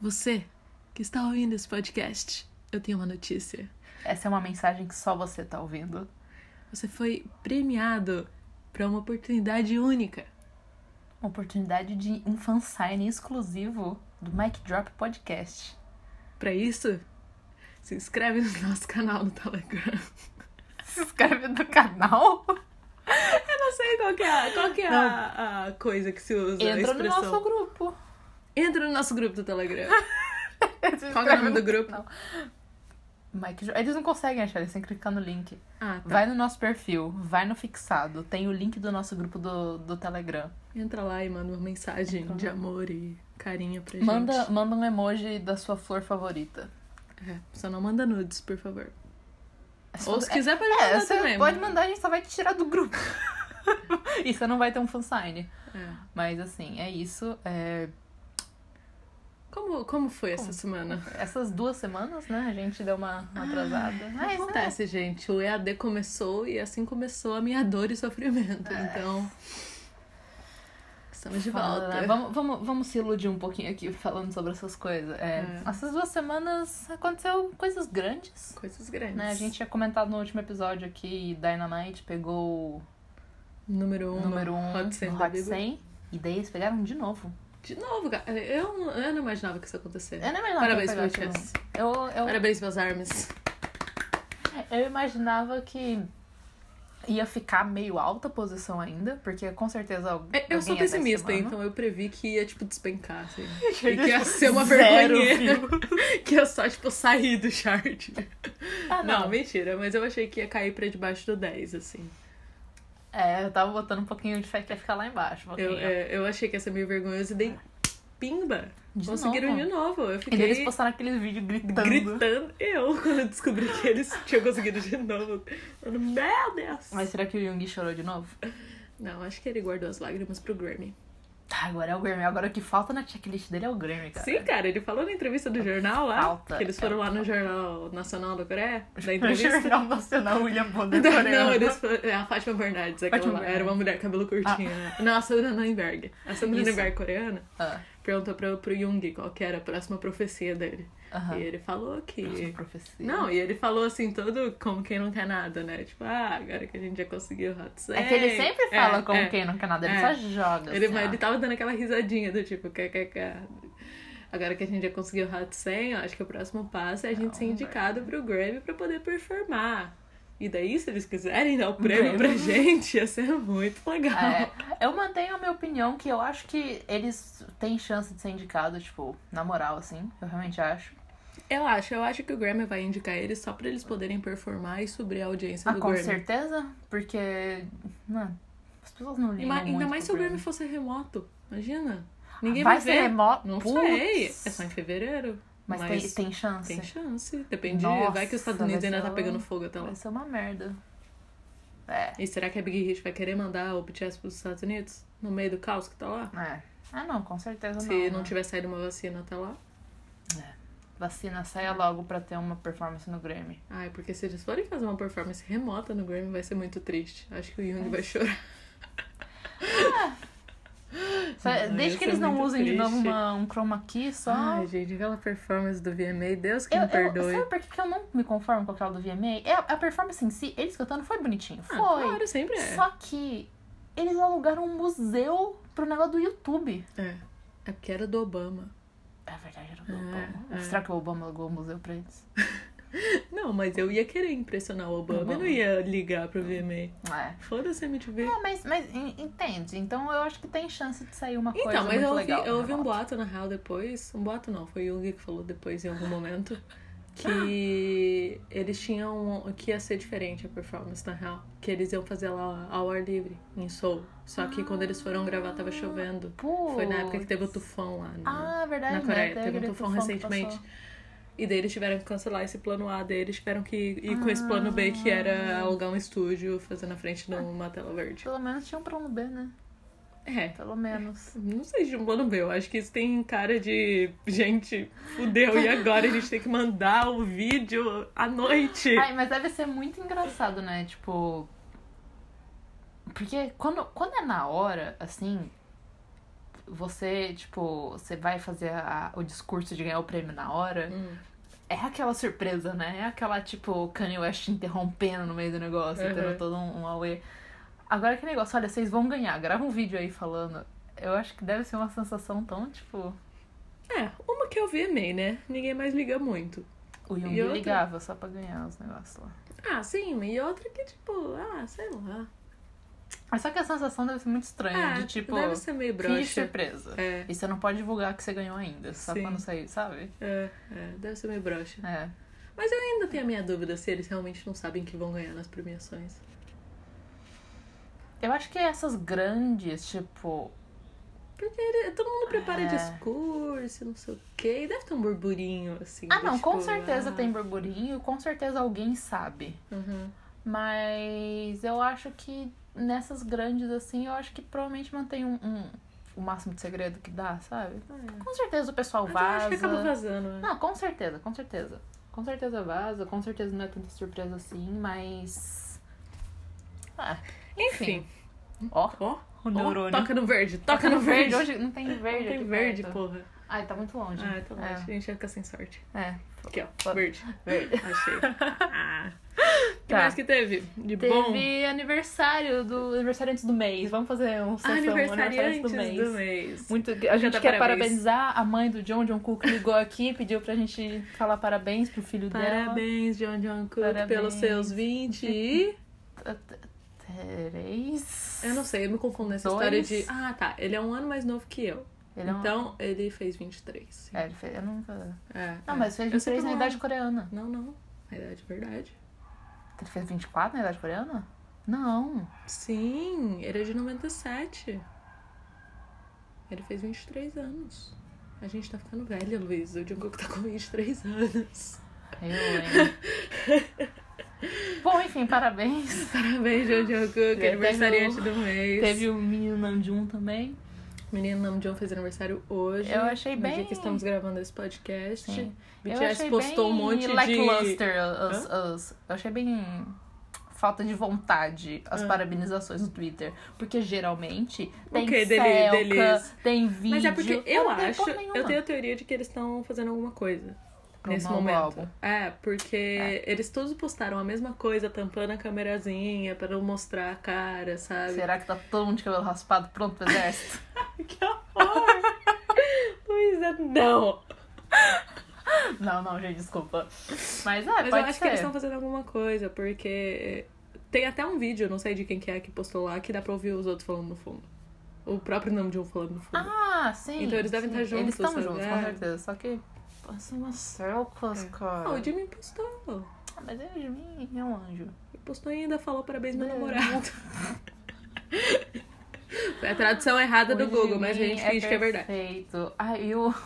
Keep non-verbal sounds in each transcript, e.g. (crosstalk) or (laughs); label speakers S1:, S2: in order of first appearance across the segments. S1: Você que está ouvindo esse podcast, eu tenho uma notícia.
S2: Essa é uma mensagem que só você tá ouvindo.
S1: Você foi premiado para uma oportunidade única.
S2: Uma oportunidade de um fansign exclusivo do Mic Drop Podcast. (laughs)
S1: Para isso, se inscreve no nosso canal no Telegram.
S2: Se inscreve no canal.
S1: Eu não sei qual que é, qual que é a, a coisa que se usa. a
S2: Entra no
S1: expressão.
S2: nosso
S1: (laughs)
S2: grupo.
S1: Entra no nosso grupo do (laughs) Telegram.
S2: Se
S1: Qual que é o
S2: inscreve
S1: nome do
S2: no
S1: grupo?
S2: canal. um. Mic Drop. Eles não conseguem achar, eles têm que clicar no link.
S1: Ah, tá.
S2: Vai no nosso perfil, vai no fixado. Tem o link do nosso grupo do, do Telegram.
S1: Entra lá e manda uma mensagem
S2: Entra lá.
S1: de amor e carinho pra
S2: Manda,
S1: gente.
S2: manda um emoji da sua flor favorita.
S1: É, só não manda nudes, por favor. Ou se
S2: É-
S1: quiser, pode
S2: É,
S1: mandar
S2: você
S1: também.
S2: pode mandar, a gente só vai te tirar do grupo. (laughs) e você não vai ter um fansign.
S1: É.
S2: Mas assim, é isso. É,
S1: Como, como foi essa
S2: Como?
S1: semana?
S2: Essas duas semanas, né, a gente deu uma, uma atrasada. Mas, né,
S1: Ah, Acontece, gente. O EAD começou e assim começou a minha dor e sofrimento. Então. Estamos de
S2: É. fala,
S1: volta.
S2: né? Vamos, vamos, vamos se iludir um pouquinho aqui falando sobre essas coisas. É,
S1: É.
S2: Essas duas semanas aconteceu coisas grandes.
S1: Coisas grandes.
S2: Né? A gente tinha comentado no último episódio que Dynamite pegou
S1: Número
S2: o
S1: um.
S2: número 1 um,
S1: no Hot 100
S2: no
S1: da
S2: Hot
S1: Billboard.
S2: 100. E daí eles pegaram de novo.
S1: De novo, cara. Eu, não- eu não imaginava que isso acontecesse.
S2: Eu não imaginava que
S1: Parabéns,
S2: ia pegar de
S1: Corinthians.
S2: novo. Eu, eu,
S1: Parabéns, meus armes.
S2: Eu imaginava que ia ficar meio alta a posição ainda, porque com certeza. al-
S1: Eu- Eu sou
S2: alguém ia essa
S1: pessimista,
S2: semana.
S1: então eu previ que ia, tipo, despencar,
S2: (laughs)
S1: assim. E que ia ser uma vergonha.
S2: filho.
S1: (laughs) Que ia só, tipo, sair do chart.
S2: Ah,
S1: Não,
S2: não.
S1: mentira. Mas eu achei que ia cair pra debaixo do 10, assim.
S2: É, eu tava botando um pouquinho de fé que ia ficar lá embaixo. Um
S1: Eu,
S2: pouquinho.
S1: é, eu achei que ia ser meio vergonhoso e dei pimba.
S2: De
S1: Conseguiram
S2: novo.
S1: de novo. Eu
S2: E
S1: fiquei
S2: daí eles postaram aquele vídeo gritando.
S1: gritando. Eu, (laughs) quando eu descobri que eles tinham conseguido de novo. Falando, meu Deus.
S2: Mas será que o Jung chorou de novo?
S1: Não, acho que ele guardou as lágrimas pro Grammy.
S2: Tá, agora é o Grammy. Agora o que falta na checklist dele é o Grammy, cara.
S1: Sim, cara, ele falou na entrevista do jornal lá.
S2: Falta.
S1: Que eles foram lá no Jornal Nacional da
S2: (laughs)
S1: Coreia, da
S2: No
S1: entrevista. (laughs)
S2: Jornal Nacional William Bonner
S1: Não,
S2: coreano.
S1: não, eles foram- é a Fátima Bernardes, aquela
S2: Fátima
S1: lá. Era uma
S2: Bernardes. Ah.
S1: mulher, cabelo curtinho. né? Não, a Sandra Nenberg. A Sandra
S2: Isso.
S1: Nenberg é coreana
S2: Ah,
S1: perguntou pro, pro Jung qual que era a próxima profecia dele.
S2: aham.
S1: E ele falou
S2: Próxima
S1: que...
S2: profecia.
S1: é. Não, e ele falou assim, todo como quem não quer nada, né? Tipo, ah, agora que a gente já conseguiu o Hot 100.
S2: É que ele sempre
S1: É,
S2: fala como
S1: é.
S2: quem não quer nada, ele
S1: É.
S2: só joga.
S1: Ele,
S2: assim,
S1: mas
S2: ó.
S1: ele tava dando aquela risadinha do tipo, kkk. Agora que a gente já conseguiu o Hot 100, eu acho que o próximo passo é a gente ser
S2: Não,
S1: indicado pro Grammy pra poder performar. E daí, se eles quiserem dar o prêmio
S2: Grammy.
S1: pra gente, ia ser muito legal.
S2: (laughs) Um É, eu mantenho a minha opinião que eu acho que eles têm chance de ser indicados, tipo, na moral, assim, eu realmente acho.
S1: Eu acho, eu acho que o Grammy vai indicar eles só pra eles poderem performar e subir a audiência
S2: Ah,
S1: do
S2: com
S1: Grammy.
S2: certeza, porque, mano, as pessoas não ligam
S1: Ima-
S2: muito
S1: ainda mais se
S2: pro
S1: o Grammy fosse remoto. Imagina. Ninguém
S2: Vai
S1: vai,
S2: ser
S1: ver.
S2: remoto?
S1: Não
S2: Putz.
S1: sei. É só em fevereiro.
S2: Mas,
S1: mas
S2: tem, tem chance.
S1: Tem chance. Depende. vai que os Estados
S2: Nossa,
S1: Unidos
S2: vai
S1: ainda
S2: ser
S1: tá
S2: um-
S1: pegando fogo até lá.
S2: Vai ser uma merda. É,
S1: E será que a Big Hit vai querer mandar o BTS pros Estados Unidos? No meio do caos que tá lá?
S2: é. Ah, não, com certeza
S1: Se
S2: não.
S1: não
S2: né?
S1: tiver saído uma vacina até lá?
S2: Vacina, saia logo pra ter uma performance no Grammy.
S1: Ai, porque se eles forem fazer uma performance remota no Grammy, vai ser muito triste. Acho que o Young vai chorar.
S2: Só-
S1: Não, ia
S2: desde que
S1: ser
S2: eles não
S1: muito
S2: usem de novo
S1: triste.
S2: uma- um chroma key só.
S1: Ai, gente, aquela performance do VMA, Deus que
S2: Eu,
S1: me
S2: eu,
S1: perdoe.
S2: sabe por que que eu não me conformo com aquela do VMA? É, a performance em si, eles cantando foi bonitinho.
S1: Ah,
S2: foi.
S1: Claro, sempre é.
S2: Só que eles alugaram um museu pro negócio do YouTube.
S1: É. É porque era do Obama.
S2: É verdade, era do
S1: É,
S2: Obama.
S1: é.
S2: Será que o Obama alugou um museu pra eles?
S1: Não, mas eu ia querer impressionar o Obama,
S2: Obama.
S1: eu não ia ligar pro VMA.
S2: É.
S1: Foda-se a MTV.
S2: É, mas, mas en- entende. Então eu acho que tem chance de sair uma coisa
S1: Então, mas
S2: muito
S1: eu ouvi,
S2: legal. né,
S1: eu ouvi um
S2: boato.
S1: boato na real depois. Um boato não, foi o Yugi que falou depois em algum momento.
S2: (laughs)
S1: Que eles tinham. Que ia ser diferente a performance na real. Que eles iam fazer lá ao ar livre, em Seoul. Só que quando eles foram gravar tava chovendo. Foi na época que teve o tufão lá. né?
S2: Ah, verdade.
S1: na
S2: né?
S1: Coreia, teve um
S2: aquele
S1: tufão
S2: que
S1: recentemente.
S2: passou.
S1: E daí eles tiveram que cancelar esse plano A, daí eles tiveram que ir com esse plano B,
S2: Ah.
S1: que era alugar um estúdio, fazer na frente de uma tela verde.
S2: Pelo menos tinha um plano B, né?
S1: É.
S2: Pelo menos.
S1: Não sei de um plano B, eu acho que isso tem cara de. Gente, fudeu, e agora a gente tem que mandar o vídeo à noite.
S2: Ai, mas deve ser muito engraçado, né? Tipo. Porque quando, quando é na hora, assim. você, tipo, você vai fazer a- o discurso de ganhar o prêmio na hora.
S1: Hum.
S2: É aquela surpresa, né? É aquela, tipo, Kanye West interrompendo no meio do negócio,
S1: Uhum.
S2: tendo todo um, um auê. Agora que negócio, olha, vocês vão ganhar. Grava um vídeo aí falando. Eu acho que deve ser uma sensação tão, tipo...
S1: É, uma que eu vi amei, né? Ninguém mais liga muito.
S2: O
S1: E
S2: Young
S1: outra?
S2: ligava só pra ganhar os negócios lá.
S1: Ah, sim, e outra que, tipo, ah, sei lá.
S2: Mas só que a sensação deve ser muito estranha,
S1: Ah,
S2: de tipo...
S1: deve ser meio
S2: Fiz
S1: broxa.
S2: surpresa.
S1: É,
S2: E você não pode divulgar que você ganhou ainda, só
S1: Sim.
S2: quando sair, sabe?
S1: é, é, deve ser meio broxa.
S2: É.
S1: Mas eu ainda tenho a minha dúvida se eles realmente não sabem que vão ganhar nas premiações.
S2: Eu acho que essas grandes, tipo.
S1: Porque ele- todo mundo prepara
S2: É.
S1: discurso, não sei o quê. E deve ter um burburinho, assim.
S2: Ah,
S1: do
S2: não,
S1: tipo,
S2: com certeza
S1: ah,
S2: tem burburinho, com certeza alguém sabe.
S1: uhum.
S2: Mas eu acho que nessas grandes, assim, eu acho que provavelmente mantém um, um- o máximo de segredo que dá, sabe?
S1: Ah,
S2: Com certeza o pessoal
S1: é. Mas eu acho que acaba
S2: vaza.
S1: vazando, né?
S2: Não, com certeza, com certeza. Com certeza vaza, com certeza não é tanta surpresa assim, mas. Ah,
S1: Enfim.
S2: ó,
S1: Ó,
S2: o
S1: ó,
S2: neurônio.
S1: toca no verde, toca no verde.
S2: Hoje não tem verde.
S1: Não tem
S2: aqui
S1: verde,
S2: perto.
S1: porra.
S2: Ai, tá muito longe.
S1: Ah, então
S2: É.
S1: longe. A gente vai ficar sem sorte.
S2: É.
S1: Aqui, ó.
S2: Foda.
S1: Verde.
S2: Verde.
S1: (laughs)
S2: (laughs)
S1: Achei. Ah. O que
S2: Tá.
S1: mais que teve? De
S2: Teve
S1: bom.
S2: aniversário do aniversário antes do mês. Vamos fazer um sessão
S1: Aniversariantes
S2: aniversário
S1: do
S2: antes do mês.
S1: mês.
S2: Muito, a gente
S1: Cantar
S2: quer
S1: parabéns.
S2: parabenizar a mãe do John. John Cook ligou aqui, pediu pra gente falar parabéns pro filho dela.
S1: Parabéns, John John Cook,
S2: Parabéns.
S1: pelos seus 20 e...
S2: Três.
S1: Eu não sei, eu me confundo nessa
S2: Dois.
S1: história de... Ah, tá. Ele é um ano mais novo que eu.
S2: Ele é um-
S1: Então, ele fez 23. sim.
S2: É, ele fez. Eu nunca.
S1: É,
S2: Não,
S1: é.
S2: mas fez
S1: Eu sempre
S2: 23 na
S1: não-
S2: idade coreana.
S1: Não, não. Na idade, verdade.
S2: Ele fez 24 na idade coreana?
S1: (laughs)
S2: Não.
S1: Sim, ele é de 97. Ele fez 23 anos. A gente tá ficando velha, Luiz. O John Cook tá com 23 anos. (laughs)
S2: Eu, hein? Bom, enfim, parabéns.
S1: Parabéns, John John Cook,
S2: Teve
S1: aniversariante do mês.
S2: Teve o menino Namjoon também.
S1: Menino Nam John fez aniversário hoje.
S2: Eu achei
S1: no
S2: bem-
S1: dia que estamos gravando esse podcast.
S2: Sim. eu
S1: BTS
S2: achei
S1: postou
S2: bem
S1: um monte de.
S2: lackluster as, as- eu achei bem falta de vontade as
S1: Ah.
S2: parabenizações no Twitter, porque geralmente tem
S1: que dele-
S2: selca,
S1: deles?
S2: tem vídeo.
S1: Mas é porque eu
S2: não tem
S1: acho.
S2: porra nenhuma.
S1: Eu tenho a teoria de que eles estão fazendo alguma coisa.
S2: Pro
S1: nesse
S2: novo
S1: momento.
S2: um álbum.
S1: É, porque eles todos postaram a mesma coisa, tampando a camerazinha pra não mostrar a cara, sabe?
S2: Será que tá todo mundo de cabelo raspado pronto pro exército? (laughs)
S1: Que horror! Luísa, é, não!
S2: não, não, gente, desculpa.
S1: Mas
S2: Mas é,
S1: eu
S2: pode
S1: acho
S2: ser.
S1: que eles estão fazendo alguma coisa, porque tem até um vídeo, não sei de quem que é que postou lá, que dá pra ouvir os outros falando no fundo. O próprio nome de um falando no fundo.
S2: Ah, sim.
S1: Então eles devem
S2: sim.
S1: estar juntos,
S2: Eles estão
S1: sabe?
S2: juntos,
S1: É.
S2: com certeza. Só que. pô, São umas selcas,
S1: É.
S2: cara.
S1: Ah, o Jimmy postou.
S2: Ah, Mas ele de mim é um anjo.
S1: Postou ainda, falou parabéns meu
S2: Não.
S1: (laughs) namorado. Foi É a tradução errada do
S2: O
S1: Google, mas a
S2: Jimmy
S1: gente finge que é verdade.
S2: Perfeito. Ai, eu. (laughs)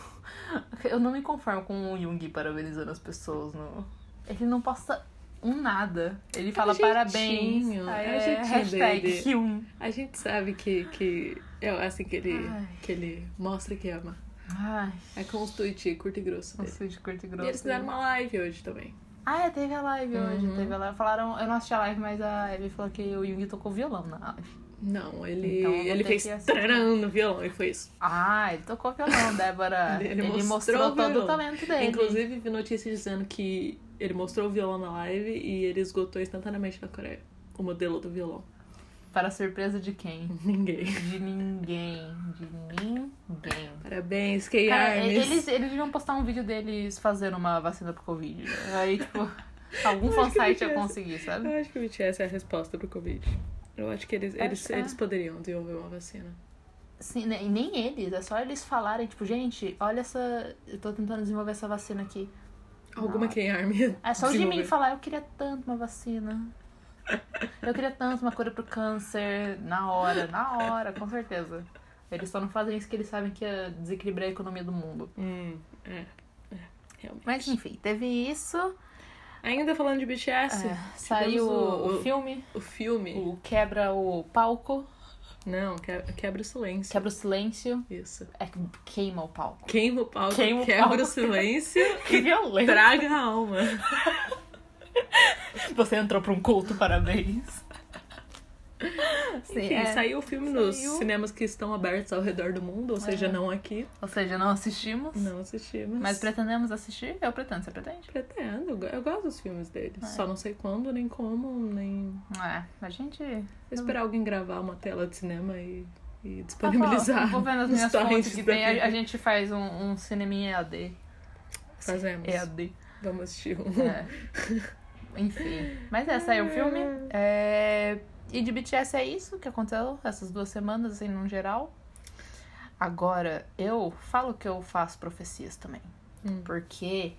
S2: Eu não me conformo com o Jung parabenizando as pessoas. Não. Ele não posta um nada. Ele fala
S1: É jeitinho,
S2: parabéns.
S1: é
S2: Ai,
S1: o jeitinho
S2: hashtag
S1: dele.
S2: Hyun.
S1: A gente sabe que, que é assim que ele,
S2: Ai.
S1: que ele mostra que ama.
S2: Ai,
S1: É com os tweets curto e grosso
S2: um
S1: dele.
S2: sujo curto e
S1: E
S2: grosso.
S1: eles fizeram uma live hoje também.
S2: Ah, é, teve a live hoje.
S1: Uhum.
S2: Teve a live. Falaram, eu não assisti a live, mas a Eve falou que o Jung tocou violão na live.
S1: Não, ele,
S2: Então eu vou
S1: ele
S2: ter
S1: fez
S2: que assistir.
S1: tcharam no violão e foi isso.
S2: Ah, ele tocou
S1: (laughs)
S2: violão, Débora.
S1: Ele mostrou
S2: mostrou,
S1: o
S2: todo o
S1: violão.
S2: talento
S1: É,
S2: dele.
S1: Inclusive, vi notícias dizendo que ele mostrou o violão na live e ele esgotou instantaneamente na Coreia. O modelo do violão. (laughs)
S2: Para surpresa de quem?
S1: Ninguém.
S2: De ninguém. De ninguém.
S1: Parabéns, Kay
S2: Cara,
S1: Armes.
S2: eles, eles deviam postar um vídeo deles fazendo uma vacina pro Covid. Aí, (laughs) tipo, algum
S1: Eu acho que
S2: fansite ia
S1: eles-
S2: conseguir, sabe?
S1: Eu acho que o BTS é a resposta pro Covid. Eu acho que eles,
S2: Acho
S1: eles,
S2: que é.
S1: eles poderiam desenvolver uma vacina.
S2: Sim, né, e nem eles, é só eles falarem, tipo, gente, olha essa. Eu tô tentando desenvolver essa vacina aqui.
S1: Alguma
S2: Não.
S1: Kay Army.
S2: É só o Jimmy
S1: desenvolver.
S2: falar, eu queria tanto uma vacina. Eu queria tanto uma cura pro câncer. Na hora, na hora, com certeza. Eles só não fazem isso que eles sabem que ia desequilibrar a economia do mundo.
S1: Hum, é. é, realmente.
S2: Mas hum, enfim, teve isso.
S1: Ainda falando de BTS,
S2: É, saiu
S1: o-
S2: o filme,
S1: o filme.
S2: o Quebra o Palco.
S1: Não, que- quebra o silêncio.
S2: Quebra o silêncio.
S1: Isso.
S2: É que queima
S1: (laughs)
S2: o palco.
S1: Queima o palco,
S2: Queima o
S1: quebra
S2: palco.
S1: o silêncio (laughs)
S2: Que violento.
S1: traga a alma.
S2: Você entrou pra um culto, parabéns. Sim,
S1: Enfim,
S2: é.
S1: saiu o filme nos
S2: Saiu.
S1: cinemas que estão abertos ao redor do mundo, ou seja,
S2: É.
S1: não aqui.
S2: Ou seja, não assistimos.
S1: Não assistimos.
S2: Mas pretendemos assistir? Eu pretendo, você pretende?
S1: pretendo. eu go- Eu gosto dos filmes dele.
S2: É.
S1: Só não sei quando, nem como, nem.
S2: É, a gente.
S1: Vou esperar alguém gravar uma tela de cinema e, e
S2: Tá bom,
S1: disponibilizar.
S2: Vou vendo as
S1: nos
S2: minhas fontes
S1: torrents
S2: que
S1: da
S2: tem. A, a
S1: vida.
S2: gente faz um, um cineminha EAD.
S1: (laughs) Fazemos.
S2: EAD.
S1: Vamos assistir um.
S2: É. Enfim. Mas é, saiu o filme. É, E de BTS é isso que aconteceu essas duas semanas, assim, no geral. Agora, eu falo que eu faço profecias também.
S1: Hum.
S2: Porque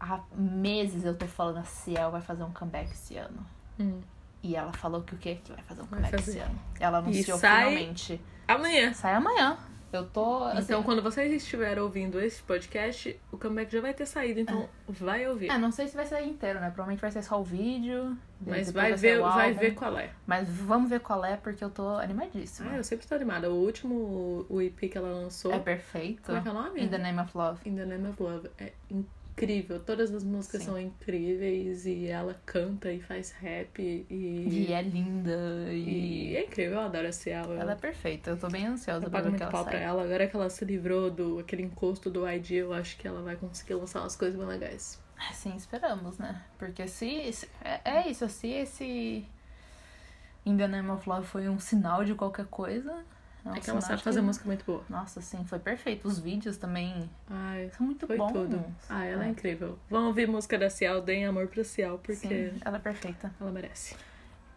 S2: há meses eu tô falando a Ciel vai fazer um comeback esse ano.
S1: Hum.
S2: E ela falou que o quê? Que vai fazer um
S1: Vai
S2: comeback
S1: fazer.
S2: esse ano. Ela anunciou
S1: sai-
S2: finalmente.
S1: Amanhã.
S2: Sai amanhã. Eu tô. Assim,
S1: Então, quando vocês estiverem ouvindo este podcast, o comeback já vai ter saído, então vai ouvir.
S2: É, não sei se vai sair inteiro, né? Provavelmente vai ser só o vídeo.
S1: Mas
S2: depois
S1: vai
S2: ser
S1: ver,
S2: o
S1: vai
S2: álbum.
S1: ver qual é.
S2: Mas vamos ver qual é, porque eu tô animadíssima.
S1: Ah, eu sempre tô animada. O último o EP que ela lançou.
S2: É perfeito.
S1: Como é que é o nome?
S2: In the Name of Love.
S1: In the Name of Love. É incrível. Todas as músicas
S2: Sim.
S1: são incríveis e ela canta e faz rap
S2: E
S1: e.
S2: é linda.
S1: e
S2: E...
S1: é incrível, eu adoro a Ciel.
S2: Ela é perfeita. Eu tô bem ansiosa
S1: Eu
S2: pra
S1: pago
S2: ver o
S1: muito
S2: que ela
S1: pau pra
S2: sai.
S1: ela. Agora que ela se livrou do aquele encosto do ID, eu acho que ela vai conseguir lançar umas coisas bem legais.
S2: Ah, Sim, esperamos, né? Porque se. se- é, é isso, se esse. In the Name of Love foi um sinal de qualquer coisa. um
S1: é que ela
S2: sinal
S1: sabe
S2: de
S1: fazer
S2: que-
S1: música muito boa.
S2: Nossa, sim, foi perfeito. Os vídeos também
S1: Ai,
S2: são muito
S1: foi
S2: bons.
S1: tudo. Ah, ela é.
S2: É.
S1: incrível. Vão ouvir música da Ciel, deem amor pra Ciel, porque
S2: Sim, ela é perfeita.
S1: ela merece.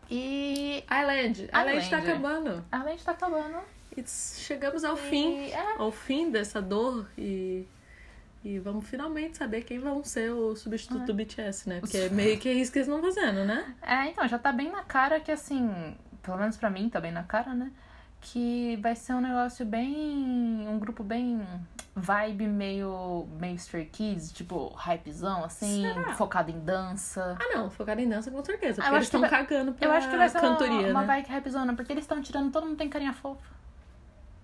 S2: E
S1: Island! Island tá
S2: Island.
S1: acabando.
S2: a gente tá acabando.
S1: E chegamos ao fim.
S2: E, é,
S1: Ao fim dessa dor e. E vamos finalmente saber quem vão ser o substituto
S2: É.
S1: do BTS, né? Porque é meio que é isso que eles estão fazendo, né?
S2: É, então, já tá bem na cara que, assim, pelo menos pra mim tá bem na cara, né? Que vai ser um negócio bem. um grupo bem. vibe meio. meio Stray Kids, tipo, hypezão, assim,
S1: Será?
S2: focado em dança.
S1: Ah, não, focado em dança com certeza.
S2: Ah, eu
S1: Porque eles
S2: acho que
S1: estão
S2: vai-
S1: cagando pra
S2: Eu acho que vai ser
S1: cantoria,
S2: uma, uma
S1: né?
S2: vibe hypezona, porque eles estão tirando todo mundo tem carinha fofa.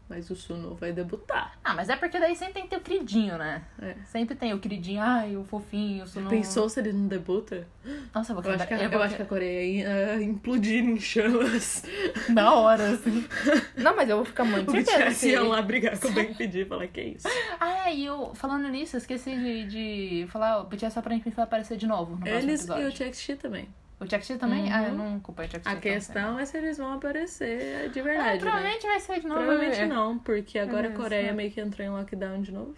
S1: Mas o Suno vai debutar.
S2: Ah, mas é porque daí sempre tem que ter o queridinho, né?
S1: É.
S2: Sempre tem o queridinho, ai, o fofinho, o sono...
S1: Pensou se ele não debuta?
S2: Nossa, eu vou
S1: Eu acho que a,
S2: quebrar-
S1: eu
S2: vou
S1: acho que a Coreia ia ah, implodir em chamas.
S2: (laughs) Na hora, assim. Não, mas eu vou
S1: (laughs)
S2: ficar muito
S1: O
S2: certeza.
S1: BTS ia
S2: é- que- é
S1: lá brigar com o Ben pedir e falar que isso.
S2: Ah, e eu, falando nisso, eu esqueci de, de falar. O BTS aparentemente vai aparecer de novo no próximo
S1: Eles e
S2: episódio.
S1: o TXT também.
S2: O Jack também?
S1: Uhum.
S2: Ah, eu não acompanho o Jack É,
S1: A questão é se eles vão aparecer de verdade, né?
S2: Ah, provavelmente vai ser de novo. É.
S1: Provavelmente não, porque agora a
S2: Olha
S1: Coreia
S2: só.
S1: meio que entrou em lockdown de novo.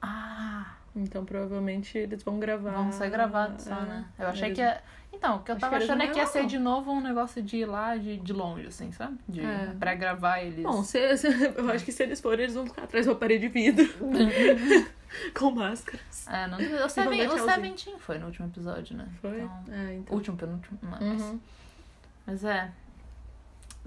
S2: Ah,
S1: Então provavelmente eles vão gravar.
S2: vão ser gravados só,
S1: É,
S2: né? Eu achei
S1: eles-
S2: que ia... Então, o que eu
S1: Acho
S2: tava
S1: que eles
S2: achando
S1: não
S2: é que ia ser
S1: gravam.
S2: de novo um negócio de ir lá de, de longe, assim, sabe? De,
S1: É.
S2: Pra gravar eles.
S1: Bom, se- se- (laughs) eu acho que se eles forem, eles vão ficar atrás de uma parede de
S2: (laughs)
S1: vidro (laughs) com máscara.
S2: é, não duvido. O,
S1: vão
S2: Seven,
S1: dar
S2: o
S1: tchauzinho.
S2: Seventeen foi no último episódio, né?
S1: Foi?
S2: Então,
S1: É, então.
S2: último, penúltimo. Mas,
S1: Uhum.
S2: mas é.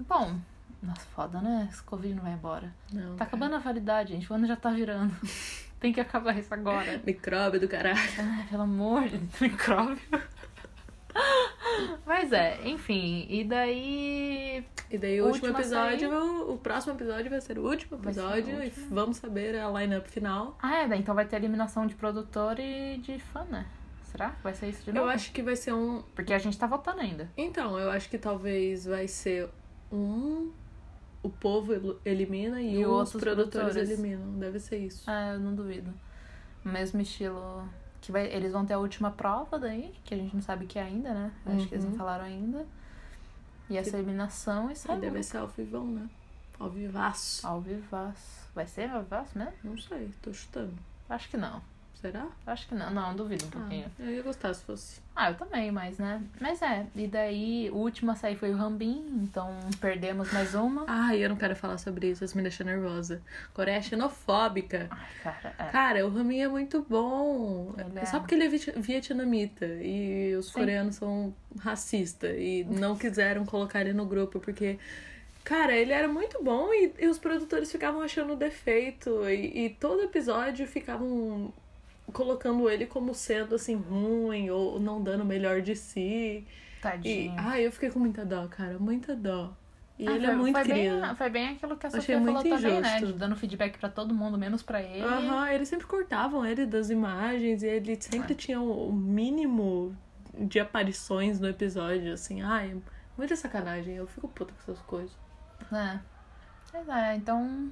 S2: Bom. Nossa, foda, né? Esse Covid não vai embora.
S1: Não, cara.
S2: Tá acabando a validade, gente. O ano já tá virando. (laughs) Tem que acabar isso agora.
S1: Micróbio do caralho.
S2: Ai, pelo amor de micróbio. (laughs) Mas é, enfim. E daí.
S1: E daí o último
S2: Última
S1: episódio, o próximo episódio vai ser o último
S2: Vai ser o
S1: episódio e
S2: último.
S1: vamos saber a lineup final.
S2: Ah, é, daí então vai ter eliminação de produtor e de fã, né? Será? Vai ser isso de novo?
S1: Eu acho que vai ser um.
S2: Porque a gente tá votando ainda.
S1: Então, eu acho que talvez vai ser um. O povo el- elimina e,
S2: E
S1: os
S2: outros
S1: produtores,
S2: produtores.
S1: eliminam. Deve ser isso.
S2: Ah, eu não duvido. Mesmo estilo. Que vai, eles vão ter a última prova daí, que a gente não sabe o que é ainda, né? Acho que eles não
S1: Uhum.
S2: falaram ainda. E essa eliminação e
S1: Ah,
S2: sai
S1: deve ser ao vivão, né? Ao vivaço.
S2: ao vivaço. Vai ser ao vivaço mesmo?
S1: Não sei, tô chutando.
S2: Acho que não.
S1: Será?
S2: Acho que não. Não, duvido um
S1: Ah,
S2: pouquinho.
S1: eu ia gostar se fosse.
S2: Ah, eu também, mas né? Mas é. E daí, o último a sair foi o Rambin, então perdemos mais uma.
S1: Ai, eu não quero falar sobre isso, isso me deixa nervosa. Coreia é xenofóbica.
S2: Ai, cara, é.
S1: Cara, o Ramin é muito bom.
S2: Ele
S1: É
S2: é.
S1: Só porque ele é viet- vietnamita e os
S2: Sim.
S1: coreanos são racistas e não quiseram colocar ele no grupo porque. Cara, ele era muito bom e, e os produtores ficavam achando defeito e, e todo episódio ficavam colocando ele como sendo assim ruim ou não dando o melhor de si. E
S2: Tadinho.
S1: ai, eu fiquei com muita dó, cara, muita dó. E
S2: Ah,
S1: ele
S2: foi,
S1: é muito
S2: foi
S1: querido.
S2: Bem, foi bem aquilo que a
S1: Achei
S2: Sofia falou
S1: muito
S2: também, né?
S1: injusto.
S2: De dando feedback pra todo mundo, menos pra ele.
S1: Aham, eles sempre cortavam ele das imagens e ele sempre tinha o o mínimo de aparições no episódio, assim, ai, Muita sacanagem, eu fico puta com essas coisas.
S2: É. Mas é, então.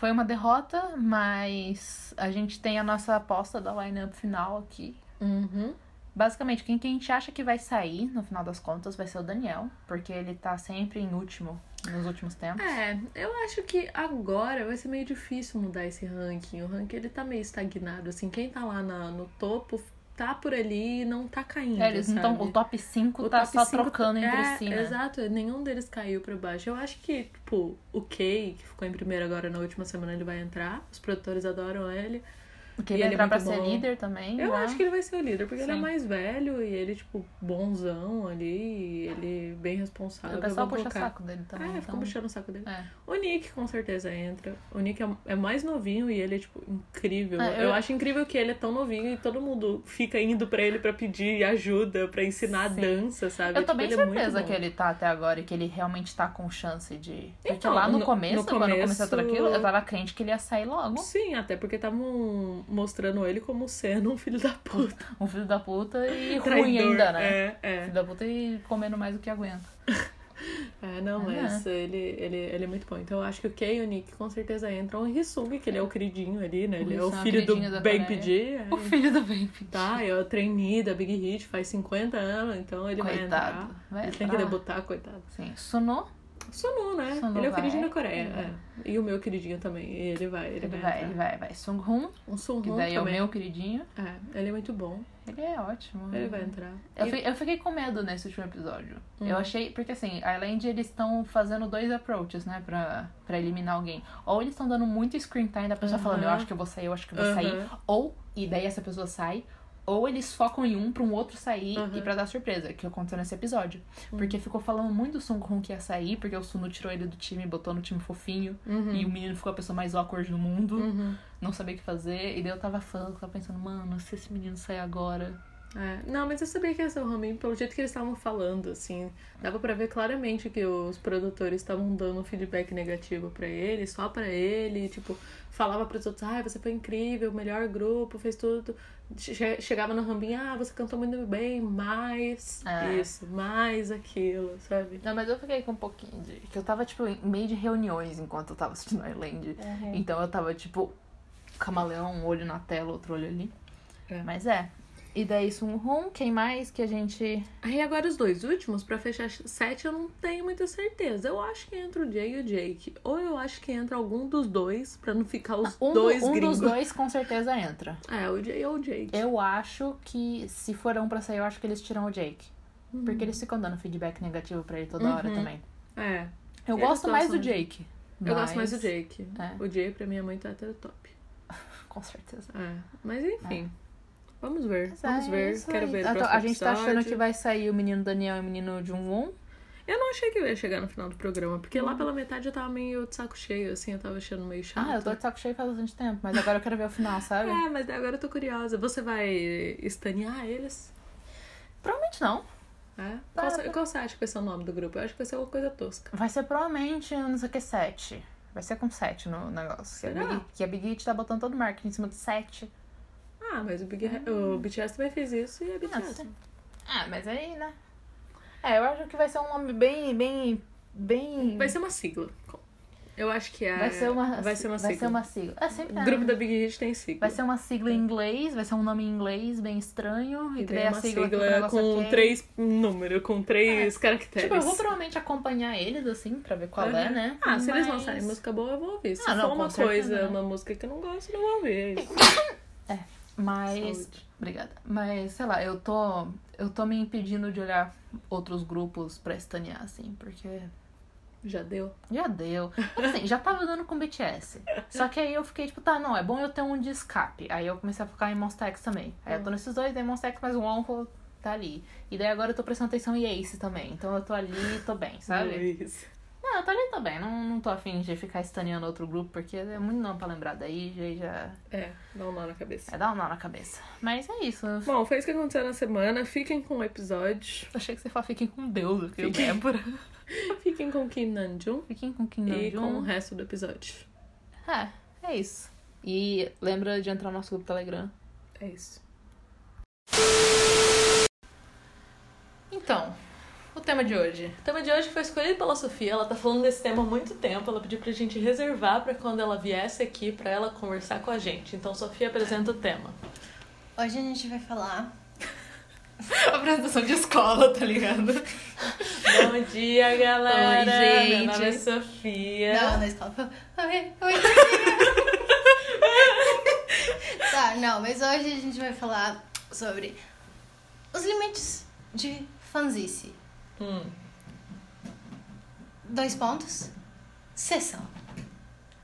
S2: Foi uma derrota, mas a gente tem a nossa aposta da lineup final aqui.
S1: Uhum.
S2: Basicamente, quem, quem a gente acha que vai sair, no final das contas, vai ser o Daniel, porque ele tá sempre em último nos últimos tempos.
S1: É, eu acho que agora vai ser meio difícil mudar esse ranking. O ranking ele tá meio estagnado, assim. Quem tá lá na- no topo tá por ali e não tá caindo.
S2: É, eles não tão-
S1: sabe?
S2: o top 5
S1: O
S2: tá
S1: top
S2: só
S1: cinco-
S2: trocando entre
S1: é,
S2: si, né?
S1: Exato, nenhum deles caiu pra baixo. Eu acho que, tipo, o Kay, que ficou em primeiro agora na última semana, ele vai entrar. Os produtores adoram ele.
S2: Porque
S1: E
S2: ele vai
S1: ele é
S2: entrar pra
S1: muito
S2: ser
S1: bom.
S2: líder também.
S1: Eu
S2: né?
S1: acho que ele vai ser o líder, porque ele é
S2: Sim.
S1: mais velho e ele, tipo, bonzão ali, e ele bem responsável.
S2: O pessoal
S1: vão
S2: puxa
S1: colocar.
S2: saco dele também.
S1: É, ficou
S2: então...
S1: puxando o saco dele.
S2: É.
S1: O Nick com certeza entra. O Nick é, é mais novinho e ele é, tipo, incrível.
S2: É,
S1: eu...
S2: eu-
S1: acho incrível que ele é tão novinho e todo mundo fica indo pra ele pra pedir ajuda, pra ensinar
S2: Sim.
S1: dança, sabe?
S2: Eu tô
S1: Tipo,
S2: bem
S1: ele é muito
S2: surpresa
S1: bom.
S2: que ele tá até agora e que ele realmente tá com chance de. Porque
S1: Então,
S2: lá no,
S1: no-
S2: começo,
S1: no
S2: quando começou tudo
S1: começo-
S2: aquilo, eu tava crente que ele ia sair logo.
S1: Sim, até porque estavam mostrando ele como sendo um filho da puta.
S2: Um filho da puta
S1: (laughs)
S2: e ruim
S1: traidor.
S2: ainda, né?
S1: É, é.
S2: Filho da puta e comendo mais do que aguenta.
S1: É, não,
S2: Ah,
S1: mas ele, ele, ele é muito bom. Então eu acho que o Kei e o Nick com certeza entram. O Hisung, que ele é o queridinho ali, né?
S2: O
S1: Ele é o
S2: Hisung é o
S1: filho do
S2: queridinho da
S1: Bang
S2: Coreia.
S1: PD.
S2: O filho do Baby.
S1: É. Tá, é o trainee da Big Hit, faz 50 anos, então ele vai
S2: Coitado.
S1: entrar.
S2: Vai
S1: Ele tem que
S2: entrar.
S1: debutar, coitado.
S2: Sim. Sunou,
S1: Sonu, né?
S2: Sonu
S1: ele é o
S2: vai. Uhum.
S1: queridinho da Coreia. é. E o meu queridinho também. Ele vai, ele,
S2: ele,
S1: vai,
S2: vai,
S1: entrar.
S2: ele vai, vai. Sung Hoon,
S1: Um Sun
S2: que daí
S1: também.
S2: é o meu queridinho.
S1: É, ele é muito bom.
S2: Ele é ótimo.
S1: Ele vai entrar.
S2: Eu,
S1: E-
S2: fi- eu fiquei com medo nesse último episódio.
S1: Hum.
S2: Eu achei. Porque assim, além de eles estão fazendo dois approaches, né? Pra, pra eliminar alguém. Ou eles estão dando muito screen time da pessoa
S1: Aham.
S2: falando, eu acho que eu vou sair, eu acho que eu vou
S1: Aham.
S2: sair. Ou, e daí essa pessoa sai. Ou eles focam em um pra um outro sair
S1: Aham. Hum.
S2: e pra dar surpresa, que aconteceu nesse episódio. Porque ficou falando muito do Sun Kong que ia sair, porque o Sunu tirou ele do time, botou no time fofinho.
S1: Uhum.
S2: E o menino ficou a pessoa mais awkward do mundo,
S1: Uhum.
S2: não sabia o que fazer. E daí eu tava fã, eu tava pensando, mano, se esse menino sair agora.
S1: É, Não, mas eu sabia que ia ser o Ramin pelo jeito que eles estavam falando, assim. Dava pra ver claramente que os produtores estavam dando um feedback negativo pra ele, só pra ele. Tipo, falava pros outros, ai, você foi incrível, melhor grupo, fez tudo. Che- Chegava no Rambin, ah, você cantou muito bem, mais
S2: É.
S1: isso, mais aquilo, sabe?
S2: Não, mas eu fiquei com um pouquinho de. Que eu tava, tipo, em meio de reuniões enquanto eu tava assistindo Island. Então eu tava, tipo, camaleão, um olho na tela, outro olho ali.
S1: É.
S2: Mas é. E daí Sun Hun, quem mais que a gente.
S1: Aí agora os dois últimos, pra fechar sete, eu não tenho muita certeza. Eu acho que entra o Jay e o Jake. Ou eu acho que entra algum dos dois, pra não ficar os
S2: Um, do-
S1: dois
S2: um
S1: gringos.
S2: dos dois com certeza (laughs) entra.
S1: É, o Jay ou o Jake.
S2: Eu acho que se for um pra sair, eu acho que eles tiram o Jake. Porque eles ficam dando feedback negativo pra ele toda hora
S1: Uhum.
S2: também.
S1: É,
S2: Eu
S1: Eles
S2: gosto mais do
S1: gostam de-
S2: Jake.
S1: eu gosto mais
S2: mas-
S1: do Jake.
S2: É.
S1: O Jay pra mim é muito hétero top.
S2: Com certeza.
S1: É. Mas enfim. Vamos ver.
S2: É. Mas
S1: Vamos
S2: é
S1: ver.
S2: isso
S1: Quero
S2: aí.
S1: ver. o
S2: Ah, então,
S1: próximo
S2: a gente tá achando
S1: episódio.
S2: que vai sair o menino Daniel e o menino Jungwon.
S1: Eu não achei que eu ia chegar no final do programa, porque lá pela metade eu tava meio de saco cheio, assim, eu tava achando meio chato.
S2: Ah, eu tô de saco cheio faz bastante tempo, mas agora eu quero ver o final, sabe?
S1: É, mas agora eu tô curiosa. Você vai estanear eles?
S2: Provavelmente não.
S1: É?
S2: Tá.
S1: Qual, você- qual você acha que vai ser o nome do grupo? Eu acho que vai ser alguma coisa tosca.
S2: Vai ser provavelmente, um não sei o que, 7. Vai ser com 7 no negócio. Que a
S1: Será?
S2: Big- Que a Big Hit tá botando todo o marketing em cima de 7.
S1: Ah, mas o, Big, o BTS também fez isso e é BTS.
S2: Hum. sim. Ah, mas aí, né? É, eu acho que vai ser um nome bem, bem, bem...
S1: Vai ser uma sigla. Eu acho que é.
S2: vai ser uma,
S1: Vai ser uma
S2: vai
S1: sigla.
S2: ser uma sigla. É, sempre
S1: O
S2: é.
S1: grupo da Big Hit tem sigla.
S2: Vai ser uma sigla em inglês, vai ser um nome em inglês bem estranho. E
S1: E
S2: daí
S1: tem
S2: a
S1: uma
S2: sigla,
S1: sigla,
S2: fica um negócio
S1: com
S2: ok.
S1: três números, com três caracteres.
S2: Tipo, eu vou provavelmente acompanhar eles, assim, pra ver qual é,
S1: Aham.
S2: né?
S1: Ah, se eles
S2: Mas-
S1: lançarem música boa, eu vou ouvir. Se
S2: Ah, não,
S1: for
S2: com
S1: uma
S2: certeza,
S1: coisa,
S2: né?
S1: uma música que eu não gosto, eu não vou ouvir.
S2: Mas.
S1: Saúde.
S2: Obrigada. Mas, sei lá, eu tô. Eu tô me impedindo de olhar outros grupos pra estanear, assim, porque.
S1: Já deu.
S2: Já deu. Assim, já tava dando com BTS. Só que aí eu fiquei, tipo, tá, não, é bom eu ter um de escape. Aí eu comecei a focar em Monsta X também. Aí eu
S1: Hum.
S2: tô nesses dois, daí Monsta X mais um Onro tá ali. E daí agora eu tô prestando atenção em Ace também. Então eu tô ali e tô bem, sabe?
S1: Luiz.
S2: Não, eu tô ali também. Não, não tô afim de ficar estaneando outro grupo, porque é muito não pra lembrar daí, já- já.
S1: É, dá um nó na cabeça.
S2: É dar um nó na cabeça. Mas é isso. Eu
S1: Bom, foi isso que aconteceu na semana. Fiquem com o episódio.
S2: Achei que você falou fiquem com Deus, eu fiquei
S1: Fiquem.
S2: bêbada.
S1: Fiquem com Kim Nanjum
S2: Fiquem com Kim
S1: e com o
S2: Namjoon.
S1: resto do episódio.
S2: É, é isso. E lembra de entrar no nosso grupo Telegram.
S1: É isso.
S2: Então, o tema de hoje?
S1: O
S2: (laughs)
S1: tema de hoje foi escolhido pela Sofia. Ela tá falando desse tema há muito tempo. Ela pediu pra gente reservar pra quando ela viesse aqui pra ela conversar com a gente. Então, Sofia apresenta o tema.
S3: Hoje a gente vai falar.
S2: Apresentação de escola, tá ligado?
S1: Bom
S2: (laughs)
S1: dia, galera!
S2: Oi,
S1: Meu nome é
S2: gente.
S1: Sofia.
S3: Não, na escola. Oi, oi. (laughs) tá, não, mas hoje a gente vai falar sobre os limites de fanzice.
S1: Hum.
S3: Dois pontos. Sessão.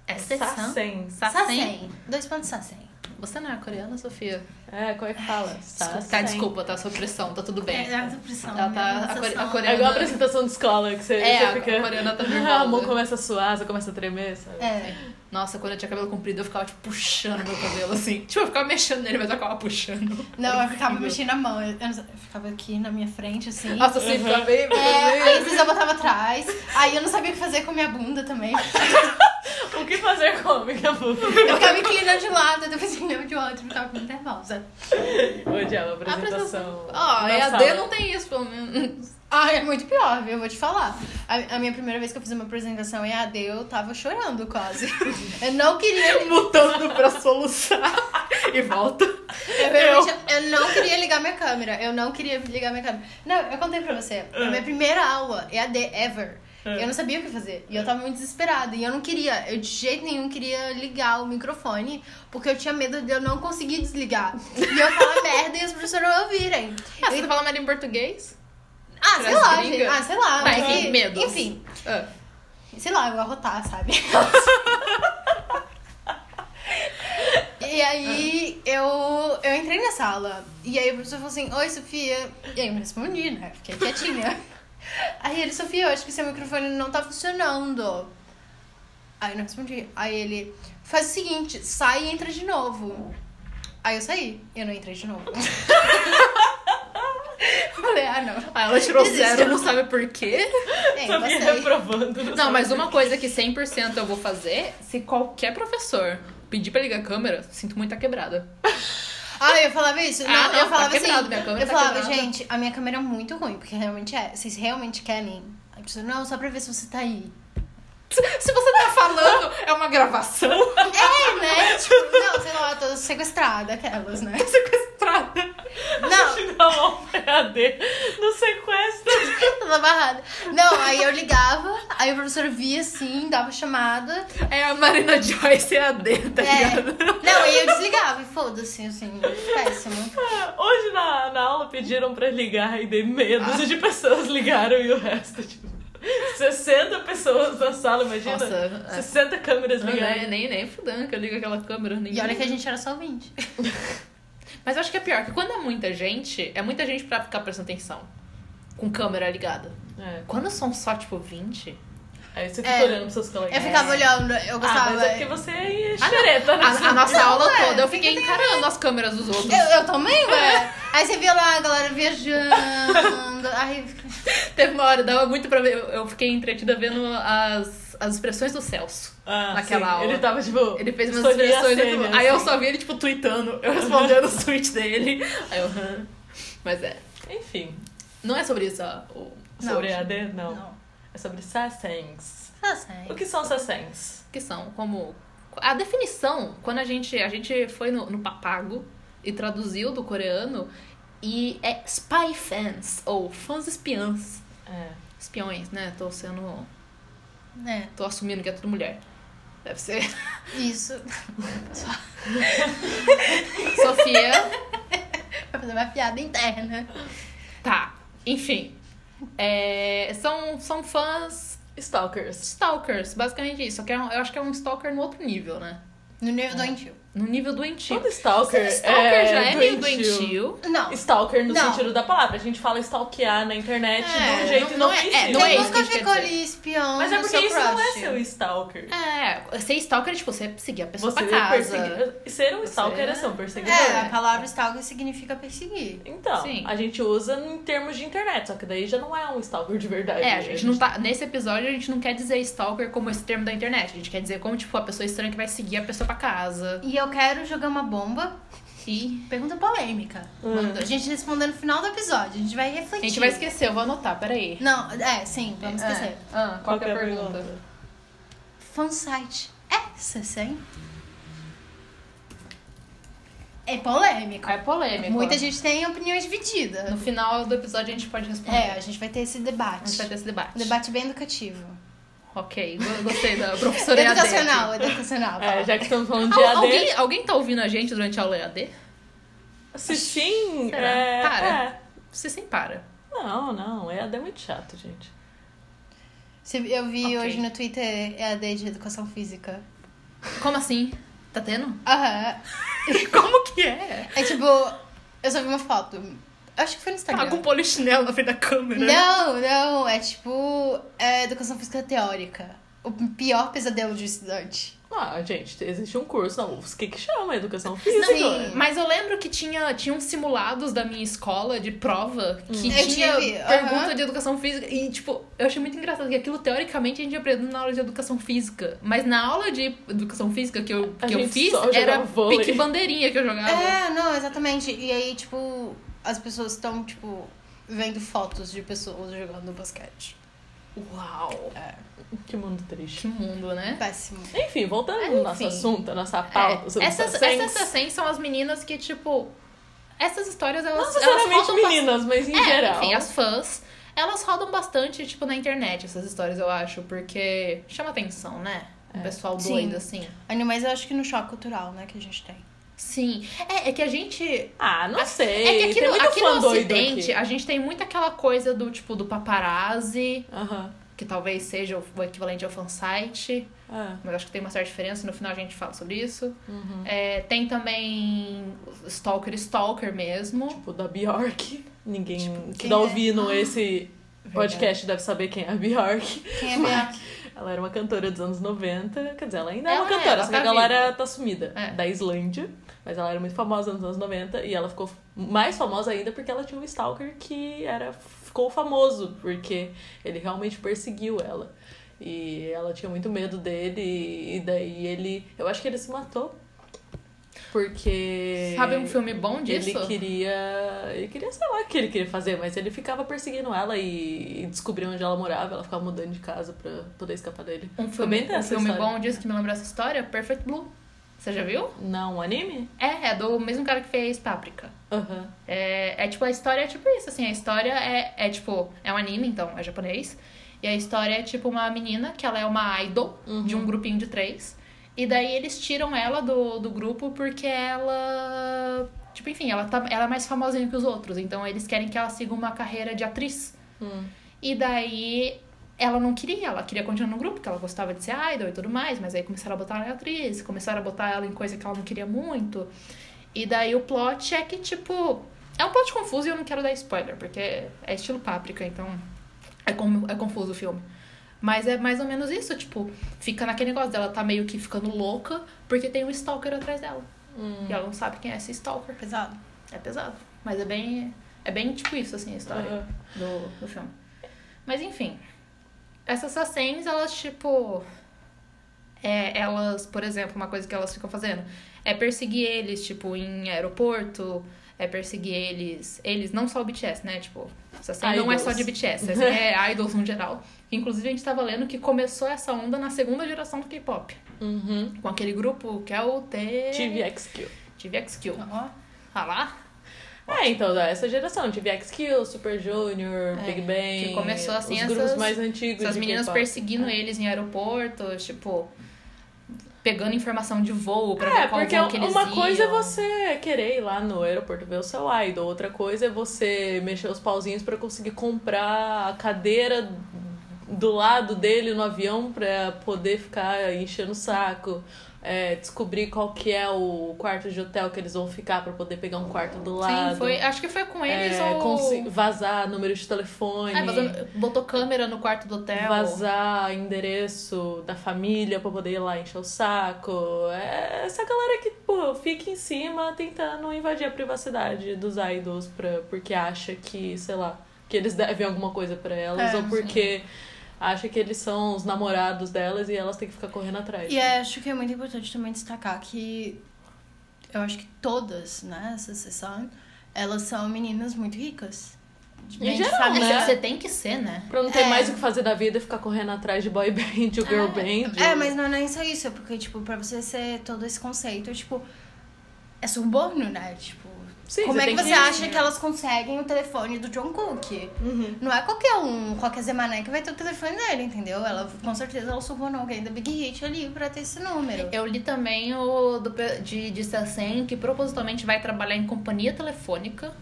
S2: É sessão?
S1: Sassen.
S2: Sassen?
S3: Dois pontos sassen.
S2: Você não é coreana, Sofia?
S1: É, como é que fala?
S2: Desculpa, tá,
S1: Sassen.
S2: desculpa, tá sob pressão, tá tudo bem.
S3: a depressão.
S2: Ela tá- a core- a
S1: É
S2: coreana-
S1: igual a apresentação de escola, que você,
S2: É,
S1: você
S2: a
S1: fica...
S2: coreana
S1: (laughs)
S2: tá nervosa.
S1: Ah, A mão começa a suar, você começa a tremer, sabe?
S3: É.
S2: Nossa, quando eu tinha cabelo comprido, eu ficava, tipo, puxando meu cabelo, assim. (laughs) Tipo, eu ficava mexendo nele, mas eu ficava puxando.
S3: Não, eu ficava mexendo na mão. Eu, eu não sei, eu ficava aqui na minha frente, assim.
S2: Nossa, assim, ficava bem...
S3: É, aí às vezes eu botava atrás. Aí eu não sabia o que fazer com a minha bunda também.
S1: O que fazer com a minha boca?
S3: Eu ficava me inclinando de um lado, depois inclinando de outro, eu ficava nervosa.
S1: Odiava a
S2: A
S1: apresentação. (laughs)
S2: Ó,
S1: na
S2: EAD
S1: sala.
S2: não tem isso, pelo
S1: (laughs)
S2: menos.
S3: Ah, é muito pior, viu? Eu vou te falar. A, a minha primeira vez que eu fiz uma apresentação em AD, eu tava chorando quase. Eu não queria.
S2: Mutando pra soluçar. E volta.
S3: Eu, realmente- eu não queria ligar minha câmera. Eu não queria ligar minha câmera. Não, eu contei pra você. Na minha primeira aula, EAD ever, eu não sabia o que fazer. E eu tava muito desesperada. E eu não queria, eu de jeito nenhum queria ligar o microfone, porque eu tinha medo de eu não conseguir desligar. E eu falar (laughs) merda e os professores não ouvirem.
S2: Ah, você tá falando merda em português?
S3: Ah, sei
S2: Pras
S3: lá,
S2: gringas?
S3: gente. Ah, sei lá.
S2: Mas
S3: mas-
S2: e medos?
S3: Enfim,
S2: Ah.
S3: sei lá, eu vou arrotar, sabe? E aí eu, eu entrei na sala. E aí o professor falou assim, oi Sofia. E aí eu não respondi, né? Fiquei quietinha. Aí ele, Sofia, eu acho que seu microfone não tá funcionando. Aí eu não respondi. Aí ele, faz o seguinte, sai e entra de novo. Aí eu saí, eu não entrei de novo. (laughs) Falei, ah não. é
S2: Ah, ela tirou
S3: Desistiu.
S2: zero, não sabe por quê.
S3: Ei,
S1: Sofia
S3: passei.
S1: reprovando.
S2: Não, mas uma coisa que 100% eu vou fazer, se qualquer professor pedir pra ligar a câmera, sinto muito tá quebrada. (laughs)
S3: Ah, eu falava isso? Não,
S2: Ah, não,
S3: eu
S2: tá
S3: falava
S2: quebrado,
S3: assim.
S2: minha câmera
S3: eu
S2: tá
S3: falava,
S2: quebrada.
S3: gente, a minha câmera é muito ruim, porque realmente é. Vocês realmente querem? Aí a pessoa, não, só pra ver se você tá aí.
S2: Se você tá falando, é uma gravação
S3: é, né? Tipo, não, sei lá, eu tô sequestrada, aquelas, né?
S2: tá sequestrada.
S3: Não,
S1: Dá uma PAD no sequestro.
S3: tava barrada. Não, aí eu ligava, aí o professor via assim, dava chamada.
S2: É a Marina Joyce EAD, tá
S3: É.
S2: ligado?
S3: Não, aí eu desligava e foda-se, assim, péssimo.
S1: Hoje na, na aula pediram pra ligar e dei meia dúzia de pessoas ligaram e o resto, tipo... (laughs) 60 pessoas na sala, imagina.
S2: Nossa, é.
S1: 60 câmeras
S2: Não,
S1: ligadas.
S2: né? nem, nem fudando que eu ligo aquela câmera. Nem...
S3: E olha que a gente era só 20.
S2: Mas eu acho que é pior, que quando é muita gente, é muita gente pra ficar prestando atenção. Com câmera ligada.
S1: É.
S2: Quando são só, tipo, 20...
S1: Aí você fica
S3: É.
S1: olhando pros seus colegas.
S3: Eu
S2: É.
S3: ficava olhando, eu
S1: Ah,
S3: gostava.
S1: mas é porque você
S2: Ah,
S1: é xereta, né?
S2: A, a nossa
S3: Não,
S2: aula
S3: é,
S2: toda eu
S3: tem
S2: fiquei
S3: que ter-
S2: encarando as câmeras dos outros.
S3: Eu, eu também, ué. Aí você via lá a galera viajando. Aí
S2: Teve uma hora, dava muito pra ver. eu- Eu fiquei entretida vendo as, as expressões do Celso.
S1: Ah,
S2: Naquela
S1: sim.
S2: aula.
S1: Ele tava, tipo...
S2: Ele fez umas
S1: escolhi a
S2: expressões.
S1: senha,
S2: eu- aí eu
S1: assim.
S2: só vi ele, tipo, tweetando, eu respondendo os tweets dele. Aí eu. "Hã?" Mas é.
S1: Enfim,
S2: Não é sobre isso ó, o.
S3: Não.
S1: sobre AD, não.
S3: Não.
S1: É sobre sassengs.
S3: Tá certo.
S1: O que são sassengs?
S2: que são, como. A definição, quando a gente, a gente foi no, no papago e traduziu do coreano, e é spy fans, ou fãs espiãs.
S1: É.
S2: Espiões, né? Tô sendo.
S3: É,
S2: Tô assumindo que é tudo mulher. Deve ser. (laughs)
S3: isso. (laughs)
S2: Sofia.
S3: Vai fazer uma piada interna.
S2: Tá, enfim. É, são, são fãs
S1: Stalkers.
S2: stalkers, basicamente isso. Só que é um- eu acho que é um stalker no outro nível, né?
S3: No nível
S1: É.
S3: doentio.
S2: No nível doentio.
S1: Todo stalker,
S2: Stalker
S1: é
S2: já é meio
S1: doentio.
S2: doentio.
S3: Não.
S1: Stalker no
S3: Não.
S1: sentido da palavra. A gente fala stalkear na internet de
S2: É,
S1: um jeito
S2: não- não é-
S1: inofensivo.
S2: é, não
S3: Você
S2: é isso que a
S3: nunca
S2: gente
S3: ficou
S2: quer dizer.
S3: ali espião.
S1: Mas é
S3: no
S1: porque
S3: seu
S1: isso
S3: crush.
S1: não é seu stalker.
S2: É, ser stalker é tipo você perseguir a pessoa
S1: Você
S2: pra casa.
S1: perseguir. Ser um stalker é ser um perseguidor.
S3: É, a palavra stalker significa perseguir.
S1: Então,
S2: Sim.
S1: a gente usa em termos de internet, só que daí já não é um stalker de verdade.
S2: É, a gente não tá. Nesse episódio a gente não quer dizer stalker como esse termo da internet. A gente quer dizer como, tipo, a pessoa estranha que vai seguir a pessoa pra casa.
S3: E eu quero jogar uma bomba.
S2: aqui.
S3: Pergunta polêmica.
S1: Hum.
S3: Mandou. A gente responder no final do episódio. A gente vai
S2: A
S3: refletir.
S2: gente vai esquecer, eu vou anotar, peraí.
S3: Não, é, sim, vamos esquecer.
S2: Ah, qual, que é a
S4: Qualquer
S2: pergunta?
S3: Fansite é CC? É polêmico.
S2: É polêmico.
S3: Muita gente tem opiniões divididas.
S2: No final do episódio a gente pode responder.
S3: É, a gente vai ter esse
S2: A gente
S3: debate.
S2: vai ter esse debate.
S3: Um debate bem educativo.
S2: Ok, go- gostei da professora EAD.
S3: Educacional, educacional.
S4: É,
S3: fala.
S4: já que estamos falando de
S2: Al-
S4: AD.
S2: alguém, alguém tá ouvindo a gente durante a aula EAD?
S4: Se sim,
S2: Será?
S4: é...
S2: Para.
S4: é.
S2: Você sim para.
S4: Não, não, EAD é muito chato, gente.
S3: Se- Eu vi
S2: Ok.
S3: hoje no Twitter EAD de Educação Física.
S2: Como assim? Tá tendo?
S3: Aham.
S2: (laughs) Como que é?
S3: É tipo, eu só vi uma foto. Acho que foi no Instagram.
S2: Tá com né? polichinelo na frente da câmera.
S3: Não, não, é tipo é educação física teórica. O pior pesadelo de um estudante.
S4: Ah, gente, existe um curso na UFSC que chama Educação Física.
S3: Sim.
S2: Mas eu lembro que tinha, tinha uns simulados da minha escola de prova que
S3: Hum. Eu
S2: tinha
S3: tive, aham.
S2: pergunta de educação física. E, tipo, eu achei muito engraçado que aquilo, teoricamente, a gente aprendeu na aula de educação física. Mas na aula de educação física que eu,
S4: A
S2: que eu
S4: gente
S2: fiz,
S4: só jogava
S2: era
S4: vôlei.
S2: pique bandeirinha que eu jogava.
S3: É, não, exatamente. E aí, tipo, as pessoas estão, tipo, vendo fotos de pessoas jogando basquete.
S2: Uau!
S4: Que mundo
S2: Que
S4: triste.
S2: mundo, né?
S3: Péssimo.
S4: Enfim, voltando
S2: É,
S4: ao nosso
S2: enfim.
S4: assunto, a nossa pauta.
S2: É,
S4: sobre
S2: essas,
S4: pacientes.
S2: essas assim são as meninas que, tipo. Essas histórias,
S4: Não
S2: elas, elas
S4: necessariamente
S2: rodam bastante.
S4: meninas, mas em
S2: é,
S4: geral.
S2: Enfim, as fãs, elas rodam bastante, tipo, na internet essas histórias, eu acho, porque chama atenção, né? O pessoal
S3: Sim.
S2: doido, assim.
S3: Animais eu acho que no choque cultural, né, que a gente tem.
S2: Sim. É, é que a gente.
S4: Ah, não sei.
S2: é que aqui
S4: tem
S2: no,
S4: muito
S2: aqui
S4: fã
S2: no
S4: doido
S2: Ocidente,
S4: aqui.
S2: a gente tem muito aquela coisa do, tipo, do paparazzi,
S4: Aham.
S2: que talvez seja o o equivalente ao fansite,
S4: É.
S2: mas acho que tem uma certa diferença, no final a gente fala sobre isso. É, tem também stalker, stalker mesmo.
S4: Tipo, da Bjork. Ninguém que
S2: Tipo,
S3: quem
S4: tá
S3: é?
S4: ouvindo esse
S2: Ah,
S4: podcast deve saber quem é a Bjork.
S3: Quem é minha...
S4: Ela era uma cantora dos anos 90. Quer dizer, ela ainda é
S2: Ela
S4: uma
S2: é,
S4: cantora,
S2: ela
S4: só que
S2: tá
S4: a galera
S2: viva.
S4: tá sumida.
S2: É.
S4: Da Islândia. Mas ela era muito famosa nos anos 90. E ela ficou mais famosa ainda porque ela tinha um stalker que era, ficou famoso. Porque ele realmente perseguiu ela. E ela tinha muito medo dele. E daí ele... Eu acho que ele se matou. Porque...
S2: Sabe um filme bom disso?
S4: Ele queria. Ele queria, sei lá o que ele queria fazer, mas ele ficava perseguindo ela e, e descobria onde ela morava, ela ficava mudando de casa pra poder escapar dele.
S2: Um
S4: Foi
S2: filme,
S4: bem
S2: um
S4: tensa a
S2: filme
S4: história.
S2: bom disso que me lembra essa história, Perfect Blue. Você já viu?
S4: Não, um anime?
S2: É, é do mesmo cara que fez Páprica.
S4: Aham.
S2: É, é tipo, a história é tipo isso, assim, a história é, é tipo, é um anime, então, é japonês. E a história é tipo uma menina que ela é uma idol de um grupinho de três. E daí eles tiram ela do, do grupo porque ela. Tipo, enfim, ela, tá, ela é mais famosinha que os outros. Então eles querem que ela siga uma carreira de atriz.
S4: Hum.
S2: E daí ela não queria, ela queria continuar no grupo, porque ela gostava de ser idol e tudo mais, mas aí começaram a botar ela em atriz, começaram a botar ela em coisa que ela não queria muito. E daí o plot é que, tipo. É um plot confuso e eu não quero dar spoiler, porque é estilo páprica, então é, com- é confuso o filme. Mas é mais ou menos isso, tipo, fica naquele negócio dela tá meio que ficando louca porque tem um stalker atrás dela. E ela não sabe quem é esse stalker.
S3: Pesado.
S2: É pesado. Mas é bem. É bem tipo isso, assim, a história
S4: Aham.
S2: do, do filme. Mas enfim. Essas assassins, elas tipo. é, elas, por exemplo, uma coisa que elas ficam fazendo é perseguir eles, tipo, em aeroporto, é perseguir eles. Eles, não só o BTS, né? Tipo, assassin não é só
S4: Idols.
S2: de BTS, assim, é idols no geral. Inclusive, a gente tava lendo que começou essa onda na segunda geração do K-pop.
S4: Uhum.
S2: Com aquele grupo que é o T.
S4: TVXQ.
S2: TVXQ.
S3: Ó.
S2: Ah lá?
S4: É, então, da- essa geração, TVXQ, Super Junior, Big Bang.
S2: que começou, assim,
S4: os grupos
S2: essas-
S4: mais antigos.
S2: Essas
S4: de
S2: meninas
S4: K-pop. né?
S2: perseguindo eles em aeroportos, tipo, pegando informação de voo pra
S4: É,
S2: ver qual
S4: porque
S2: voo que eles
S4: uma coisa é
S2: iam.
S4: você querer ir lá no aeroporto ver o seu idol, outra coisa é você mexer os pauzinhos pra conseguir comprar a cadeira do lado dele no avião pra poder ficar enchendo o saco. É, descobrir qual que é o quarto de hotel que eles vão ficar pra poder pegar um quarto do lado.
S2: Sim, foi, acho que foi com eles
S4: É,
S2: ou...
S4: consi- Vazar número de telefone.
S2: É, vazou- botou câmera no quarto do hotel.
S4: Vazar endereço da família pra poder ir lá encher o saco. É essa galera que, pô, fica em cima tentando invadir a privacidade dos idols pra, porque acha que, sei lá, que eles devem alguma coisa pra elas
S3: É,
S4: ou porque acha que eles são os
S2: é-
S3: é
S4: namorados delas e elas têm que ficar correndo atrás.
S3: E acho que é muito importante também destacar que eu acho que todas, né, essa sessão, elas são meninas muito ricas. De
S4: Em
S3: bem de
S4: geral,
S2: Ah, mas
S3: família.
S4: né?
S2: Você tem que ser, né?
S4: Pra não ter mais o que fazer da vida, ficar correndo atrás de boy (laughs) band ou
S2: Ah,
S4: girl band.
S3: É, mas não é nem só isso, é porque, tipo, pra você ser todo esse conceito, é, tipo, é suborno, né? Tipo,
S4: Sim,
S3: como é que
S4: tem
S3: você acha que elas conseguem o telefone do John Cook? Não é qualquer um, qualquer Zemané que vai ter o telefone dele, entendeu? Ela, com certeza, ela subornou alguém da Big Hit ali pra ter esse número.
S2: Eu li também o do, pe- de, de Sassen que propositalmente vai trabalhar em companhia telefônica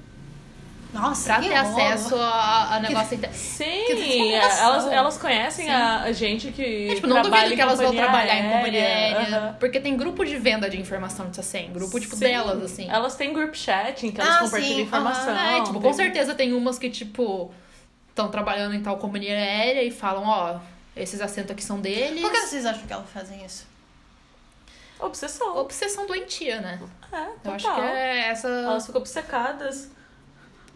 S3: Nossa,
S2: pra
S3: que
S2: ter
S3: rolo.
S2: acesso a, a negócio. inte- Que
S4: Sim,
S2: discriminação.
S4: elas, elas conhecem A, a gente que.
S2: É, tipo, não
S4: trabalha
S2: duvido
S4: em
S2: que elas vão
S4: companhia
S2: trabalhar em companhia
S4: aérea.
S2: aérea.
S4: Aham.
S2: Porque tem grupo de venda de informação de Sassen, grupo tipo
S4: Sim.
S2: delas, assim.
S4: Elas têm group chat em que elas
S3: Ah,
S4: compartilham
S3: sim,
S4: informação.
S2: É, tipo, com
S4: Tem-
S2: certeza tem umas que, tipo, estão trabalhando em tal companhia aérea e falam, ó, esses assentos aqui são deles.
S3: Por que
S4: assim,
S3: vocês acham que elas fazem isso?
S4: Obsessão.
S2: Obsessão doentia, né?
S4: É,
S2: Eu
S4: total.
S2: acho que é essa.
S4: Elas ficam obcecadas.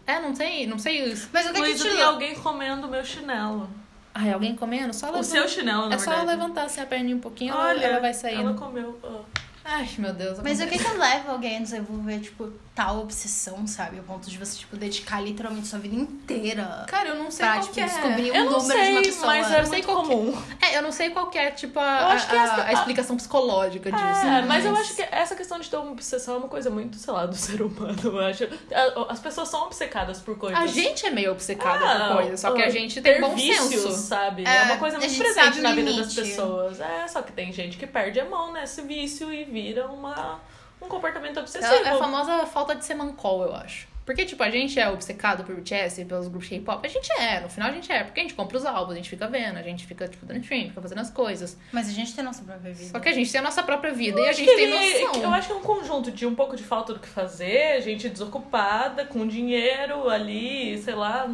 S2: É, não tem, não sei isso.
S3: Mas o que
S4: Luísa,
S3: que te
S4: tem alguém comendo o meu chinelo.
S2: Ai, alguém comendo? Só
S4: O
S2: levanta.
S4: seu chinelo, na
S2: É só
S4: verdade.
S2: levantar assim, a perninha um pouquinho, ela-
S4: Olha,
S2: ela vai saindo.
S4: Ela comeu. ó.
S2: Ai, meu Deus.
S3: Mas o
S2: acontece.
S3: que que leva alguém a desenvolver, tipo, tal obsessão, sabe? Ao ponto de você, tipo, dedicar literalmente sua vida inteira
S2: Cara, eu não sei
S3: pra,
S2: qual
S3: tipo,
S2: que é.
S3: descobrir um
S4: Eu não
S3: número de uma
S4: sei,
S3: pessoa.
S4: mas é
S2: Eu sei
S4: muito
S2: qual que é.
S4: comum.
S2: É, eu não sei qual que é, tipo, a,
S4: Eu acho que
S2: a-
S4: essa-
S2: a explicação psicológica disso.
S4: É, mas eu acho que essa questão de ter uma obsessão é uma coisa muito, sei lá, do (laughs) ser humano, eu acho. A- As pessoas são obcecadas por coisas.
S2: A gente é meio obcecada
S4: Ah,
S2: por coisa, só que
S4: ah,
S2: a gente tem
S4: ter
S2: bom
S4: vícios,
S2: senso.
S4: sabe? É,
S3: É,
S4: uma coisa
S3: a
S4: muito
S3: gente
S4: presente
S3: sabe o
S4: na vida das
S3: limite.
S4: pessoas. É, só que tem gente que perde a mão nesse vício e vira uma, um comportamento
S2: É
S4: obsessivo.
S2: a- é a famosa falta de semancol, eu acho. Porque, tipo, a gente é obcecado por BTS e pelos grupos de K-pop. A gente é, no final a gente é. Porque a gente compra os álbuns, a gente fica vendo, a gente fica, tipo, dando stream, fica fazendo as coisas.
S3: Mas a gente tem nossa própria vida.
S2: Só que a gente tem a nossa própria vida e
S4: Eu
S2: a
S4: acho
S2: gente
S4: que
S2: tem
S4: ele-
S2: noção.
S4: Eu acho que é um conjunto de um pouco de falta do que fazer, gente desocupada, com dinheiro ali, sei lá,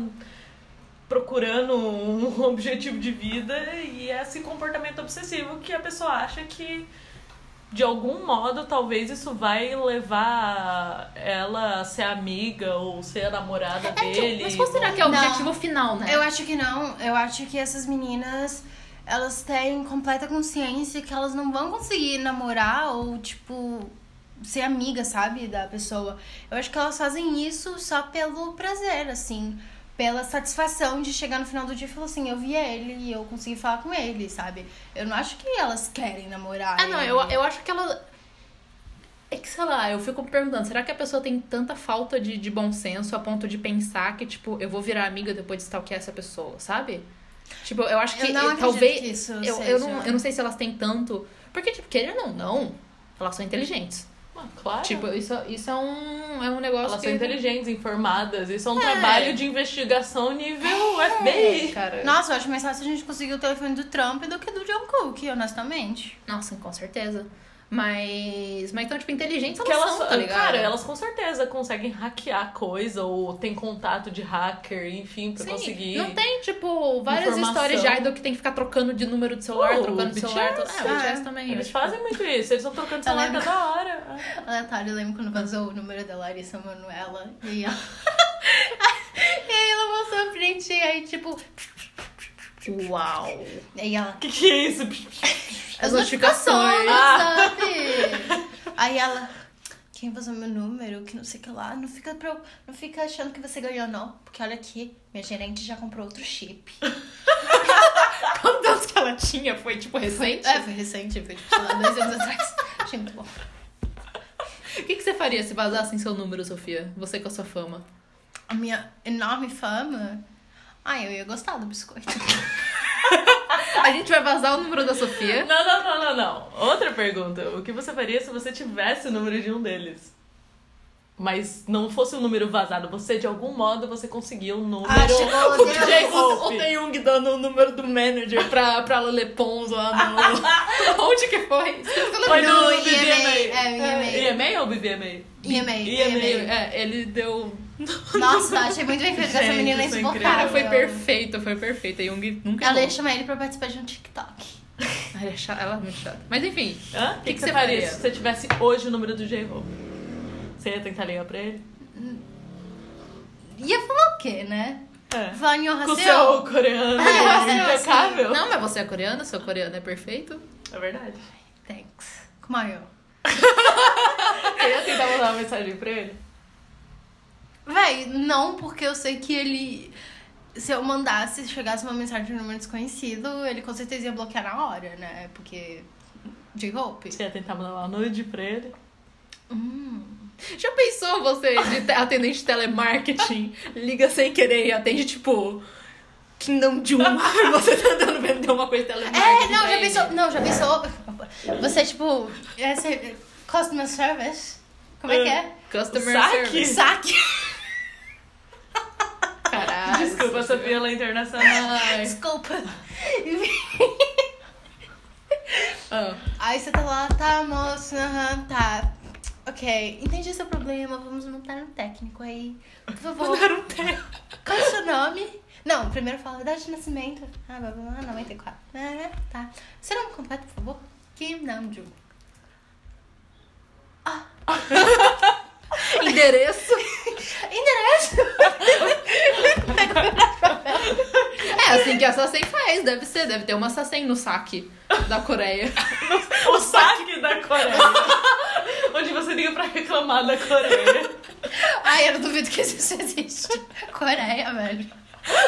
S4: procurando um (laughs) objetivo de vida e é esse comportamento obsessivo que a pessoa acha que de algum modo talvez isso vai levar ela a ser amiga ou ser a namorada dele.
S2: É Mas qual será que é o
S3: Não.
S2: objetivo final, né?
S3: Eu acho que não. Eu acho que essas meninas, elas têm completa consciência que elas não vão conseguir namorar ou, tipo, ser amiga, sabe, da pessoa. Eu acho que elas fazem isso só pelo prazer, assim. Pela satisfação de chegar no final do dia e falar assim, eu vi ele e eu consegui falar com ele, sabe? Eu não acho que elas querem namorar.
S2: Ah, não,
S3: ele.
S2: eu, eu acho que ela. É que, sei lá, eu fico me perguntando, será que a pessoa tem tanta falta de, de bom senso a ponto de pensar que, tipo, eu vou virar amiga depois de stalkear essa pessoa, sabe? Tipo, eu acho
S3: Eu
S2: que
S3: não
S2: eh,
S3: acredito
S2: talvez.
S3: que isso
S2: eu,
S3: seja.
S2: eu,
S4: né?
S2: não, eu não sei se elas têm tanto. Porque, tipo, querendo ou não, elas são inteligentes.
S4: Ah, claro.
S2: Tipo, isso, isso é um, é um negócio.
S4: elas
S2: que...
S4: são inteligentes, informadas, isso é um trabalho de investigação
S2: É.
S4: nível FBI.
S2: Cara.
S3: Nossa, eu acho mais fácil a gente conseguir o telefone do Trump do que do John Cook, honestamente.
S2: Nossa, com certeza. Mas. Mas então, tipo, inteligentes
S4: Que
S2: elas,
S4: elas,
S2: são, tá ligado?
S4: cara, elas com certeza conseguem hackear coisa ou tem contato de hacker, enfim, pra
S2: Sim,
S4: conseguir.
S2: Não tem, tipo, várias
S4: Informação.
S2: histórias de idol que tem que ficar trocando de número de celular,
S4: Oh,
S2: trocando
S4: o
S2: de celular.
S4: BTS,
S2: trocando- É, o BTS
S3: é.
S2: também.
S4: Eles
S2: tipo,
S4: fazem muito isso, eles estão trocando celular
S3: lembro.
S4: toda hora.
S3: Aleatório, eu lembro quando vazou o número da Larissa Manuela. E aí ela. (laughs) e aí ela mostrou a print, e aí tipo.
S2: Uau!
S3: E aí ela.
S4: O (laughs) que, que é isso?
S2: As notificações.
S4: Ah.
S3: sabe? aí ela. Quem vazou meu número, que não sei o que lá. Não fica, pro- não fica achando que você ganhou, não. Porque olha aqui, minha gerente já comprou outro chip.
S2: (laughs) Quantos anos que ela tinha? Foi, tipo, recente?
S3: É, foi recente, foi tipo, sei lá, dois anos atrás. Achei muito bom.
S2: O que, que você faria se vazassem seu número, Sofia? Você com a sua fama.
S3: A minha enorme fama. Ai, eu ia gostar do biscoito.
S2: A gente vai vazar o número da Sofia.
S4: Não, não, não, não, não. Outra pergunta. O que você faria se você tivesse o número de um deles? Mas não fosse o número vazado, você de algum modo você conseguiu o número.
S3: Ah, chegou,
S4: o
S3: deu.
S4: J.
S2: O
S4: Hope.
S2: Taeyong um dando o número do manager pra, pra Lelepons lá
S4: (laughs)
S2: no... Onde que foi?
S4: Foi
S3: No
S4: no
S3: EMA, é,
S4: BBMA.
S3: EMA.
S4: ou BBMA?
S3: EMA,
S4: EMA.
S2: É, ele deu
S3: Nossa, achei muito bem feito. Essa
S4: Gente,
S3: menina é
S4: isso é
S3: insuportável.
S2: Cara,
S4: incrível.
S2: foi perfeita, foi perfeita. Jung nunca
S3: Ela
S2: errou.
S3: ia chamar ele pra participar de um TikTok.
S2: Ai, Ela é chata, ela é muito chata. Mas enfim,
S4: Hã? O que, que, você faria se você tivesse hoje o número do J-Hope? Você ia tentar ligar pra ele?
S3: Ia falar o quê, né?
S4: É.
S3: Vânia
S4: Com o seu
S3: Raciel.
S2: É,
S4: coreano assim, É impecável.
S2: não, mas você é coreana, seu coreano é perfeito.
S4: É verdade.
S3: Thanks. Kumayo.
S4: Você
S2: Você ia tentar mandar uma mensagem pra ele?
S3: Véi, não, porque eu sei que ele. Se eu mandasse, chegasse uma mensagem de um número desconhecido, ele com certeza ia bloquear na hora, né? Porque. De golpe.
S2: Você ia tentar mandar uma nude pra ele?
S3: Hum.
S2: Já pensou você de te- atendente de telemarketing? Liga sem querer e atende, tipo, Kingdom de uma e (laughs) você tá tentando vender uma coisa de telemarketing.
S3: É, não,
S2: pra
S3: já
S2: ele.
S3: pensou. Não, já pensou. Você, tipo. é, você- Customer service? Como é que é?
S2: Customer
S5: Saque?
S2: service.
S3: (laughs) Saque.
S2: Caralho.
S5: Desculpa essa viola internacional.
S2: (laughs) Ai.
S3: (laughs) Desculpa.
S2: Ah.
S3: Aí você tá lá, tá, moço, aham, tá. Ok, entendi seu problema, vamos montar um técnico aí. Por favor.
S2: Mandar um texto.
S3: Qual é o seu nome? Não, primeiro fala idade de nascimento. Ah, blá, blá, blá, 94. Ah, tá. Seu nome completo, por favor? Kim Namjoon.
S2: Endereço.
S3: Endereço?
S2: É assim que a Sassen faz, deve ser. Deve ter uma Sassen no saque da Coreia.
S5: O saque da
S4: (laughs)
S5: Coreia. Onde você liga pra reclamar da Coreia.
S3: Ai, Ah, eu não duvido que isso existe. (laughs) Coreia, velho.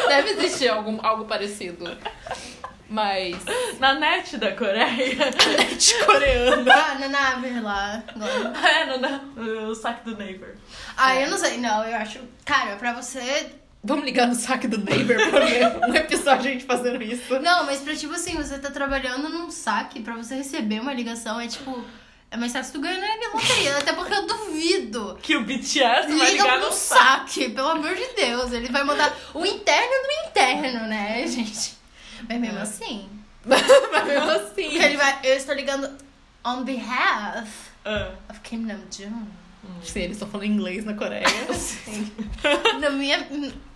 S2: Deve existir algum, algo parecido. Mas.
S5: Na net da
S2: (laughs)
S5: Coreia.
S2: De coreano.
S3: Ah, na nave lá. lá.
S5: É, no, na- o saque do neighbor.
S3: Ah, eu não sei, não, eu acho. Cara, pra você
S2: Vamos ligar no saque do neighbor pra ver um episódio a gente fazendo isso.
S3: Não, mas pra tipo assim, você tá trabalhando num saque, pra você receber uma ligação é tipo. É mais fácil tu ganhar na loteria. Até porque eu duvido.
S5: Que o BTS vai
S3: Liga
S5: ligar
S3: pro
S5: no saque.
S3: saque, pelo amor de Deus. Ele vai mandar o interno do interno, né, gente? Mas mesmo
S5: É.
S3: assim.
S2: Mas mesmo assim.
S3: Porque ele vai. Eu estou ligando on behalf
S5: Ah.
S3: of Kim Namjoon.
S2: Sim, eles estão falando inglês na Coreia.
S3: Na minha,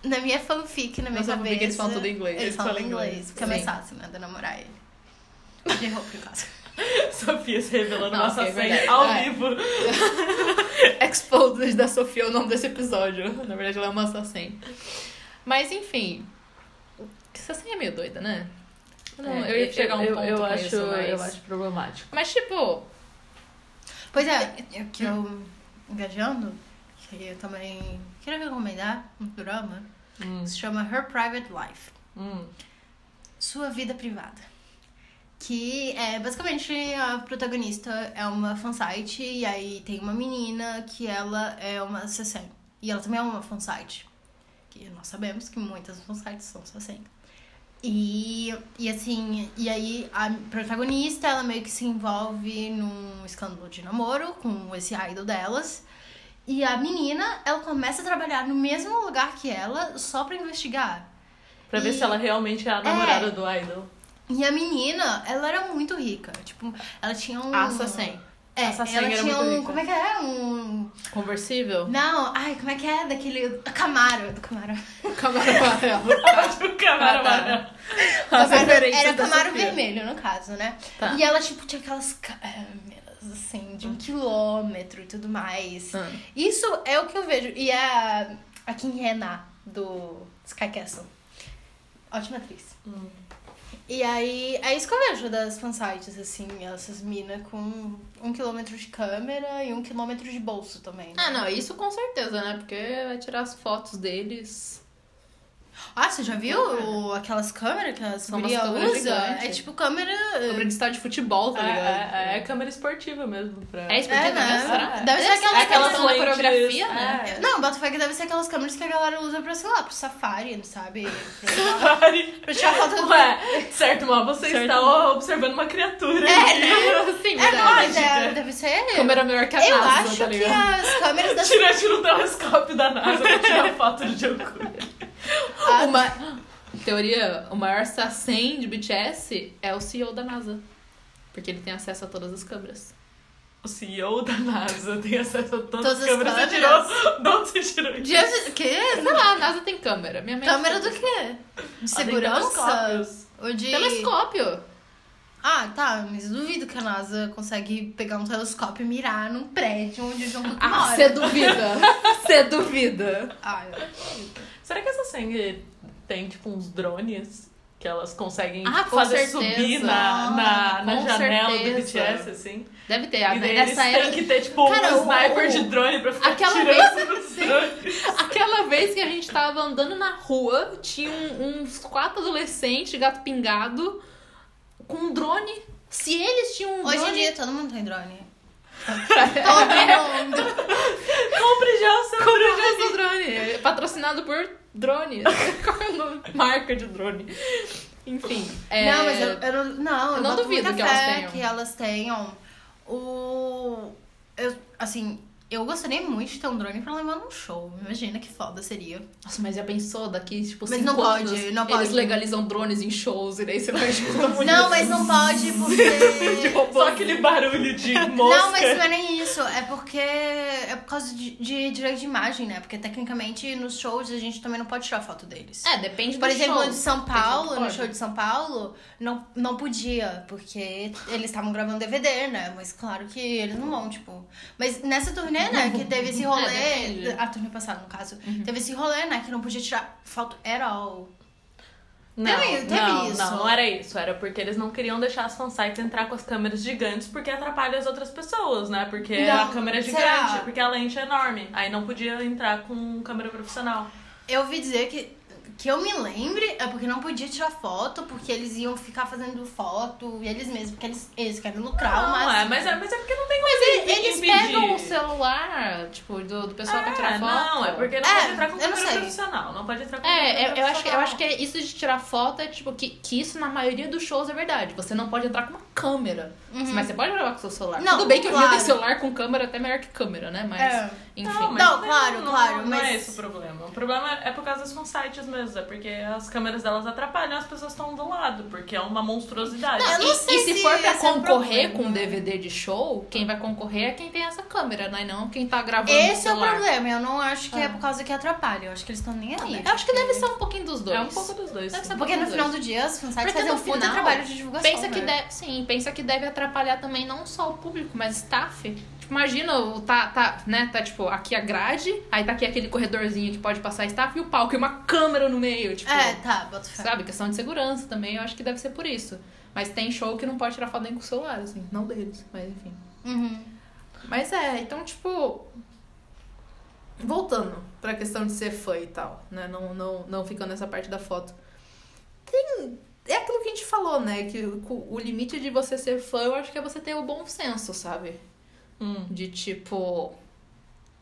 S3: na minha fanfic, na minha
S2: Nossa
S3: cabeça.
S2: fanfic, eles falam tudo em inglês.
S3: Eles,
S5: Eles
S3: falam
S5: falam
S3: inglês.
S5: inglês.
S3: Fica mais
S2: Sim.
S3: fácil, né, de namorar ele. De roupa em casa.
S5: Ah, Sofia se revelando uma
S2: Nossa, é
S5: assassina
S2: verdade.
S5: ao
S2: É.
S5: vivo.
S2: Exposed da Sofia é o nome desse episódio. Na verdade, ela é uma assassina. Mas enfim. Assassina é meio doida, né? Eu não- eu ia chegar a um
S5: eu,
S2: ponto
S5: eu
S2: com
S5: acho,
S2: isso, mas...
S5: eu acho problemático.
S2: Mas tipo,
S3: Pois é, eu, que eu engajando, que eu também queria recomendar um drama
S5: Hum,
S3: que se chama Her Private Life,
S5: hum.
S3: Sua Vida Privada. Que é basicamente a protagonista é uma fansite e aí tem uma menina que ela é uma CC. E ela também é uma fansite. Que nós sabemos que muitas fansites são CC. E, e assim, e aí a protagonista, ela meio que se envolve num escândalo de namoro com esse idol delas. E a menina, ela começa a trabalhar no mesmo lugar que ela, só pra investigar.
S5: Pra ver
S3: E-
S5: se ela realmente é a namorada do idol.
S3: E a menina, ela era muito rica. Tipo, ela tinha um.
S2: assassin.
S3: É,
S5: Essa
S3: ela
S5: senha era
S3: tinha
S5: muito
S3: um.
S5: rica.
S3: Como é que é? Um.
S2: Conversível?
S3: Não, ai, como é que é? Daquele. Camaro. Do Camaro.
S2: (laughs) Camaro amarelo.
S5: (laughs) O cara
S2: Ah,
S5: amarelo.
S2: tá.
S3: Camaro-
S2: As referências
S3: era
S2: da
S3: Camaro
S2: Sofia.
S3: vermelho, no caso, né?
S2: Tá. Hum.
S3: E ela, tipo, tinha aquelas câmeras, assim, de um quilômetro e tudo mais.
S2: Ah.
S3: Isso é o que eu vejo. E a, a Kim Renan, do Sky Castle. Ótima atriz.
S5: Hum.
S3: E aí, é isso que eu vejo das fansites, assim, essas minas com um quilômetro de câmera e um quilômetro de bolso também. né?
S2: Ah, não, isso com certeza, né? Porque vai tirar as fotos deles.
S3: Ah, você já viu o- aquelas câmeras que as
S2: São umas
S3: guria
S2: câmeras
S3: usa?
S2: gigantes.
S3: É tipo câmera...
S2: Sobre de estádio de futebol, tá
S5: É,
S2: ligado?
S5: é, é câmera esportiva mesmo. Pra...
S2: É esportiva,
S3: É, né?
S2: né? Será?
S3: Deve ser aquelas
S2: É aquela
S3: que
S2: são na
S5: lentes,
S2: coreografia, né?
S5: é. (laughs)
S3: Não, Botafé que deve ser aquelas câmeras que a galera usa pra, sei lá, pro safari, sabe? Pra,
S5: Pare.
S3: pra (laughs) tirar foto do...
S4: é?
S5: Ué, certo, mas você
S2: Certo,
S5: está
S2: Mó.
S5: observando uma criatura.
S4: (laughs)
S3: É, né?
S2: (laughs) Sim,
S3: É, não, mas
S2: verdade.
S3: é, deve ser...
S2: Câmera melhor que a
S3: Eu
S2: NASA,
S3: acho
S2: tá
S3: que é
S2: ligado?
S3: as câmeras das...
S5: Tirante no telescópio da NASA pra tirar foto de Jungkook.
S3: ah,
S2: Uma teoria, o maior assassin de BTS é o CEO da NASA. Porque ele tem acesso a todas as câmeras.
S5: O CEO da NASA tem acesso a todas,
S3: Todas as
S5: as câmeras. Você
S3: câmeras.
S4: (laughs)
S5: tirou? De onde você tirou isso?
S3: Gente, que?
S2: Sei lá, a NASA tem câmera. Minha mente
S3: Câmera do quê? De
S5: Ah, tem
S3: segurança?
S5: telescópios.
S3: Ou de...
S2: Telescópio.
S3: Ah, tá, mas duvido que a NASA consegue pegar um telescópio e mirar num prédio onde o John Cook
S2: Ah,
S3: mora.
S2: você (laughs) duvida. Você duvida.
S3: Ah, eu-
S5: Será que essa Seng tem, tipo, uns drones?
S4: Que elas conseguem
S2: Ah, com
S4: fazer
S2: certeza.
S4: subir na, na, na
S2: Com
S4: janela do
S2: certeza.
S4: BTS, assim.
S2: Deve ter.
S4: e
S2: a-
S4: daí eles
S2: Nessa
S4: têm
S2: era,
S4: que ter, tipo,
S2: Cara,
S4: um
S2: o-
S4: sniper
S2: o-
S4: de drone pra ficar
S2: aquela
S4: tirando dos drones.
S2: Aquela vez que a gente tava andando na rua, tinha um- uns quatro adolescentes, gato pingado, com um drone. Se eles tinham um
S3: Hoje em
S2: drone,
S3: dia todo mundo tem drone. (laughs) Todo mundo.
S4: (laughs) Compre já o seu drone.
S3: tá
S2: comprava esse drone. É Patrocinado por
S3: (laughs)
S2: drone. Qual é o nome? Marca de drone. Enfim. é,
S3: Não, mas eu, eu não. Não, eu
S2: não
S3: boto
S2: duvido
S3: muita
S2: que elas
S3: fé
S2: tenham.
S3: que elas tenham. O. Eu, assim, eu gostaria muito de ter um drone pra levar num show. Imagina que foda seria.
S2: Nossa, mas já pensou daqui, tipo,
S3: Mas
S2: cinco
S3: não pode,
S2: anos,
S3: não
S2: Eles
S3: pode.
S2: legalizam drones em shows e daí você
S3: (laughs)
S2: vai junto muito.
S3: Não, mas não pode porque.
S4: Só aquele barulho de mosca.
S3: Não, mas não é nem isso. É porque. É por causa de, de direito de imagem, né? Porque tecnicamente nos shows a gente também não pode tirar foto deles.
S2: É, depende
S3: Por
S2: do
S3: exemplo,
S2: show.
S3: no de São
S2: Tem gente que
S3: Paulo, no
S2: pode.
S3: show de São Paulo, não, não podia, porque eles estavam gravando DVD, né? Mas claro que eles não vão, tipo. Mas nessa turnê, né, que teve esse rolê.
S2: É, depende.
S3: a turnê passada, no caso, teve esse rolê, né? Que não podia tirar foto at all.
S4: Não,
S3: Teve- teve
S4: não,
S3: isso.
S4: não, não era isso. Era porque eles não queriam deixar as fansites entrar com as câmeras gigantes porque atrapalha as outras pessoas, né? Porque
S3: Não,
S4: a câmera é gigante,
S3: será?
S4: porque a lente é enorme. Aí não podia entrar com câmera profissional.
S3: Eu ouvi dizer que. Que eu me lembre é porque não podia tirar foto, porque eles iam ficar fazendo foto e eles mesmos, porque eles, eles querem lucrar o
S4: não,
S3: máximo.
S4: é, mas, é, mas é porque não tem como
S2: Eles,
S4: impedir-
S2: eles
S4: impedir.
S2: pegam o celular, tipo, do, do pessoal pra tirar
S4: É,
S2: foto.
S4: Não, é porque não
S3: É,
S4: pode entrar com
S3: eu não
S4: câmera
S3: sei.
S4: profissional. Não pode entrar com câmera
S2: É, eu, eu acho que, eu
S4: profissional.
S2: acho que é isso de tirar foto é tipo que, que isso na maioria dos shows é verdade. Você não pode entrar com uma câmera. Mas você pode gravar com seu celular.
S3: Não,
S2: Tudo bem que hoje em dia
S3: claro.
S2: tem celular com câmera até melhor que câmera, né? Mas,
S3: É.
S2: enfim.
S4: Não, mas
S3: Não, claro, claro,
S4: Não é
S3: mas-
S4: esse o problema. O problema é por causa das fansites mesmo. É porque as câmeras delas atrapalham, as pessoas estão do lado, porque é uma monstruosidade.
S3: Não, eu
S2: E,
S3: sei
S2: e se,
S3: se
S2: for pra
S3: esse é um
S2: concorrer
S3: problema.
S2: com um DVD de show, quem vai concorrer é quem tem essa câmera, né? Não quem tá gravando no
S3: Esse é o
S2: celular.
S3: problema. Eu não acho que é por causa que atrapalha. Eu acho que eles estão nem aí.
S2: Eu acho que deve ser um pouquinho dos dois.
S4: É um pouco dos dois.
S2: Deve
S4: sim.
S2: ser um
S3: Porque
S2: pouquinho
S3: no
S2: dos
S3: final
S2: dois.
S3: do dia as fansites
S2: Porque
S3: fazem
S2: no
S3: um puta
S2: final,
S3: trabalho de divulgação.
S2: Pensa que
S3: né?
S2: deve, sim, pensa que deve atrapalhar também não só o público, mas staff. Tipo, imagina, o tá, tá, né, tá tipo aqui a grade, aí tá aqui aquele corredorzinho que pode passar staff e o palco e uma câmera no meio, tipo,
S3: É, tá, bota fé.
S2: sabe, questão de segurança também, eu acho que deve ser por isso. Mas tem show que não pode tirar foto nem com o celular, assim, não deles, mas enfim.
S3: Uhum.
S2: Mas é, então tipo voltando pra questão de ser fã e tal, né, não não não ficando nessa parte da foto é aquilo que a gente falou, né? Que o o limite de você ser fã, eu acho que é você ter o bom senso, sabe?
S4: Hum.
S2: De tipo.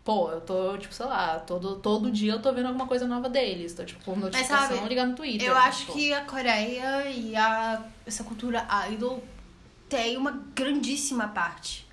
S2: Pô, eu tô, tipo, sei lá, todo, todo dia eu tô vendo alguma coisa nova deles. Tô, tipo, com notificação,
S3: sabe,
S2: ligar no Twitter.
S3: Eu
S2: né,
S3: acho
S2: tipo.
S3: que a Coreia e a, essa cultura idol tem uma grandíssima parte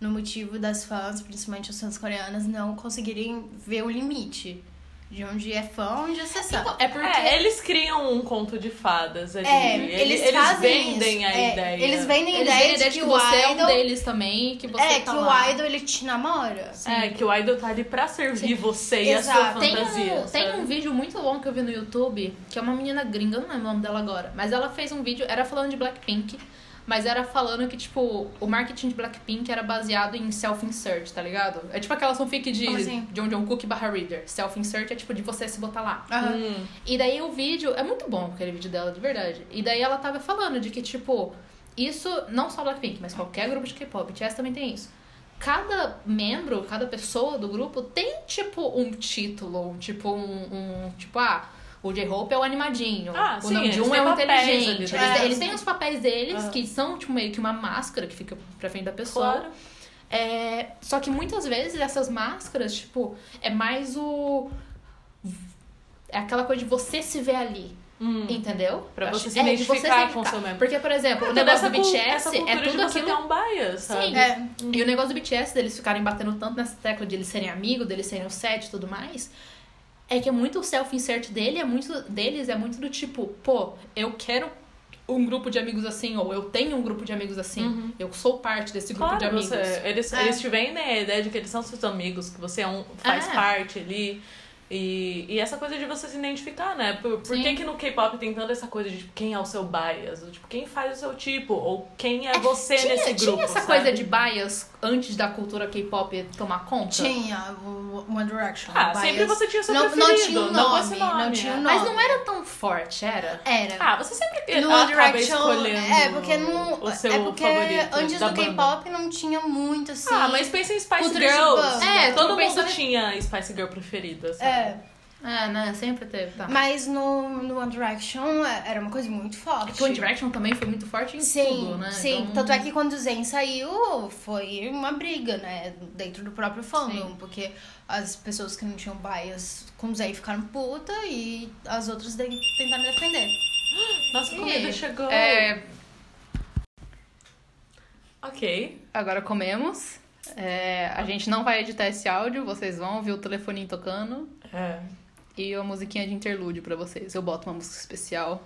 S3: no motivo das fãs, principalmente as fãs coreanas, não conseguirem ver o limite de onde é fã, onde é sessão.
S2: Então, É porque.
S4: É, eles criam um conto de fadas ali.
S3: É,
S4: Ele-
S3: eles,
S4: eles,
S3: fazem
S4: vendem
S3: isso.
S4: a
S3: É,
S4: ideia.
S3: Eles vendem a
S2: Eles têm a
S3: ideia de que,
S2: ideia de que
S3: o
S2: você é um
S3: idol...
S2: deles também, que você
S3: é,
S2: tá
S3: que
S2: lá.
S3: o idol ele te namora.
S4: É, que o idol tá ali pra servir você e a
S3: Exato.
S4: sua
S2: Tem um-
S4: fantasia.
S2: Tem
S4: sabe?
S2: um vídeo muito bom que eu vi no YouTube, que é uma menina gringa, eu não lembro o nome dela agora, mas ela fez um vídeo, era falando de Blackpink, mas era falando que, tipo, o marketing de Blackpink era baseado em self-insert, tá ligado? É tipo aquela fanfic de
S3: Como assim?
S2: John John Cook barra reader. Self-insert é tipo de você se botar lá.
S3: Aham.
S4: Hum.
S2: E daí o vídeo, é muito bom aquele vídeo dela, de verdade. E daí ela tava falando de que, tipo, isso, não só Blackpink, mas qualquer grupo de K-pop, BTS também tem isso. Cada membro, cada pessoa do grupo tem, tipo, um título, um tipo, um, um- tipo, ah, o J-Hope é o animadinho,
S4: Ah,
S2: o
S4: sim,
S2: Namjoon é
S4: eles têm
S2: o
S4: papéis ali,
S2: inteligente. Eles,
S4: né?
S3: É.
S2: eles têm os papéis deles,
S4: Ah.
S2: que são, tipo, meio que uma máscara que fica pra frente da pessoa.
S4: Claro.
S2: É, só que muitas vezes essas máscaras, tipo, é mais o. É aquela coisa de você se ver ali,
S4: Hum.
S2: entendeu?
S4: Pra
S2: Eu
S4: você
S2: acho-
S4: se
S2: é, de você
S4: identificar
S2: se
S4: com o seu
S2: identificar.
S4: membro.
S2: Porque, por exemplo, o
S4: Toda
S2: negócio
S4: essa
S2: do
S4: cul-
S2: BTS
S4: essa
S2: é
S4: cultura de
S2: tudo
S4: você
S2: aquilo.
S4: ter um bias, sabe?
S2: Sim.
S3: É.
S2: E o negócio do BTS, deles ficarem batendo tanto nessa tecla de eles serem amigos, deles serem o set e tudo mais, é que é muito o self-insert dele, é muito deles, é muito do tipo, pô, eu quero um grupo de amigos assim, ou eu tenho um grupo de amigos assim,
S4: Uhum.
S2: eu sou parte desse grupo de
S4: Claro,
S2: amigos.
S4: você, eles, né?
S3: É.
S4: eles te vendem a ideia de que eles são seus amigos, que você é um, faz
S2: É.
S4: parte ali. E, e essa coisa de você se identificar, né? Por, por que, que no K-pop tem tanta essa coisa de tipo, quem é o seu bias? Ou, tipo, quem faz o seu tipo? Ou quem é você
S2: tinha,
S4: nesse grupo?
S2: Tinha essa
S4: sabe?
S2: coisa de bias antes da cultura K-pop tomar conta?
S3: Tinha o One Direction.
S4: Ah,
S3: bias.
S4: sempre você tinha seu
S3: Não- não
S4: preferido.
S3: tinha um
S4: não com esse
S3: nome, não tinha
S4: é.
S3: um
S2: Mas
S3: nome.
S2: não era tão forte, era?
S3: Era.
S4: Ah, você sempre
S3: No
S4: acaba
S3: One Direction,
S4: escolhendo
S3: é, porque não.
S4: o seu
S3: é porque
S4: favorito
S3: antes
S4: da
S3: do
S4: banda.
S3: K-pop não tinha muito assim.
S4: Ah, mas pensa em Spice
S3: Cultura de
S4: Girls.
S3: banda.
S2: É,
S4: Todo
S2: tô
S4: mundo
S2: pensando-
S4: tinha Spice Girl preferida,
S3: É,
S4: sabe?
S2: É, né? Sempre teve, tá.
S3: mas no, no One Direction é, era uma coisa muito forte.
S4: É
S2: Porque One Direction também foi muito forte em
S3: Sim,
S2: tudo, né?
S3: sim.
S2: Então-
S3: Tanto é que quando o Zen saiu, foi uma briga, né? Dentro do próprio fandom. Porque as pessoas que não tinham bias com o Zen ficaram puta e as outras de- tentaram defender.
S4: Nossa, a comida chegou.
S2: É,
S4: Ok.
S2: agora comemos. É, a gente não vai editar esse áudio, vocês vão ouvir o telefoninho tocando
S4: É.
S2: e uma musiquinha de interlúdio pra vocês. Eu boto uma música especial.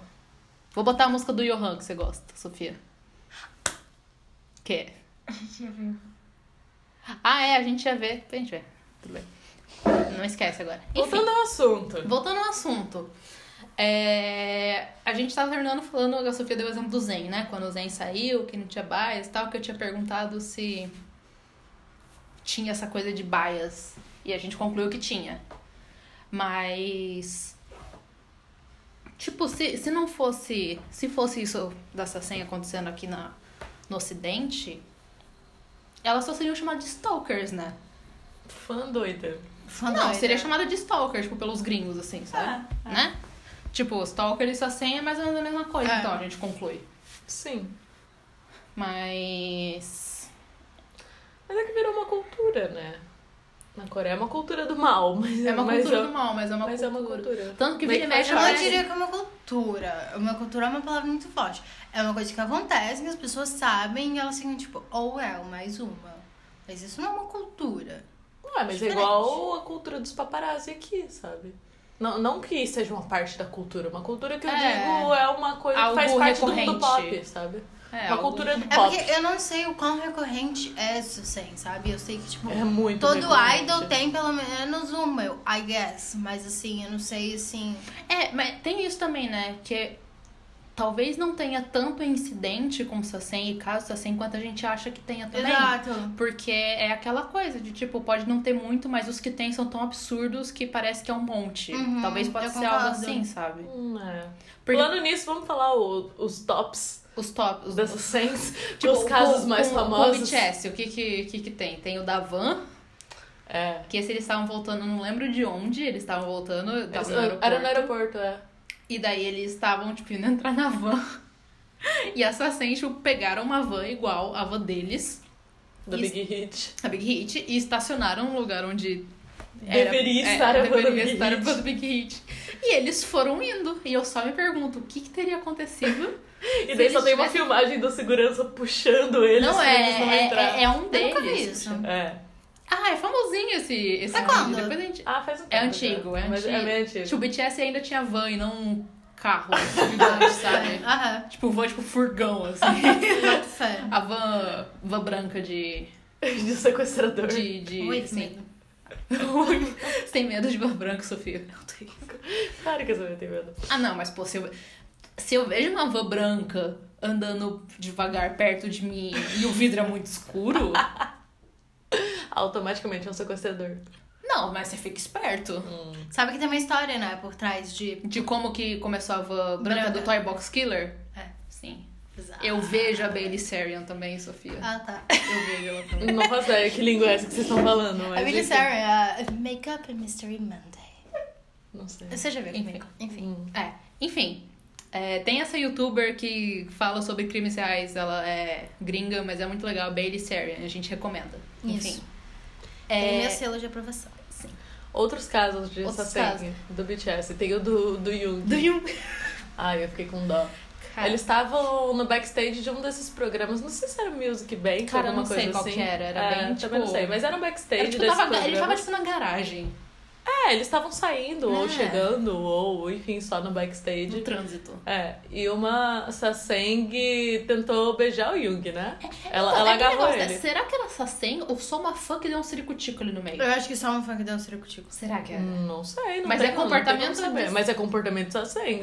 S2: Vou botar a música do Johan que você gosta, Sofia. Que é? Ah, é, a gente já vê. A gente vê. Tudo bem. Não esquece agora. Enfim.
S4: Voltando ao assunto.
S2: Voltando ao assunto. é, a gente tava terminando falando, a Sofia deu o exemplo do Zen, né? Quando o Zen saiu, que não tinha bias e tal, que eu tinha perguntado se tinha essa coisa de bias. E a gente concluiu que tinha. Mas. Tipo, se, se não fosse. Se fosse isso dessa senha acontecendo aqui na, no Ocidente, elas só seriam chamadas de stalkers, né?
S4: Fã doida.
S3: Fandom.
S2: Não, seria chamada de stalker, tipo, pelos gringos, assim, sabe? Né? Tipo, stalker e sua senha é mais ou menos a mesma coisa,
S3: É.
S2: então a gente conclui.
S4: Sim.
S2: Mas.
S4: Mas é que virou uma cultura, né? Na Coreia é uma cultura do mal, mas
S2: É uma
S4: mas
S2: cultura
S4: é-
S2: do mal, mas é uma
S4: mas é
S2: cultura.
S4: uma cultura.
S2: Tanto que
S4: Meio
S2: vira e
S4: que
S2: mexe
S3: Eu
S4: faz
S3: não
S4: parte.
S3: diria que é uma cultura. Uma cultura é uma palavra muito forte. É uma coisa que acontece, que as pessoas sabem e elas ficam tipo, ou é, ou mais uma. Mas isso não é uma cultura.
S4: Ué, mas é
S3: Diferente.
S4: igual a cultura dos paparazzi aqui, sabe? Não, não que seja uma parte da cultura, uma cultura que eu
S2: É.
S4: digo é uma coisa
S2: Algo
S4: que faz parte do- do,
S2: recorrente.
S4: pop, sabe?
S2: É,
S4: uma
S2: algo-
S4: cultura do
S3: É
S4: pop.
S3: porque eu não sei o quão recorrente é isso, sem, sabe? Eu sei que, tipo,
S4: É muito
S3: todo
S4: recorrente.
S3: idol tem pelo menos uma, eu- I guess. Mas assim, eu não sei, assim.
S2: É, mas tem isso também, né? Que talvez não tenha tanto incidente com Sassen e caso Sassen quanto a gente acha que tenha também.
S3: Exato.
S2: Porque é aquela coisa de tipo, pode não ter muito, mas os que tem são tão absurdos que parece que é um monte.
S3: Uhum,
S2: talvez possa
S3: eu
S2: ser
S3: concordo.
S2: algo assim, sabe?
S4: Hum, é.
S2: Porque
S4: Falando nisso, vamos falar o- os tops
S2: os top, os (laughs)
S4: dessas scenes, tipo, os casos
S2: com-
S4: mais
S2: com- Com o
S4: famosos.
S2: BTS, o que que, que que tem? Tem o da Van,
S4: É.
S2: que esse eles estavam voltando, não lembro de onde, eles estavam voltando,
S4: Eles-
S2: estavam no aeroporto.
S4: Era no aeroporto, é.
S2: E daí eles estavam, tipo, indo entrar na van. (laughs) E a Sassen, tipo, pegaram uma van igual a van deles,
S4: Da
S2: Isso.
S4: Big Hit.
S2: a Big Hit, e estacionaram no lugar onde...
S4: Deveria estar a van do
S2: é, deveria
S4: Big
S2: estar a
S4: Hit.
S2: van do Big Hit. E eles foram indo. E eu só me pergunto, o que que teria acontecido?
S4: E daí
S2: Se
S4: só
S2: eles
S4: tem uma
S2: tivessem-
S4: filmagem do segurança puxando eles
S2: não,
S4: pra eles não
S2: é,
S4: entrar.
S2: é, é um
S3: Eu nunca vi
S2: deles.
S3: isso.
S4: É.
S2: Ah, é famosinho esse, esse
S3: Tá
S2: vídeo.
S3: quando?
S2: Depois a gente...
S4: Ah, faz um tempo.
S2: É antigo,
S4: já.
S2: é
S4: Mas
S2: antigo.
S4: É meio antigo. (laughs)
S2: Tipo, o BTS ainda tinha van e não um carro gigante, sabe?
S3: (laughs) Aham,
S2: Tipo, van, tipo, furgão, assim.
S3: (laughs) boto fé.
S2: A van, van branca de...
S4: De sequestrador.
S2: de, de
S3: Ui,
S2: assim. (laughs) Um
S3: medo.
S2: Você tem medo de van branca, Sofia? Não tenho.
S4: Claro que você vai ter medo.
S2: Ah, não, mas, pô, se eu, se eu vejo uma van branca andando devagar perto de mim e o vidro é muito escuro...
S4: Automaticamente é um sequestrador.
S2: Não, mas você fica esperto.
S3: Sabe que tem uma história, né? Por trás de.
S2: De como que começou a van branca do Toy Box Killer?
S3: É.
S2: Sim. Eu vejo a Bailey Sarian também, Sofia.
S3: Ah, tá.
S2: Eu vejo ela também.
S4: Não faço ideia que língua é essa que vocês estão falando, mas...
S3: A Billy
S4: enfim.
S3: Sarah é a Makeup and Mystery Monday.
S4: Não sei.
S3: Você já viu
S2: Enfim.
S3: comigo? Enfim.
S2: É, enfim. é, tem essa youtuber que fala sobre crimes reais, ela é gringa, mas é muito legal, Bailey Sarian, a gente recomenda.
S3: Isso.
S2: Enfim.
S3: Tem
S2: É,
S3: meu selo de aprovação.
S4: Outros casos de
S2: Outros
S4: assassino do BTS. Tem o do, do Yoon.
S2: do Yum.
S4: Ai, eu fiquei com dó.
S2: Cara,
S4: Eles estavam no backstage de um desses programas. Não sei se era Music Bank
S2: Cara,
S4: ou
S2: eu
S4: alguma
S2: não
S4: coisa
S2: sei qual
S4: assim.
S2: que era, era
S4: É,
S2: bem,
S4: Também
S2: tipo-
S4: não sei, mas era um backstage
S2: era, tipo,
S4: desse
S2: tava-
S4: programa.
S2: ele tava tipo na garagem.
S4: É, eles estavam saindo, ou
S3: É.
S4: chegando, ou enfim, só no backstage.
S3: No trânsito.
S4: É, e uma Saseng tentou beijar o Jung, né? Ela,
S2: Então,
S4: ela
S2: é aquele
S4: agarrou
S2: negócio, né?
S4: ele.
S2: Será que era Sassen ou só uma fã que deu um ciricutico ali no meio?
S3: Eu acho que só um funk deu um ciricutico.
S2: Será que é? era?
S4: Não sei, não
S2: Mas
S4: tem
S2: é
S4: como- não
S2: comportamento
S4: tem como saber.
S2: desse-
S4: Mas é comportamento de Saseng.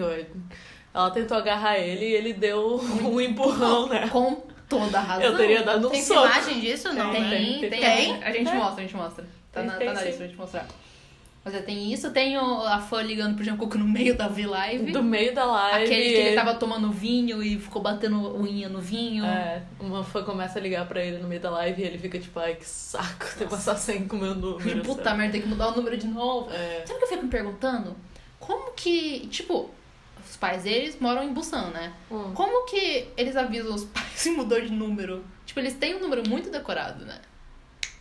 S4: Ela tentou agarrar ele e ele deu um empurrão, né?
S2: Com toda a razão.
S4: Eu teria dado um
S3: Tem
S4: soco.
S3: imagem disso? Não,
S4: Tem,
S3: né?
S2: Tem, tem.
S4: tem.
S3: Tem?
S2: A gente
S4: Tem.
S2: mostra, a gente mostra. Tá
S4: Tem,
S2: na, tá
S4: tem,
S2: na
S4: sim.
S2: lista pra gente mostrar. Mas é, tem isso, tem o- a fã ligando pro Jungkook no meio da V-Live.
S4: Do meio da live.
S2: Aquele que ele tava tomando vinho e ficou batendo unha no vinho.
S4: É, uma fã começa a ligar pra ele no meio da live e ele fica tipo, ai que saco, tem uma Saseng com o meu número.
S2: Puta
S4: sabe?
S2: merda, tem que mudar o número de novo.
S4: É.
S2: Sabe o que eu fico me perguntando? Como que, tipo, os pais deles moram em Busan, né?
S4: Hum.
S2: Como que eles avisam os (laughs) pais se mudou de número? Tipo, eles têm um número muito decorado, né?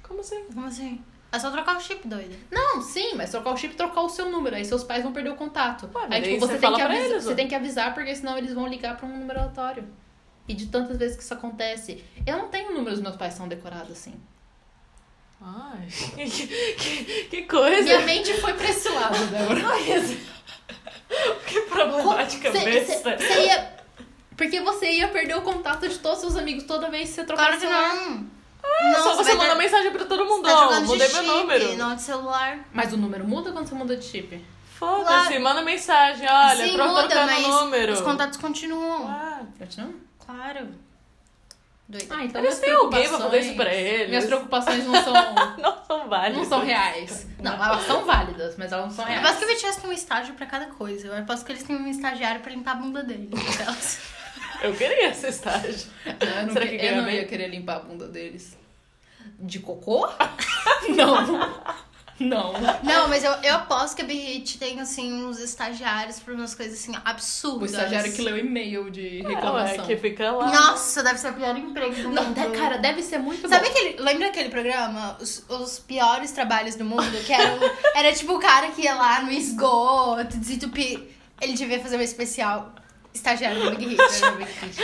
S4: Como assim?
S3: Como assim? É só trocar o chip, doida.
S2: Não, sim, mas trocar o chip, trocar o seu número. Aí seus pais vão perder o contato.
S4: Ué, mas
S2: aí, tipo,
S4: daí
S2: você,
S4: você
S2: tem
S4: fala
S2: que
S4: pra
S2: avisar,
S4: eles,
S2: você
S4: ó.
S2: tem que avisar, porque senão eles vão ligar pra um número aleatório. E de tantas vezes que isso acontece. Eu não tenho números, meus pais são decorados assim.
S4: Ai, que, que, que coisa.
S2: Minha mente foi pra esse lado, né?
S4: (laughs)
S2: Débora.
S4: Que problemática
S2: Cê-
S4: besta.
S2: cê- cê ia- Porque você ia perder o contato de todos seus amigos toda vez que você trocar
S3: Claro
S2: o
S3: que
S2: celular.
S3: não.
S4: Só você
S3: vai
S4: manda
S2: é
S3: dar-
S4: mensagem pra todo mundo,
S3: tá
S4: ó,
S3: jogando de
S4: mudei meu
S3: chip,
S4: número.
S3: Não de celular.
S2: Mas o número muda quando você muda de chip.
S4: Foda-se, manda mensagem, olha,
S3: Sim,
S4: tô
S3: muda,
S4: trocando
S3: mas
S4: o número.
S3: os contatos continuam.
S4: Ah,
S2: Continua?
S3: Claro. Doida.
S2: Ah, então
S4: Eles
S2: minhas
S4: têm alguém pra fazer isso pra
S2: preocupações-
S4: eles. É
S2: Minhas preocupações não
S4: (laughs)
S2: são,
S4: não são válidos.
S2: não são reais. Não, elas são válidas, mas elas não
S4: É.
S2: são
S3: Eu
S2: reais.
S3: aposto que o BTS tem um estágio pra cada coisa. Eu aposto que eles têm um estagiário pra limpar a bunda (laughs) dele. Aquelas.
S4: Eu queria essa estágio.
S2: Eu não,
S4: Será
S2: que-
S4: que
S2: eu
S4: ganha
S2: não
S4: bem?
S2: ia querer limpar a bunda deles. De
S4: (laughs)
S2: cocô? não. Não.
S3: Não, mas eu, eu aposto que a Birrit tem, assim, uns estagiários pra umas coisas, assim, absurdas.
S2: O estagiário que leu e-mail de reclamação.
S4: Ué, Ah, é que fica lá.
S3: Nossa, deve ser o pior emprego do
S2: Não,
S3: mundo.
S2: de- cara, deve ser muito
S3: Sabe
S2: bom.
S3: aquele. Lembra aquele programa? Os, os piores trabalhos do mundo? Que era, (laughs) o- era tipo o cara que ia lá no esgoto, desentupir. Ele devia fazer um especial estagiário do Big Hit. né, do Big Hit.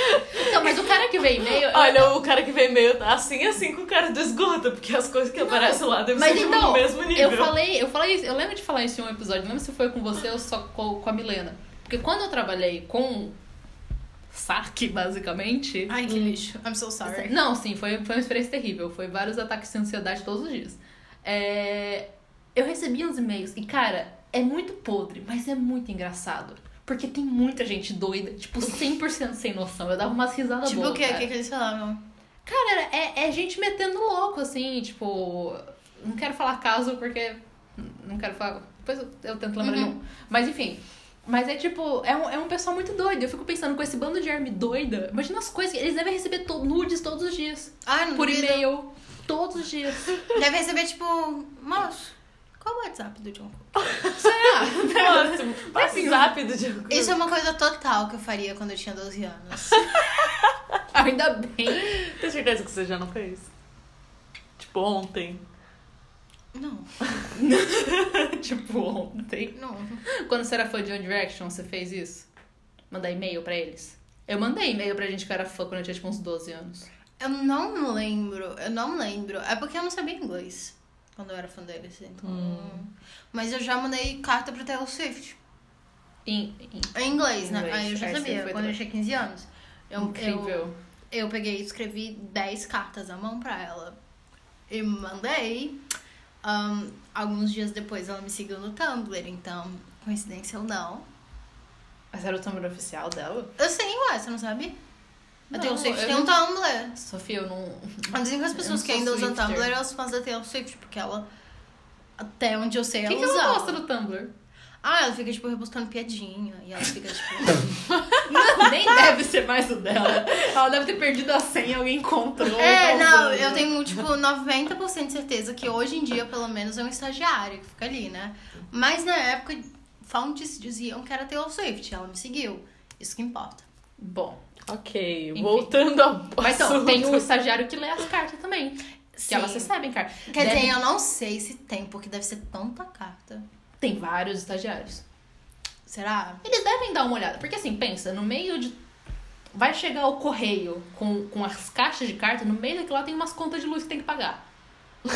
S2: Então, mas o cara que veio e-mail...
S3: Ah,
S2: eu-
S4: Olha, o cara que vem meio tá assim assim com o cara do esgoto, porque as coisas que aparecem lá devem
S2: Mas
S4: ser
S2: então,
S4: do mesmo nível.
S2: eu falei, eu falei isso, eu lembro de falar isso em um episódio, não lembro se foi com você ou só com, com a Milena. Porque quando eu trabalhei com saque, basicamente. assim,
S3: Ai, que lixo. Hum. é I'm so sorry.
S2: Não, sim, foi, foi uma experiência terrível. Foi vários ataques de ansiedade todos os dias. É, eu recebia os e-mails e, cara, é muito podre, mas é muito engraçado. Porque tem muita gente doida, tipo, 100% sem noção. Eu dava umas risadas
S3: Tipo
S2: boas.
S3: o quê? O
S2: cara.
S3: que, que eles falavam?
S2: Cara, é, é gente metendo louco, assim, tipo. Não quero falar caso porque. Não quero falar. Depois eu, eu tento lembrar de um. Mas enfim. Mas é tipo, é um, é um pessoal muito doido. Eu fico pensando, com esse bando de arme doida, imagina as coisas. que- Eles devem receber to- nudes todos os dias.
S3: Ai, Ah, não
S2: Por
S3: duvido.
S2: e-mail. Todos os dias.
S3: Deve receber, tipo, moço, qual o WhatsApp do John?
S4: Nossa, É passe rápido de algum-
S3: Isso é uma coisa total que eu faria quando eu tinha 12 (laughs) anos.
S2: Ainda bem. (laughs)
S4: Tenho certeza que você já não fez? Tipo, ontem.
S3: Não,
S2: tipo, ontem.
S3: não.
S2: Quando você era fã de One Direction, você fez isso? Mandar e-mail pra eles? Eu mandei e-mail pra gente que eu era fã quando eu tinha, tipo, uns 12 anos.
S3: Eu não lembro, eu não lembro. É porque eu não sabia inglês quando eu era fã deles, então.
S2: Hum.
S3: Mas eu já mandei carta pro Taylor Swift.
S2: Em, em-
S3: Em inglês, né?
S2: Inglês,
S3: Aí eu já
S2: aí você
S3: sabia,
S2: foi
S3: quando eu
S2: tra-
S3: tinha 15 anos. Eu,
S2: incrível.
S3: Eu, eu peguei e escrevi 10 cartas à mão pra ela. E mandei. Ahn, alguns dias depois ela me seguiu no Tumblr, então, coincidência ou não.
S2: Mas era o Tumblr oficial dela?
S3: Eu sei, ué, você não sabe? A
S2: Não,
S3: Taylor Swift
S2: eu
S3: tem um Tumblr.
S2: Sofia, eu não.
S3: Eu dizem que as pessoas
S2: não
S3: que
S2: sou
S3: ainda usam
S2: Swifter.
S3: Tumblr eram os fãs da Taylor Swift, porque ela, até onde eu sei,
S2: O
S3: ela
S2: que, que
S3: usava.
S2: ela posta no Tumblr?
S3: Ah, ela fica, tipo, repostando piadinha, e ela
S2: (laughs)
S3: fica, tipo...
S2: Não, nem deve ser mais o dela. Ela deve ter perdido a senha, alguém encontrou. tá
S3: é, não,
S2: usando.
S3: eu tenho, tipo, 90% de certeza que hoje em dia, pelo menos, é um estagiário que fica ali, né? Mas na época, fontes diziam que era Taylor Swift, ela me seguiu. Isso que importa.
S2: Bom,
S4: Ok,
S2: Enfim.
S4: voltando ao
S2: mas então,
S4: assunto.
S2: tem um estagiário que lê as cartas também. Que
S3: Sim.
S2: elas recebem, cara.
S3: Quer
S2: Deve-
S3: dizer, eu não sei se tem, porque deve ser tanta carta.
S2: tem vários estagiários.
S3: Será?
S2: Eles devem dar uma olhada, porque assim, pensa, no meio de. Vai chegar o correio com, com as caixas de carta, no meio daquilo lá tem umas contas de luz que tem que pagar.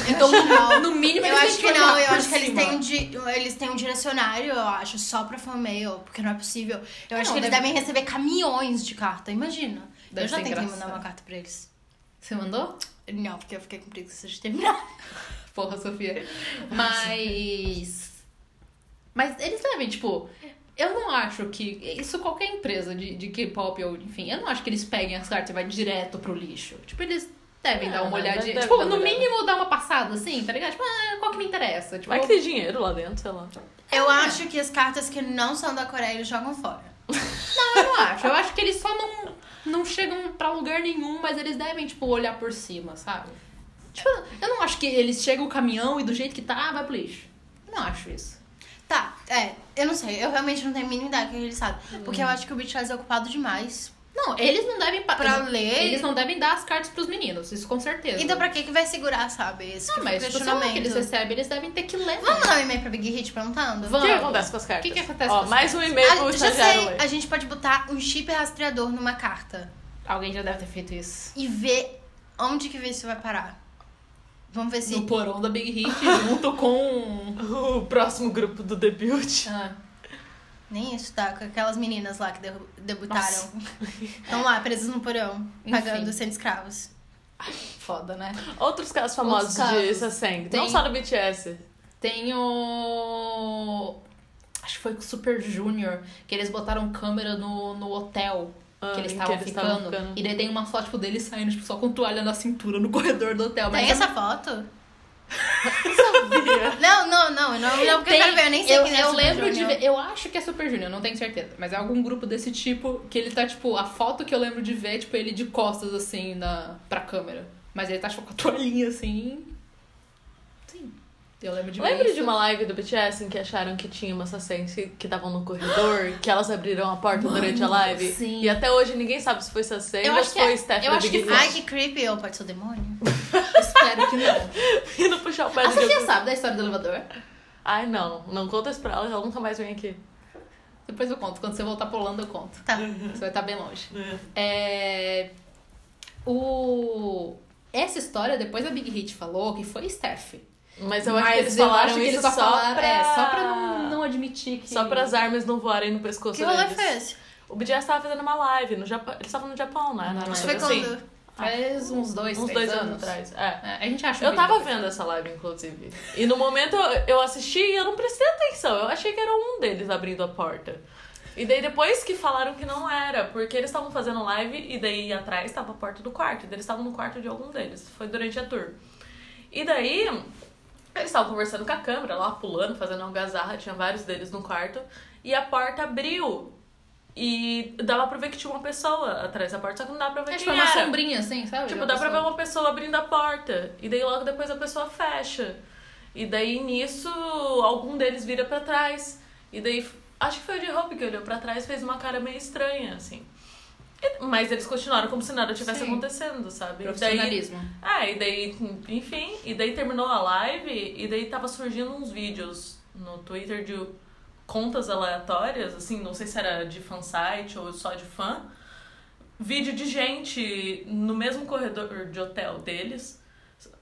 S3: Então, não.
S2: No mínimo,
S3: Eu
S2: eles têm
S3: acho que
S2: olhar
S3: não, eu
S2: por
S3: acho que eles
S2: cima.
S3: têm, um di- eles têm um direcionário, eu acho, só pra fanmail, porque não é possível. Eu acho
S2: Não,
S3: que eles
S2: deve-
S3: devem receber caminhões de carta, imagina.
S2: Deve
S3: eu já
S2: ser
S3: tentei
S2: engraçado.
S3: mandar uma carta pra eles.
S2: Você mandou?
S3: Não, porque eu fiquei com preguiça de terminar.
S2: (laughs) Porra,
S4: (laughs)
S2: Sofia. Mas. Mas eles devem, tipo. Eu não acho que. Isso qualquer empresa de, de K-pop ou enfim. Eu não acho que eles peguem as cartas e vai direto pro lixo. Tipo, eles devem
S4: É,
S2: dar uma
S4: deve-
S2: olhadinha.
S4: deve
S2: tipo,
S4: dar uma
S2: no
S4: olhada.
S2: mínimo dar uma passada assim, tá ligado? Tipo, ah, qual que me interessa? Tipo,
S4: Vai é que tem dinheiro lá dentro, sei lá.
S3: Eu acho que as cartas que não são da Coreia eles jogam fora.
S2: eu não acho. Eu acho que eles só não, não chegam pra lugar nenhum, mas eles devem, tipo, olhar por cima, sabe? Tipo, eu não acho que eles chegam o caminhão e do jeito que tá, vai pro lixo. Não acho isso.
S3: Tá, é, eu não sei, eu realmente não tenho a mínima ideia do que eles
S2: Hum.
S3: sabem. Porque eu acho que o BTS é ocupado demais
S2: Não, eles não devem pa-
S3: pra
S2: eles-
S3: ler.
S2: Eles não devem dar as cartas pros meninos, isso com certeza.
S3: Então pra que que vai segurar, sabe? Esse que
S2: não,
S3: foi o
S2: mas tipo, sei lá, que eles
S3: questionamento.
S2: recebem, eles devem ter que ler.
S3: Vamos mandar um e-mail pra Big Hit perguntando?
S4: O
S2: Vamos.
S4: que, que acontece com as cartas?
S2: O que que acontece
S4: Ó,
S2: com as
S4: mais um e-mail pro
S3: Ah, já
S4: estagiário
S3: sei,
S4: hoje.
S3: a gente pode botar um chip rastreador numa carta
S2: Alguém já deve ter feito isso.
S3: e ver onde que isso vai parar. Vamos ver se.
S2: No porão da Big Hit, (laughs) junto com. um-
S4: O próximo grupo do debut.
S2: Ah,
S3: Nem isso, tá? Com aquelas meninas lá que derru- debutaram.
S2: Nossa.
S3: (laughs) Estão lá, presas no porão,
S2: Enfim.
S3: pagando sendo escravos.
S2: foda, né?
S4: Outros casos famosos de
S2: casos.
S4: Sasang.
S2: Tem-
S4: Não só no BTS.
S2: Tem o. Acho que foi com o Super Junior, que eles botaram câmera no, no hotel
S4: Ah,
S2: que eles
S4: em
S2: estavam ficando. E daí tem uma foto tipo, deles saindo, tipo, só com toalha na cintura no corredor do hotel.
S3: Tem
S2: Mas é
S3: essa foto? (laughs) Não, não, não. Eu não eu não- porque eu quero ver, eu nem sei
S2: eu,
S3: quem é
S2: eu
S3: Super
S2: lembro de
S3: Junior.
S2: ver, eu acho que é Super Junior, não tenho certeza, mas é algum grupo desse tipo que ele tá tipo a foto que eu lembro de ver, é, tipo ele de costas assim na pra câmera, mas ele tá tipo, com a toalhinha assim. Sim. Eu lembro de ver
S4: Lembra
S2: isso.
S4: de uma live do BTS em que acharam que tinha uma assassins que que estavam no corredor, que elas abriram a porta durante a live?
S2: sim.
S4: E até hoje ninguém sabe se foi Sassen
S2: Eu
S4: ou
S2: acho
S4: se
S2: que é.
S4: foi Steph
S2: Eu
S4: da
S2: acho
S4: Big
S2: que
S4: Hit. (laughs)
S3: Ai, que creepy, eu pode ser o demônio.
S2: Espero que
S3: (laughs)
S2: não.
S4: Indo puxar o pé
S2: A
S4: do
S2: Sofia sabe da história do elevador?
S4: Ai, não. Não conta isso pra ela, ela nunca mais vem aqui.
S2: Depois eu conto. Quando você voltar pra Holanda, eu conto.
S3: Tá.
S2: Você vai estar bem longe. É. O... Essa história, depois a Big Hit falou que foi Steph.
S4: Mas eu acho que eles
S2: eu
S4: falaram
S2: acho que
S4: isso
S2: eles
S4: só,
S2: falaram-
S4: pra...
S2: é, só pra não, não admitir que...
S4: Só pras armas não voarem no pescoço
S3: Que rolê
S4: deles.
S3: foi esse?
S4: O BTS tava fazendo uma live no Japão. Eles estavam no Japão, né? Não,
S2: É,
S3: Isso foi
S4: assim,
S3: quando?
S2: Faz Ah, uns dois,
S4: uns
S2: três
S4: dois anos atrás. É.
S2: É, a gente acha um
S4: Eu
S2: vídeo
S4: tava
S2: depois.
S4: vendo essa live, inclusive. E no momento eu- eu assisti e eu não prestei atenção. Eu achei que era um deles abrindo a porta. E daí depois que falaram que não era, porque eles estavam fazendo live e daí atrás tava a porta do quarto. E daí eles estavam no quarto de algum deles. Foi durante a tour. E daí eles estavam conversando com a câmera lá, pulando, fazendo algazarra. Tinha vários deles no quarto. E a porta abriu. E dava pra ver que tinha uma pessoa atrás da porta, só que não dava pra ver
S2: É
S4: quem
S2: tipo
S4: era.
S2: uma sombrinha, assim, sabe?
S4: Tipo,
S2: Uma
S4: dá pra ver
S2: pessoa.
S4: uma pessoa abrindo a porta. E daí logo depois a pessoa fecha. E daí nisso, algum deles vira pra trás. E daí, acho que foi o de Hope que olhou pra trás e fez uma cara meio estranha, assim. E- Mas eles continuaram como se nada tivesse
S2: Sim.
S4: acontecendo, sabe? E daí,
S2: Profissionalismo.
S4: é, e daí, enfim, e daí terminou a live e daí tava surgindo uns vídeos no Twitter de contas aleatórias, assim, não sei se era de fansite ou só de fã. Vídeo de gente no mesmo corredor de hotel deles.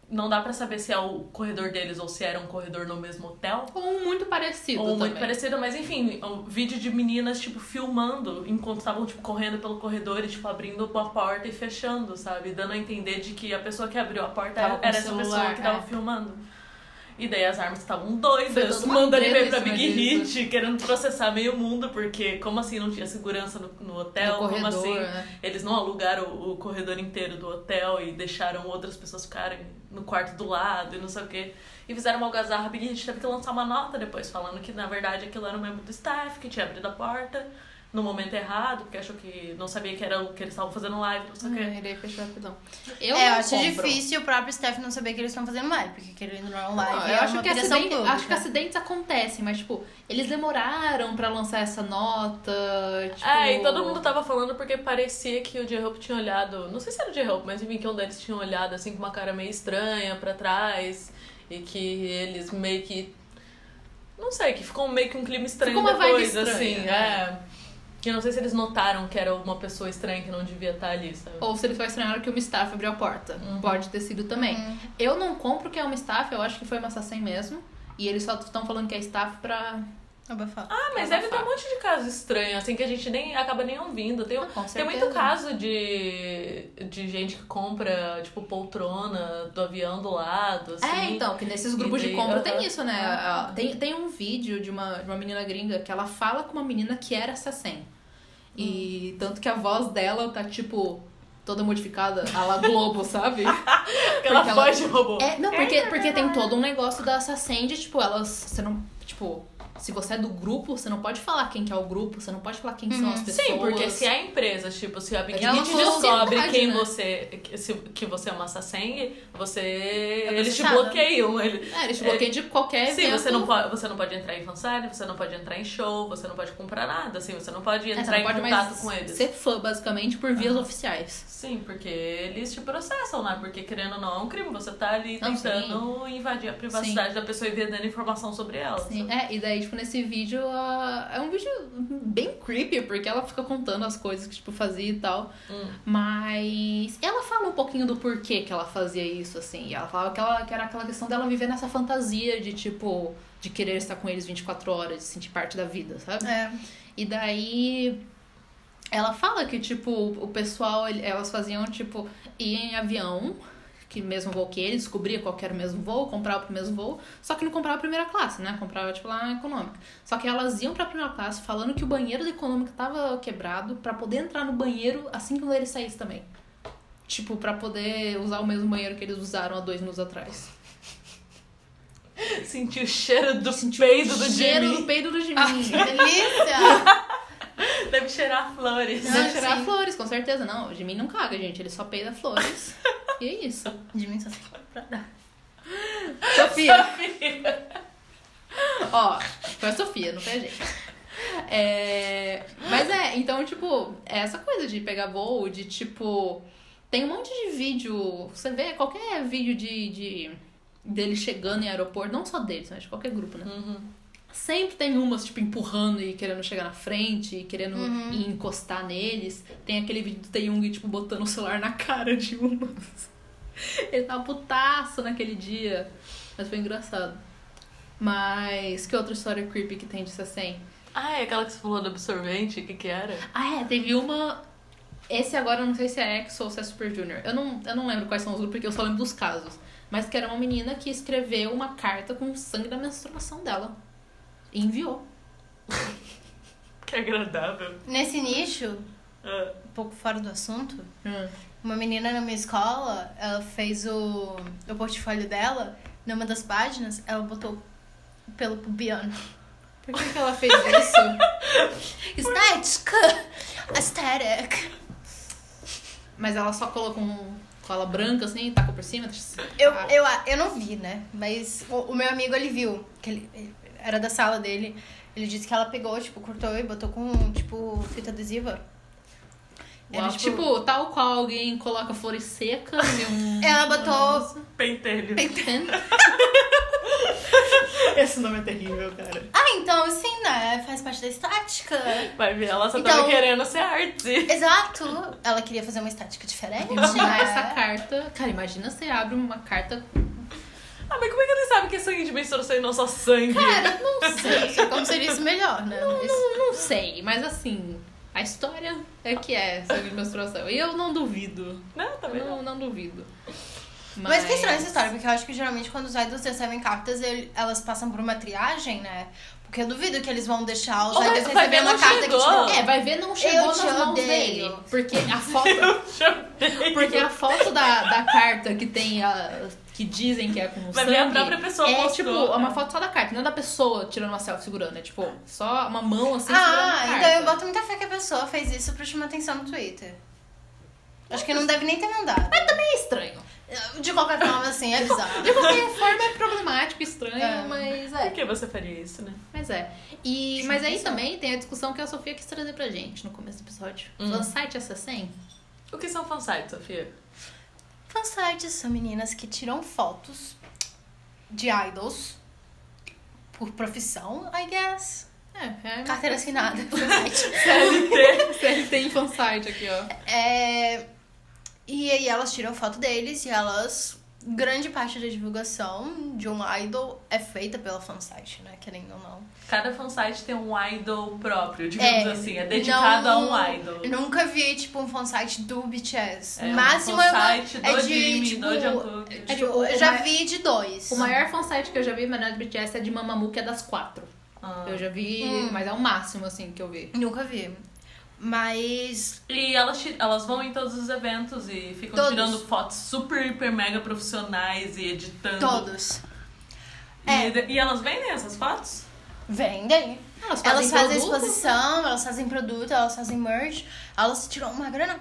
S4: Não dá pra saber se é o corredor deles ou se era um corredor no mesmo hotel.
S2: Ou um muito parecido
S4: Ou
S2: também.
S4: muito parecido, mas enfim, o vídeo de meninas, tipo, filmando enquanto estavam, tipo, correndo pelo corredor e, tipo, abrindo uma porta e fechando, sabe? Dando a entender de que a pessoa que abriu a porta
S2: Tava
S4: era,
S2: com
S4: era
S2: o
S4: essa
S2: celular,
S4: pessoa que tava
S2: é.
S4: filmando. E daí as armas estavam
S2: Foi
S4: doidas,
S2: toda uma
S4: mandando
S2: treta
S4: e-mail pra
S2: em cima
S4: Big
S2: disso.
S4: Hit, querendo processar meio mundo, porque como assim não tinha segurança no, no hotel?
S2: No
S4: como
S2: corredor,
S4: assim
S2: né?
S4: eles não alugaram o, o corredor inteiro do hotel e deixaram outras pessoas ficarem no quarto do lado e não sei o quê. E fizeram uma algazarra, a Big Hit teve que lançar uma nota depois, falando que na verdade aquilo era um membro do staff que tinha abrido a porta no momento errado, porque achou que não sabia que era o que eles estavam fazendo live, não sei o quê.
S2: Hum, irei fechar rapidão. Eu
S3: é, eu
S2: não
S3: acho
S2: compro.
S3: difícil o próprio Steph não saber que eles estão fazendo live, porque querendo ou não, live
S2: Não,
S3: é
S2: Ah, eu acho
S3: uma
S2: que,
S3: operação
S2: acidente,
S3: pública.
S2: acho que é assim acidentes acontecem, mas, tipo, eles demoraram pra lançar essa nota. Tipo...
S4: É, e todo mundo tava falando porque parecia que o J-Hope tinha olhado, não sei se era o J-Hope, mas enfim, que um deles tinha olhado assim com uma cara meio estranha pra trás e que eles meio que. Não sei, que ficou meio que um clima estranho
S2: Ficou uma vibe
S4: depois,
S2: estranha,
S4: assim,
S2: né?
S4: é. Eu não sei se eles notaram que era uma pessoa estranha que não devia estar ali, sabe?
S2: Ou se eles só estranharam que uma staff abriu a porta. Pode ter sido também.
S3: Uhum.
S2: Eu não compro que é uma staff, eu acho que foi uma assassin mesmo. E eles só estão falando que é staff pra.
S3: Abafar.
S4: Ah, mas
S2: é
S4: deve ter um monte de caso estranho, assim, que a gente nem acaba nem ouvindo. Tem, um,
S2: Ah, com
S4: tem muito
S2: certeza.
S4: caso de, de gente que compra, tipo, poltrona do avião do lado, assim.
S2: É, então, que nesses grupos
S4: E
S2: de
S4: daí,
S2: compra
S4: aham.
S2: tem isso, né? A- Tem, tem um vídeo de uma, de uma menina gringa que ela fala com uma menina que era assassin. E
S4: Hum.
S2: tanto que a voz dela tá, tipo, toda modificada, a la Globo, (laughs) sabe?
S4: É, Aquela
S2: porque ela-
S4: voz de robô.
S2: É, não, porque, porque tem todo um negócio da Assassin de, tipo, elas. Você não. Tipo, se você é do grupo, você não pode falar quem que é o grupo, você não pode falar quem são as pessoas.
S4: Uhum. Sim, porque se a empresa, tipo, se a Big
S2: É uma
S4: Hit descobre
S2: sociedade,
S4: quem
S2: né?
S4: você. Que, se- que você é uma assassin, você.
S3: processada.
S4: eles te bloqueiam. Ele,
S2: É, eles te bloqueiam de qualquer
S4: Sim,
S2: evento.
S4: você não, pode, você não pode entrar em fansign, você não pode entrar em show, você não pode comprar nada, assim, você não pode
S2: É,
S4: entrar
S2: você não
S4: em
S2: pode
S4: contato
S2: mais
S4: com eles. Ah.
S2: ser fã, basicamente, por vias oficiais.
S4: Sim, porque eles te processam, né? Porque querendo ou não, é um crime. Você tá ali
S2: Não,
S4: tentando invadir a privacidade da pessoa e vendendo informação sobre ela.
S2: Sim,
S4: sabe?
S2: é, e daí, tipo, nesse vídeo, ah, é um vídeo bem creepy, porque ela fica contando as coisas que, tipo, fazia e tal.
S4: Hum.
S2: Mas ela fala um pouquinho do porquê que ela fazia isso, assim. E ela falava que, ela, que era aquela questão dela viver nessa fantasia de, tipo, de querer estar com eles 24 horas, de se sentir parte da vida, sabe?
S3: É.
S2: E daí. Ela fala que, tipo, o pessoal, ele- elas faziam, tipo, ir em avião, que mesmo voo que ele, descobria qual que era o mesmo voo, comprava o mesmo voo, só que não comprava a primeira classe, né? Comprava, tipo, lá a econômica. Só que elas iam pra primeira classe falando que o banheiro da econômica tava quebrado pra poder entrar no banheiro assim que um deles saísse também. Tipo, pra poder usar o mesmo banheiro que eles usaram há dois minutos atrás.
S4: Sentir o cheiro do peido do
S2: Cheiro
S4: Jimmy.
S2: no peido do Jimmy.
S3: (laughs) Que
S2: (laughs)
S3: delícia!
S4: Deve cheirar flores.
S3: Não,
S2: Vai tirar
S3: sim.
S2: flores, com certeza. Não, o Jimmy não caga, gente. Ele só peida flores.
S3: (laughs)
S2: e é isso.
S3: De mim só sei.
S2: Sofia. Ó, foi a Sofia, não foi a gente. É, mas é, então, tipo, é essa coisa de pegar voo, de tipo. Tem um monte de vídeo. Você vê qualquer vídeo de. de deles chegando em aeroporto, não só deles, mas de qualquer grupo, né? Sempre tem umas, tipo, empurrando e querendo chegar na frente, e querendo ir encostar neles. Tem aquele vídeo do Taeyong, tipo, botando o celular na cara de uma. (laughs) Ele tava putaço naquele dia. Mas foi engraçado. Mas que outra história creepy que tem de assim? Sassen?
S4: Ah, é aquela que você falou do absorvente, o que que era?
S2: Ah, é, teve uma. Esse agora eu não sei se é EXO ou se é Super Junior. Eu não, eu não lembro quais são os grupos, porque eu só lembro dos casos. Mas que era uma menina que escreveu uma carta com o sangue da menstruação dela. E enviou.
S4: Que agradável.
S3: Nesse nicho,
S4: Ah.
S3: um pouco fora do assunto,
S2: Hum.
S3: uma menina na minha escola, ela fez o, o portfólio dela, numa das páginas, ela botou pelo pubiano.
S2: Por que, que ela fez isso? (laughs)
S3: Estética! Aesthetic!
S2: Mas ela só colocou um cola branca assim, tacou por cima.
S3: Eu, eu, eu não vi, né? Mas o, o meu amigo, ele viu. Que ele, ele- era da sala dele. Ele disse que ela pegou, tipo, cortou e botou com, tipo, fita adesiva.
S2: Uau,
S3: Era,
S2: tipo... tal qual alguém coloca flores secas e um.
S3: Ela botou
S4: Pentelho.
S3: (laughs)
S2: Esse nome é terrível, cara.
S3: Ah, então assim, né? Faz parte da estática.
S4: Vai ver, ela só
S3: Então-
S4: tava querendo ser arte.
S3: Exato. Ela queria fazer uma estática diferente.
S2: (laughs) Mandar
S3: né?
S2: um essa carta. Cara, imagina você abre uma carta.
S4: Ah, mas como é que eles sabem que é sangue de menstruação e não só
S3: (laughs)
S4: sangue?
S3: Cara, não sei, não sei como seria isso melhor, né? Isso-
S2: Não sei, mas assim, a história é que é sobre menstruação. E eu não duvido.
S4: Não,
S2: Eu
S4: também não.
S2: não, não duvido.
S3: Mas que estranha essa história, porque eu acho que geralmente quando os idols recebem cartas, ele- elas passam por uma triagem, né? Porque eu duvido que eles vão deixar os
S4: Ou vai-
S3: idols
S4: vai
S3: receberem
S4: ver,
S3: uma
S4: não
S3: carta
S4: chegou.
S3: que tipo,
S2: É, vai ver, não chegou
S3: te
S2: nas mãos
S3: odeio.
S2: dele. Porque a
S4: (laughs)
S2: foto. Porque a foto da, da carta que tem a. que dizem que é com o
S4: Vai
S2: sangue.
S4: ver a própria pessoa né?
S2: É
S4: postou.
S2: tipo, é uma foto só da carta, não é da pessoa tirando uma selfie segurando, é tipo, só uma mão assim
S3: tipo...
S2: segurando a
S3: Ah,
S2: carta.
S3: então eu boto muita fé que a pessoa fez isso pra chamar atenção no Twitter. Acho que não deve nem ter mandado.
S2: É estranho.
S3: De qualquer forma, assim, é bizarro.
S2: De qualquer forma é problemático, estranho,
S3: É.
S2: mas é.
S4: Por que você faria isso, né?
S2: Mas é. E, mas aí também tem a discussão que a Sofia quis trazer pra gente no começo do episódio. é
S4: Hum.
S2: Fansite assassin?
S4: O que são fansites, Sofia?
S3: Fansites são meninas que tiram fotos de idols por profissão, I guess.
S2: É, é
S3: Carteira (laughs) assinada.
S2: (laughs) CLT. CLT em fansite aqui, ó.
S3: É, e aí elas tiram foto deles e elas. Grande parte da divulgação de um idol é feita pela fansite, né? Querendo ou não.
S4: Cada fansite tem um idol próprio, digamos
S3: É,
S4: assim. É dedicado
S3: não- é
S4: a um idol.
S3: Eu nunca vi, tipo, um fansite do BTS.
S4: É, um
S3: Máximo
S4: fansite
S3: é uma,
S4: do
S3: é de,
S4: Jimin,
S3: tipo,
S4: do Jungkook.
S3: é de-
S2: É, tipo,
S3: eu já
S2: uma-
S3: vi de dois.
S2: O maior fansite que eu já vi, mas não é do BTS, é de Mamamoo, que é das quatro.
S4: Ah.
S2: Eu já vi,
S3: Hum.
S2: mas é o máximo, assim, que eu vi.
S3: Nunca vi. Mas.
S4: E elas, ti- elas vão em todos os eventos e ficam
S3: Todos.
S4: tirando fotos super, hiper, mega profissionais e editando.
S3: Todos.
S4: E,
S3: É.
S4: de- e elas vendem essas fotos?
S3: Vendem.
S2: Elas fazem,
S3: Elas fazem
S2: produto,
S3: exposição, elas fazem produto, elas fazem merch. Elas tiram uma grana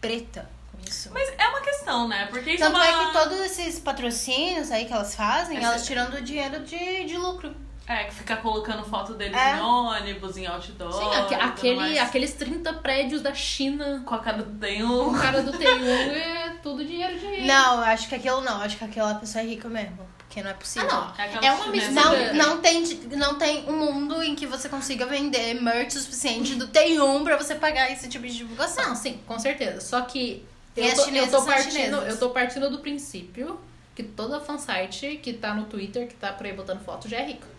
S3: preta com isso.
S4: Mas é uma questão, né? Porque isso
S3: Tanto
S4: é uma...
S3: é que todos esses patrocínios aí que elas fazem,
S4: Essa-
S3: elas tiram do dinheiro de, de lucro.
S4: É, que ficar colocando foto deles
S3: É.
S4: em ônibus, em outdoor.
S2: Sim, aque-
S4: e tudo
S2: aquele,
S4: mais.
S2: aqueles 30 prédios da China
S4: Com a cara do
S2: com
S4: Tenho.
S2: o cara do Taeyong é tudo dinheiro de...
S3: Não, eu acho que aquilo não. eu Acho que aquela pessoa é rica mesmo. Porque não é
S2: Ah,
S3: possível.
S2: não.
S4: É aquela
S2: É uma
S4: chinesa
S2: mistura.
S3: Não, não, tem, não tem um mundo em que você consiga vender merch o suficiente do T1 pra você pagar esse tipo de divulgação.
S2: Não, sim, com certeza. Só que
S3: E
S2: eu
S3: as
S2: tô, eu,
S3: chinesas
S2: tô
S3: são
S2: partindo,
S3: chinesas.
S2: eu tô partindo do princípio que toda fansite que tá no Twitter, que tá por aí botando foto, já é rica.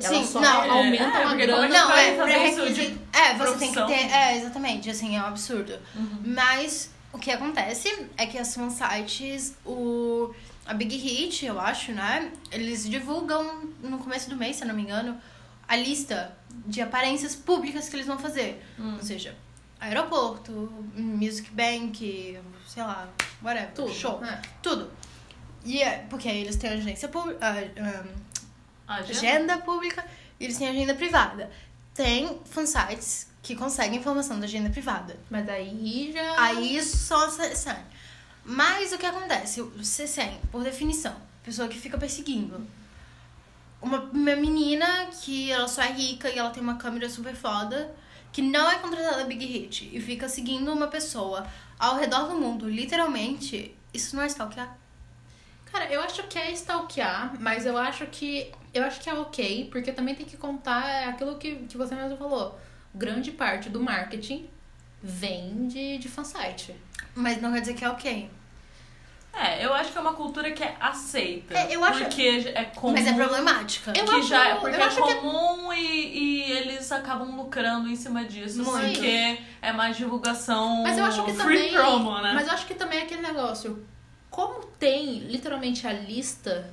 S2: Ela
S3: Sim,
S2: só
S3: não,
S2: aumenta
S4: é,
S2: uma
S4: porque
S2: grana.
S4: como que
S3: Não,
S4: vai
S3: é,
S4: fazer isso
S3: pré-requisito. É, você tem que
S4: profissão? Uhum.
S3: ter. É, exatamente, assim, é um absurdo. Mas o que acontece é que as fansites, o. A Big Hit, eu acho, né? Eles divulgam no começo do mês, se eu não me engano, a lista de aparências públicas que eles vão fazer.
S4: Hum.
S3: Ou seja, aeroporto, music bank, sei lá, whatever.
S2: Tudo.
S3: Show.
S4: É.
S2: né?
S3: Tudo. E é, porque aí eles têm agência ah, pública.
S4: Agenda?
S3: agenda pública e eles têm agenda privada. Tem fansites que conseguem informação da agenda privada.
S2: Mas aí já.
S3: Aí isso só CSN. Mas o que acontece? O CSN, por definição, pessoa que fica perseguindo. Uma, uma menina que ela só é rica e ela tem uma câmera super foda, que não é contratada Big Hit e fica seguindo uma pessoa ao redor do mundo, literalmente, isso não é stalkear.
S2: Cara, eu acho que é stalkear, mas eu acho que. Eu acho que é ok, porque também tem que contar aquilo que, que você mesmo falou. Grande parte do marketing vem de, de fansite.
S3: Mas não quer dizer que é ok.
S4: É, eu acho que é uma cultura que é aceita.
S3: É, eu acho-
S4: Porque é comum.
S3: Mas é problemática.
S2: Eu
S4: que
S2: acho-
S4: já é porque
S2: eu acho
S4: é
S2: que é-
S4: comum e, e eles acabam lucrando em cima disso. assim,
S3: Muito.
S4: Porque é mais divulgação
S2: Mas eu acho que
S4: um free
S2: também.
S4: promo, né?
S2: Mas eu acho que também é aquele negócio. Como tem literalmente a lista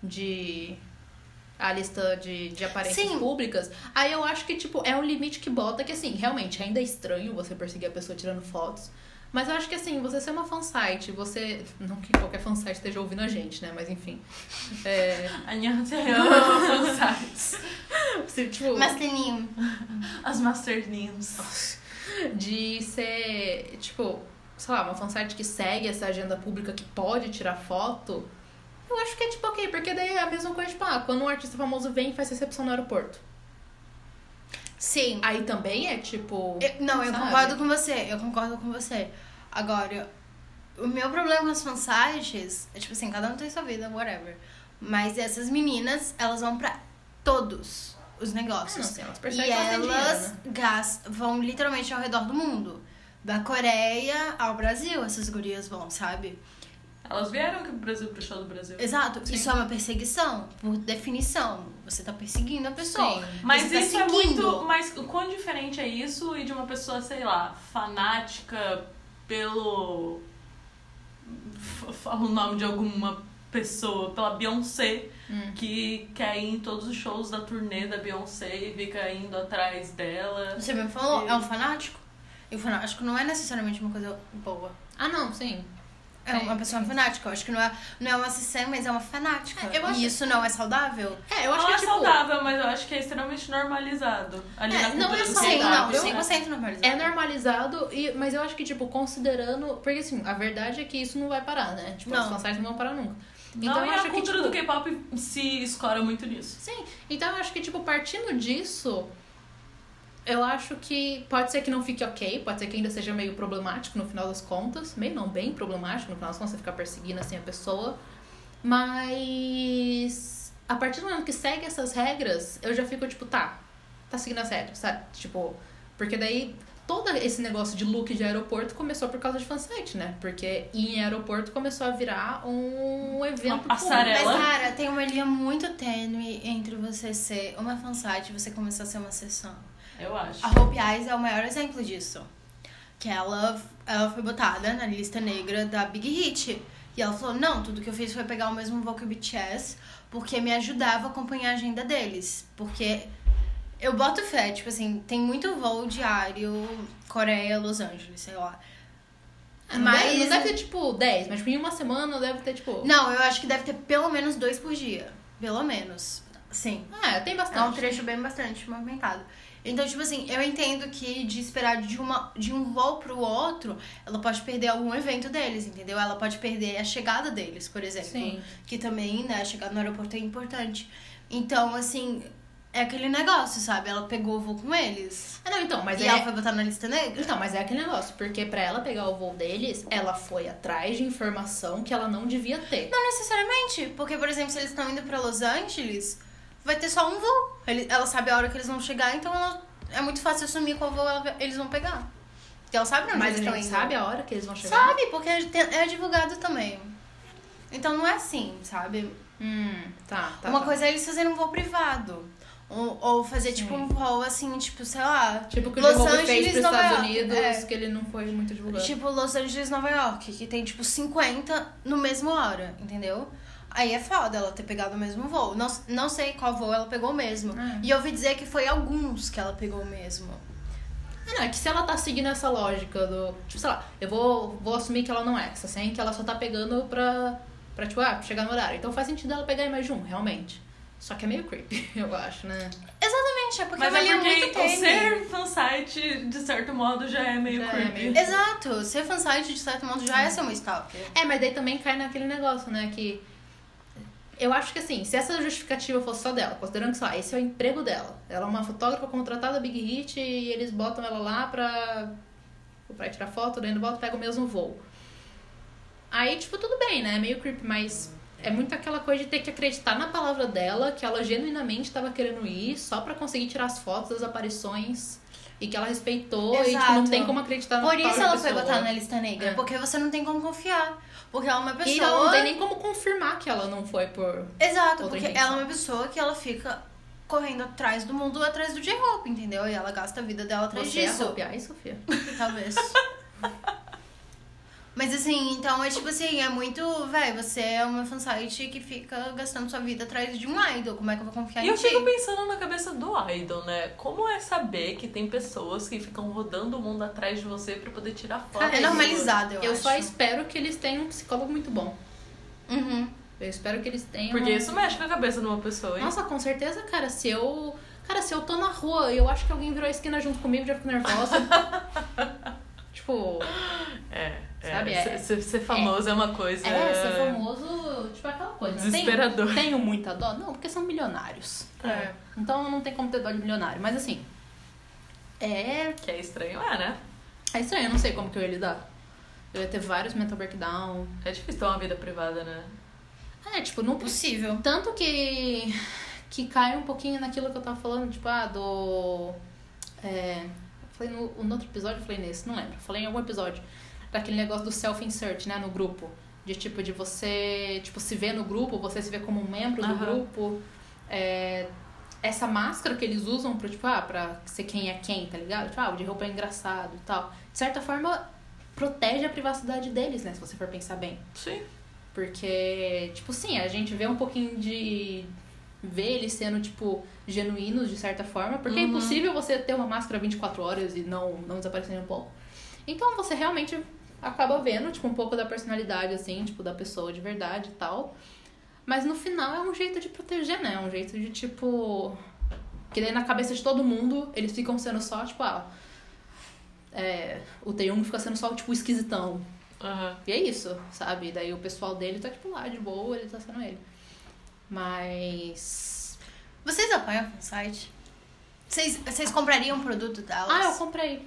S2: de. A lista de, de aparências
S3: Sim.
S2: públicas, aí eu acho que, tipo, é um limite que bota que, assim, realmente ainda é estranho você perseguir a pessoa tirando fotos. Mas eu acho que assim, você ser uma fansite, você. Não que qualquer fansite esteja ouvindo a gente, né? Mas enfim.
S4: (laughs)
S2: É. (laughs)
S4: Anhanhahan, sites,
S2: você, tipo,
S3: Mas tem
S4: As Master Names.
S2: de ser, tipo, sei lá, uma fansite que segue essa agenda pública que pode tirar foto, eu acho que é tipo ok, porque daí é a mesma coisa, tipo, ah, quando um artista famoso vem e faz recepção no aeroporto.
S3: Sim.
S2: Aí também é tipo.
S3: Eu- não, eu
S2: Sabe?
S3: concordo com você, eu concordo com você. Agora, o meu problema com as fansites é tipo assim, cada um tem sua vida, whatever. Mas essas meninas, elas vão pra todos os
S2: Ah, não
S3: negócios.
S2: sei, elas percebem
S3: e
S2: que elas têm dinheiro,
S3: elas
S2: né?
S3: gas- vão literalmente ao redor do mundo. Da Coreia ao Brasil, essas gurias vão, sabe?
S4: Elas vieram aqui pro Brasil, pro show do Brasil.
S3: Exato. Isso é uma perseguição, por definição. Você tá perseguindo a pessoa.
S2: Sim.
S4: Mas
S3: Você tá
S4: isso é
S3: seguindo.
S4: muito. Mas o quão diferente é isso e de uma pessoa, sei lá, fanática pelo. f- Fala o nome de alguma pessoa, pela Beyoncé,
S2: Hum.
S4: que quer ir em todos os shows da turnê da Beyoncé e fica indo atrás dela.
S3: Você mesmo falou, é um fanático? E o fanático não é necessariamente uma coisa boa.
S2: Ah, não, sim.
S3: É
S2: Tem,
S3: uma pessoa fanática. Eu acho que não é, não é uma CC, mas é uma fanática.
S2: É, eu acho-
S3: E isso não é saudável?
S2: É, eu acho
S4: não
S2: que
S4: é
S2: é tipo.
S4: saudável, mas eu acho que é extremamente normalizado. Ali
S2: É,
S4: na
S2: não
S4: cultura
S2: é
S4: do
S2: saudável,
S3: Sim, não.
S4: né?
S2: sim.
S3: 100% normalizado.
S2: É normalizado, e, mas eu acho que, tipo, considerando. Porque assim, a verdade é que isso não vai parar, né? Tipo,
S3: Não.
S2: as fansites não vão parar nunca.
S4: Não,
S2: então
S4: e
S2: eu
S4: a
S2: acho que.
S4: cultura
S2: Tipo,
S4: do K-pop se escora muito nisso.
S2: Sim, então eu acho que, tipo, partindo disso, eu acho que pode ser que não fique ok, pode ser que ainda seja meio problemático no final das contas. Meio não, bem problemático no final das contas, você ficar perseguindo assim a pessoa. Mas a partir do momento que segue essas regras, eu já fico tipo, tá, tá seguindo a sério, sabe? Tipo, porque daí todo esse negócio de look de aeroporto começou por causa de fansite, né? Porque em aeroporto começou a virar um evento
S4: passarela.
S2: público.
S3: Mas,
S4: Ela?
S3: cara, tem uma linha muito tênue entre você ser uma fansite e você começar a ser uma sessão.
S4: Eu acho.
S3: A Hope Eyes é o maior exemplo disso. Que ela, ela foi botada na lista negra da Big Hit. E ela falou, não, tudo que eu fiz foi pegar o mesmo voo que o BTS, porque me ajudava a acompanhar a agenda deles. Porque eu boto fé, tipo assim, tem muito voo diário Coreia, Los Angeles, sei lá.
S2: Ah, não deve- Não deve ter, tipo, 10, mas tipo, em uma semana deve ter, tipo...
S3: Não, eu acho que deve ter pelo menos dois por dia. Pelo menos. Sim.
S2: Ah, tem bastante.
S3: É um trecho bem bastante movimentado. Então, tipo assim, eu entendo que de esperar de, uma, de um voo pro outro, ela pode perder algum evento deles, entendeu? Ela pode perder a chegada deles, por exemplo.
S2: Sim.
S3: Que também, né, chegar no aeroporto é importante. Então, assim, é aquele negócio, sabe? Ela pegou o voo com eles.
S2: Ah, não, então, mas
S3: e
S2: é...
S3: ela foi botar na lista negra.
S2: Então, mas é aquele negócio, porque pra ela pegar o voo deles, ela foi atrás de informação que ela não devia ter.
S3: Não necessariamente, porque, por exemplo, se eles estão indo pra Los Angeles, vai ter só um voo. Ele- ela sabe a hora que eles vão chegar, então ela- é muito fácil assumir qual voo ela- eles vão pegar. Porque ela sabe onde
S2: mas
S3: eles
S2: a
S3: estão
S2: gente
S3: indo.
S2: sabe a hora que eles vão chegar.
S3: Sabe, porque é te- é divulgado também. Então não é assim, sabe?
S2: Hum, tá, tá.
S3: Uma
S2: tá.
S3: coisa é eles fazerem um voo privado. Ou, ou fazer, tipo, um voo assim, tipo, sei lá.
S2: Tipo, que o
S3: Los
S2: Jehová fez
S3: Angeles,
S2: pros
S3: Nova
S2: Estados
S3: York.
S2: Unidos,
S3: É.
S2: que ele não foi muito divulgado.
S3: Tipo, Los Angeles, Nova York, que tem tipo 50 no mesmo hora, entendeu? Aí é foda ela ter pegado o mesmo voo. Não, não sei qual voo ela pegou mesmo.
S2: É.
S3: E eu ouvi dizer que foi alguns que ela pegou mesmo.
S2: Ah, não, é que se ela tá seguindo essa lógica do. Tipo, sei lá, eu vou, vou assumir que ela não é essa, sem que ela só tá pegando pra. pra, tipo, ah, chegar no horário. Então faz sentido ela pegar mais de um, realmente. Só que é meio creepy, (laughs) eu acho, né?
S3: Exatamente, é porque
S4: Mas
S3: ela
S4: é
S3: é
S4: porque
S3: muito tênue.
S4: o ser fansite, de certo modo, já é meio
S2: Já é
S4: creepy.
S2: meio-
S3: Exato, ser fansite de certo modo já é ser uma stalker.
S2: É, mas daí também cai naquele negócio, né? Que. Eu acho que assim, se essa justificativa fosse só dela, considerando que, sei lá, esse é o emprego dela. Ela é uma fotógrafa contratada Big Hit e eles botam ela lá pra, pra tirar foto, daí no volta pega o mesmo voo. Aí, tipo, tudo bem, né? É meio creepy, mas é muito aquela coisa de ter que acreditar na palavra dela, que ela genuinamente tava querendo ir só pra conseguir tirar as fotos das aparições e que ela respeitou e, tipo, não
S3: Exato.
S2: tem como acreditar na
S3: Por
S2: palavra
S3: isso ela
S2: pessoa.
S3: foi botar na lista negra.
S2: É.
S3: Porque você não tem como confiar. Porque ela é uma pessoa.
S2: E ela não tem nem como confirmar que ela não foi por.
S3: Exato,
S2: outra
S3: porque
S2: intenção.
S3: ela é uma pessoa que ela fica correndo atrás do mundo, atrás do J-Hope, entendeu? E ela gasta a vida dela atrás
S2: Você é
S3: disso.
S2: copiar, hein, Sofia?
S3: Talvez. Mas assim, então é tipo assim, é muito. Véi, você é uma fansite que fica gastando sua vida atrás de um idol. Como é que eu vou confiar
S4: E
S3: em
S4: eu
S3: ti?
S4: fico pensando na cabeça do idol, né? Como é saber que tem pessoas que ficam rodando o mundo atrás de você pra poder tirar foto?
S3: É normalizado, eu,
S2: Eu
S3: acho.
S2: só espero que eles tenham um psicólogo muito bom.
S3: Uhum.
S2: Eu espero que eles tenham. um
S4: Porque isso mexe com a cabeça de uma pessoa, hein?
S2: Nossa, com certeza, cara, se eu. Cara, se eu tô na rua e eu acho que alguém virou a esquina junto comigo, já fico (laughs) nervosa. tipo,
S4: É, é.
S2: Sabe, é-
S4: Ser, ser- ser famoso é, uma coisa.
S2: é, ser famoso, tipo, é aquela coisa. né? Tenho-
S4: Desesperador.
S2: Tenho muita dó. Não, porque são milionários.
S3: É.
S2: Então não tem como ter dó de milionário. Mas assim. É
S4: Que é estranho, é, né?
S2: É estranho, eu não sei como que eu ia lidar. Eu ia ter vários mental breakdown.
S4: É difícil ter uma vida privada, né?
S2: É, tipo, não possível.
S3: Possível.
S2: Tanto que. que cai um pouquinho naquilo que eu tava falando, tipo, ah, do. É. eu Falei no, no outro episódio, eu falei nesse, não lembro. eu Falei em algum episódio. Daquele negócio do self-insert, né, no grupo. De tipo, de você. Tipo, se ver no grupo, você se vê como um membro do
S4: Aham.
S2: grupo. É, essa máscara que eles usam pra, tipo, ah, pra ser quem é quem, tá ligado? Tipo, ah, o de roupa é engraçado e tal. De certa forma, protege a privacidade deles, né? Se você for pensar bem.
S4: Sim.
S2: Porque, tipo, sim, a gente vê um pouquinho de. vê eles sendo, tipo, genuínos de certa forma, porque é impossível você ter uma máscara 24 horas e não, não desaparecer nem um pouco. Então você realmente acaba vendo, tipo, um pouco da personalidade, assim, tipo, da pessoa de verdade e tal. Mas no final é um jeito de proteger, né? É um jeito de, tipo. Que daí na cabeça de todo mundo eles ficam sendo só, tipo, ah. É, o Taeyong fica sendo só, tipo, esquisitão.
S4: Aham.
S2: E é isso, sabe? Daí o pessoal dele tá tipo lá de boa, ele tá sendo ele. Mas.
S3: Vocês apoiam a fansite? Vocês, vocês comprariam um produto delas?
S2: Ah, eu comprei. (laughs)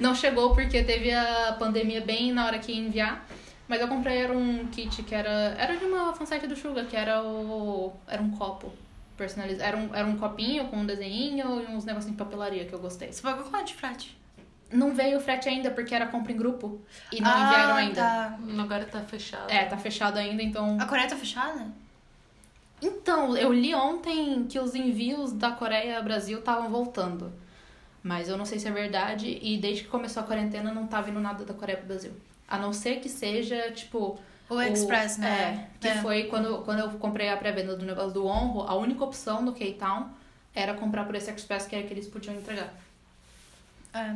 S2: Não chegou porque teve a pandemia bem na hora que ia enviar. Mas eu comprei era um kit que era. Era de uma fansite do Suga, que era o. Era um copo. personaliz... era, um, era um copinho com um desenho e uns negocinhos de papelaria que eu gostei.
S3: Você pagou quanto de frete?
S2: Não veio o frete ainda porque era compra em grupo e não
S3: ah,
S2: enviaram ainda.
S3: Tá.
S4: Agora tá fechado.
S2: É, tá fechado ainda, então.
S3: A Coreia tá fechada?
S2: Então, eu li ontem que os envios da Coreia ao Brasil estavam voltando. Mas eu não sei se é verdade. E desde que começou a quarentena, não tá vindo nada da Coreia pro Brasil. A não ser que seja, tipo.
S3: O é Express, né?
S2: É, que
S3: É.
S2: foi quando, quando eu comprei a pré-venda do negócio do Honro, a única opção no K-Town era comprar por esse Express, que era que eles podiam entregar.
S3: É.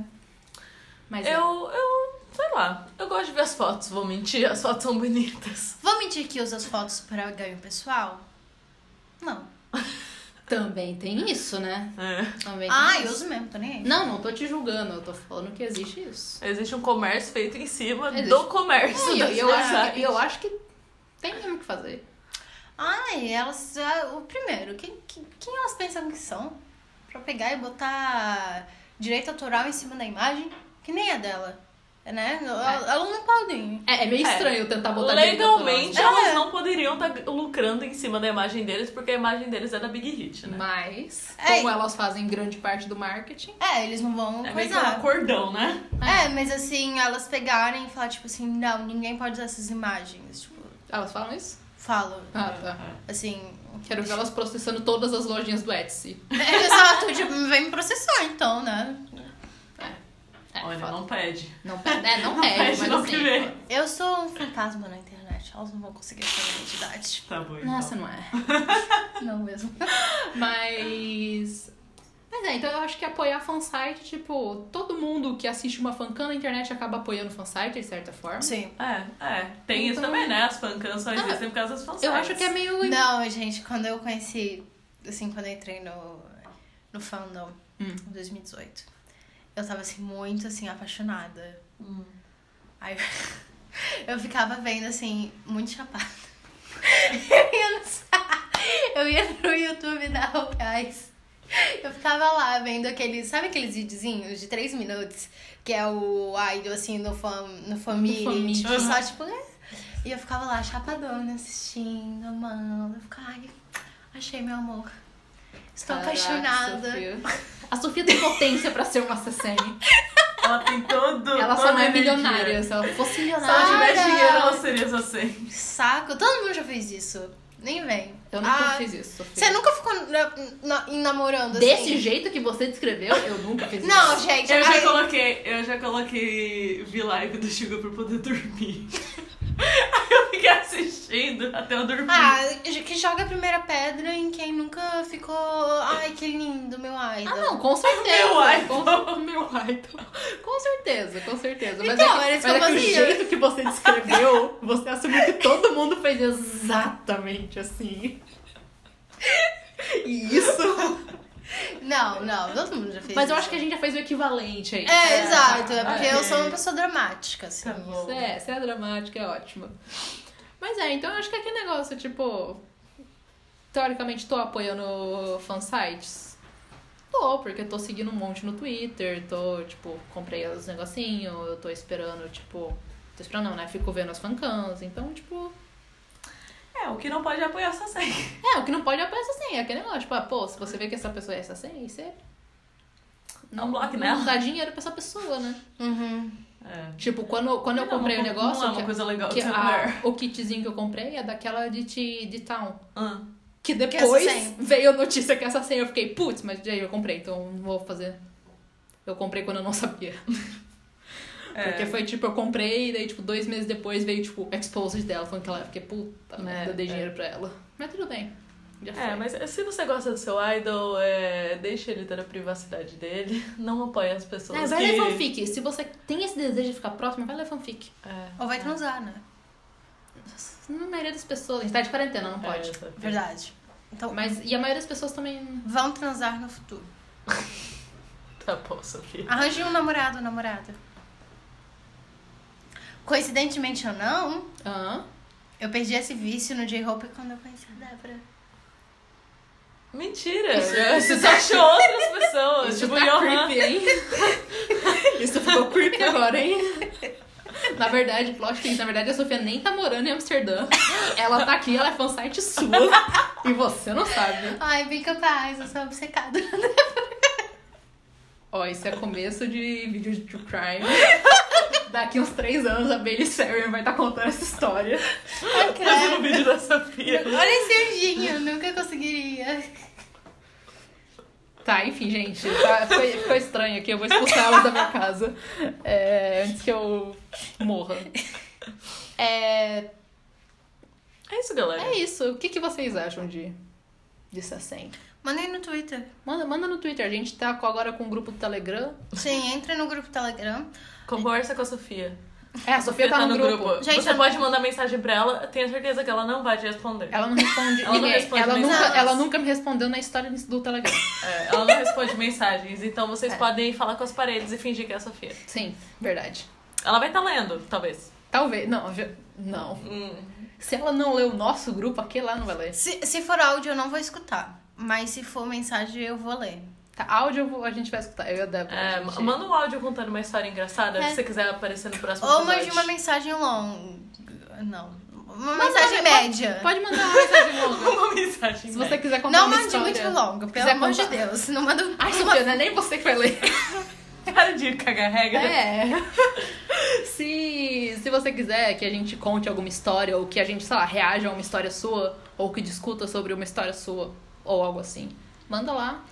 S2: Mas é.
S4: Eu, eu, sei lá, eu gosto de ver as fotos, vou mentir, as fotos são bonitas.
S3: Vou mentir que usa as fotos pra ganho pessoal? Não.
S2: também tem isso, né?
S4: É.
S2: Também tem
S3: Ah,
S2: isso.
S3: eu uso mesmo, tô nem aí.
S2: Não, não tô te julgando, eu tô falando que existe isso.
S4: Existe um comércio feito em cima
S2: Existe.
S4: do comércio.
S2: É, e eu,
S4: das
S2: eu, acho que,
S4: mensagens.
S2: eu acho que tem mesmo o que fazer.
S3: Ai, elas. ah, O primeiro, quem, quem, quem elas pensam que são? Pra pegar e botar direito autoral em cima da imagem, que nem é dela. Né? Ela, ela não podem.
S2: É, é meio
S4: É.
S2: estranho tentar botar direito
S4: Legalmente,
S3: É.
S4: elas não poderiam estar lucrando em cima da imagem deles, porque a imagem deles é da Big Hit,
S2: natural,
S4: né?
S2: Mas,
S3: É.
S2: como elas fazem grande parte do marketing,
S3: É, eles não vão
S4: É meio que um
S3: coisar.
S4: acordão, né?
S3: É, mas assim, elas pegarem e falar, tipo assim, não, ninguém pode usar essas imagens. Tipo,
S2: elas falam isso?
S3: falo,
S2: Ah,
S4: É.
S2: tá.
S3: assim.
S2: Quero ver elas processando todas as lojinhas do Etsy.
S3: Eu só tô, tipo, vem me processar, então, né?
S2: É,
S4: Olha,
S2: foda.
S4: não pede.
S2: não, pede, é, não
S4: (laughs) Não
S2: pede,
S4: pede,
S2: mas
S4: não
S2: assim,
S4: que vem.
S2: foda.
S3: Eu sou um fantasma na internet, elas não vão conseguir ter minha identidade.
S4: Tá bom, então.
S2: Nossa, não
S4: (laughs)
S2: é. não mesmo. Mas. Mas é, então eu acho que apoiar fansite, tipo, todo mundo que assiste uma fancam na internet acaba apoiando fansite, de certa forma.
S3: Sim.
S4: É, é. Tem isso
S2: Então-
S4: também, né? As fancans só
S2: Ah,
S4: existem por causa das fansites.
S2: Eu acho que é meio.
S3: Não, gente, quando eu conheci, assim, quando eu entrei no, no fandom
S2: Hum.
S3: em 2018, eu tava, assim, muito, assim, apaixonada. Aí (laughs) eu, eu ficava vendo, assim, muito chapada. (laughs) Eu ia, no, sa- eu ia no YouTube da Rocais. Eu ficava lá vendo aqueles, sabe aqueles videozinhos de 3 minutos? Que é o idol, assim, no, fam, no família,
S2: família.
S3: tipo, só, tipo, né? E eu ficava lá, chapadona, assistindo, amando. Eu ficava, ai, achei meu amor. Estou
S2: Caraca,
S3: apaixonada.
S2: Sofia. A Sofia tem potência pra ser uma CCN.
S4: Ela tem todo.
S2: Ela só
S4: toda
S2: não é
S4: a
S3: né?
S4: energia.
S2: milionária. Se ela fosse
S4: Se ela
S2: milionária.
S4: tivesse
S3: Para!
S4: dinheiro, ela seria essa assim.
S3: Saco, todo mundo já fez isso. Nem vem.
S2: Eu nunca
S3: Ah,
S2: fiz isso, Sofia.
S3: Você nunca ficou na, na, namorando assim?
S2: Desse jeito que você descreveu, eu nunca fiz
S3: Não,
S2: isso.
S3: gente.
S4: Eu já
S3: ai,
S4: coloquei, eu já coloquei vi live do Suga pra poder (laughs) dormir. Aí eu fiquei assistindo até eu dormir.
S3: Ah, que joga a primeira pedra em quem nunca ficou. Ai, que lindo, é meu é idol.
S2: Ah, não, com certeza.
S4: Meu
S2: com, meu idol. Com certeza, com certeza. Mas
S3: Então,
S2: é que,
S3: era isso
S2: mas
S3: que eu
S2: é que o
S3: fazia.
S2: jeito que você descreveu, você assumiu que todo mundo fez exatamente
S3: (laughs)
S2: assim. E isso.
S3: Não, não, todo mundo já fez
S2: Ah, Mas eu
S3: isso.
S2: acho que a gente já fez o equivalente aí.
S3: É, exato. É
S4: tá,
S3: porque eu
S4: ok.
S3: sou uma pessoa dramática, assim.
S4: Tá bom.
S2: Isso é, isso é dramático, é ótimo. Mas é, então eu acho que aquele negócio, tipo. Teoricamente tô apoiando fansites. Tô, porque tô seguindo um monte no Twitter, tô, tipo, comprei os negocinhos, eu tô esperando, tipo. Tô esperando não, né? Fico vendo as fancams, então, tipo.
S4: É, o que não pode é apoiar essa série.
S2: É, o que não pode é apoiar essa senha, é aquele negócio, tipo, ah, pô, se você vê que essa pessoa é essa senha, aí você.
S4: Dá um bloco nela.
S2: Não dá dinheiro pra essa pessoa, né?
S3: Uhum.
S4: É.
S2: Tipo, quando, quando eu
S4: Não,
S2: comprei o
S4: não-
S2: negócio.
S4: Não é uma
S2: que-
S4: coisa legal
S2: que
S4: de
S2: a-
S4: apoiar.
S2: o kitzinho que eu comprei é daquela de, ti- de town.
S4: Ah.
S2: Que é
S3: essa
S2: depois
S3: senha.
S2: veio a notícia que é essa senha eu fiquei, putz, mas daí eu comprei, então não vou fazer. Eu comprei quando eu não sabia.
S4: é.
S2: Porque foi tipo, eu comprei e daí, tipo, dois meses depois veio, tipo, exposed dela, falando que ela eu fiquei, puta, merda, eu dei
S4: é.
S2: dinheiro pra ela. Mas tudo bem. Já foi.
S4: É, mas se você gosta do seu idol, é, deixa ele ter a privacidade dele. (laughs) Não apoia as pessoas
S2: É,
S4: que...
S2: vai ler fanfic. Se você tem esse desejo de ficar próximo, vai ler fanfic.
S4: É,
S3: Ou vai transar, né?
S2: Na maioria das pessoas, a gente tá de quarentena, não
S4: é,
S2: pode.
S4: essa-
S3: Verdade. Então,
S2: Mas, e a maioria das pessoas também.
S3: vão transar no futuro.
S4: Tá bom, Sofia.
S3: Arranje um namorado ou namorada. Coincidentemente ou não,
S2: Hã?
S3: eu perdi esse vício no J-Hope quando eu conheci a Débora.
S4: Mentira! Você só achou outras
S2: é-
S4: pessoas.
S2: Isso (laughs)
S4: tipo,
S2: tá
S4: Johan.
S2: creepy, hein? Isso ficou creepy agora, hein? Na verdade, plot twist, na verdade a Sofia nem tá morando em Amsterdã. Ela tá aqui, ela é fansite sua. E você não sabe.
S3: Ai, bem capaz, eu sou obcecada.
S2: Ó, esse é começo de vídeo de true crime. Daqui uns três anos a Bailey Sarian vai estar contando essa história.
S3: Ai,
S4: Fazendo
S3: credo.
S4: um vídeo da Sofia.
S3: Olha esse anjinho, nunca conseguiria.
S2: Tá, enfim, gente. tá- foi- ficou estranho aqui, eu vou expulsar ela da minha casa. é, antes que eu morra. É,
S4: É isso, galera.
S2: é isso. O que, que vocês acham de, assim? de Sassen?
S3: Mandei no Twitter.
S2: Manda, manda no Twitter. A gente tá com- agora com o grupo do Telegram.
S3: Sim, entra no grupo Telegram.
S4: Conversa com a Sofia.
S2: É, a
S4: (laughs)
S2: Sofia tá, no, grupo.
S3: Gente,
S4: Você
S3: eu-
S4: pode mandar mensagem pra ela, tenho certeza que ela não vai te responder.
S2: Ela não responde
S4: (laughs) Ela não
S2: e-mail.
S4: responde
S2: ela, nunca,
S3: mensagens.
S2: ela nunca me respondeu na história do Telegram.
S4: É, ela não responde (laughs) mensagens, então
S2: É.
S4: vocês podem falar com as paredes e fingir que é a Sofia.
S2: Sim, verdade.
S4: Ela vai estar lendo, talvez.
S2: Talvez. Não, já- não.
S4: Hum.
S2: Se ela não lê o nosso grupo, aquele lá não vai ler.
S3: Se, se for áudio, eu não vou escutar. Mas se for mensagem, eu vou ler.
S2: Tá, áudio eu vou- a gente vai escutar. Eu e a Débora.
S4: É,
S2: a gente...
S4: manda um áudio contando uma história engraçada,
S3: É.
S4: se você quiser aparecer no próximo
S3: Ou
S4: episódio.
S3: mande uma mensagem longa. Não. Uma
S2: Manda-
S3: mensagem
S2: pode-
S3: média.
S2: Pode mandar uma mensagem (laughs) longa.
S4: (laughs) uma mensagem.
S2: Se você quiser contar
S3: Não
S2: uma
S3: mande
S2: história.
S3: muito longa, pelo
S2: Quiser
S3: amor de
S2: contar-
S3: Deus. Não manda. um-
S2: Ai, Sofia, não é nem você que vai ler.
S4: Para de cagar regra.
S2: É. (laughs) se, se você quiser que a gente conte alguma história, ou que a gente, sei lá, reaja a uma história sua, ou que discuta sobre uma história sua, ou algo assim, manda lá.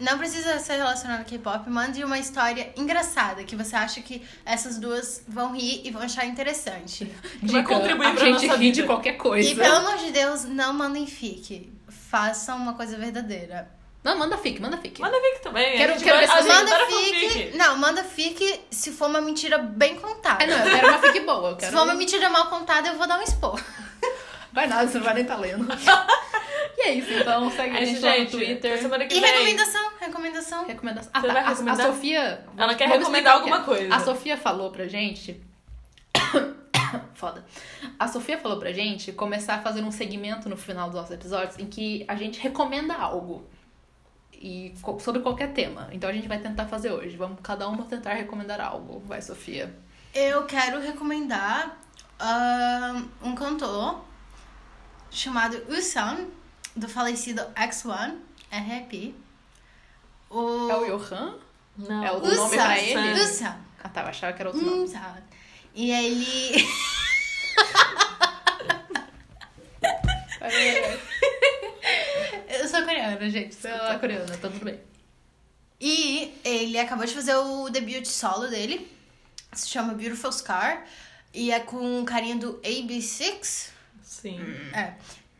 S3: Não precisa ser relacionado ao K-pop. Mande uma história engraçada que você acha que essas duas vão rir e vão achar interessante.
S4: Vai contribuir
S2: a
S4: pra
S2: gente
S4: nossa
S2: ri de
S4: vida.
S2: qualquer
S3: E
S2: coisa.
S3: pelo amor de Deus, não mandem fique. Façam uma coisa verdadeira.
S2: Não, manda fic, manda fic.
S4: Manda fic também.
S2: Quero-
S4: a gente
S2: quero
S4: vai-
S2: ver se
S4: a
S2: você-
S4: Ah, gente um adora
S3: Manda
S4: fanfic.
S3: fique. Não, manda fique se for uma mentira bem contada.
S2: É, não, eu quero uma fic boa, eu
S3: (laughs) se
S2: quero. um-
S3: for uma mentira mal contada, eu vou dar um expor.
S2: Vai nada, você não vai nem tá
S3: (laughs)
S2: lendo. e é isso, então segue a
S4: É
S2: gente,
S4: isso,
S2: lá no
S4: gente. Até
S2: Twitter.
S4: semana que
S3: E
S4: vem.
S3: recomendação, recomendação.
S2: Recomendação. Ah,
S4: Você
S2: tá.
S4: vai
S2: A-
S4: recomendar?
S2: A Sofia.
S4: Ela quer
S2: vamos explicar
S4: recomendar
S2: o que é.
S4: alguma coisa.
S2: A Sofia falou pra gente. (coughs) Foda. A Sofia falou pra gente começar a fazer um segmento no final dos nossos episódios em que a gente recomenda algo. E co- sobre qualquer tema. Então a gente vai tentar fazer hoje. Vamos cada uma tentar recomendar algo. Vai, Sofia.
S3: Eu quero recomendar ahn, um cantor chamado Usan, do falecido X1, RIP. O...
S2: É o Johan?
S4: Não.
S2: É o
S3: Usan,
S2: nome pra ele?
S3: Usan.
S2: Ah, tá. Eu achava que era outro nome.
S3: Usan. Hum, E ele. Eu sou coreana, gente.
S2: Sei lá, coreana, tá tudo bem.
S3: E ele acabou de fazer o debut solo dele. Se chama Beautiful Scar. E é com o carinha do AB6.
S4: Sim.
S3: É.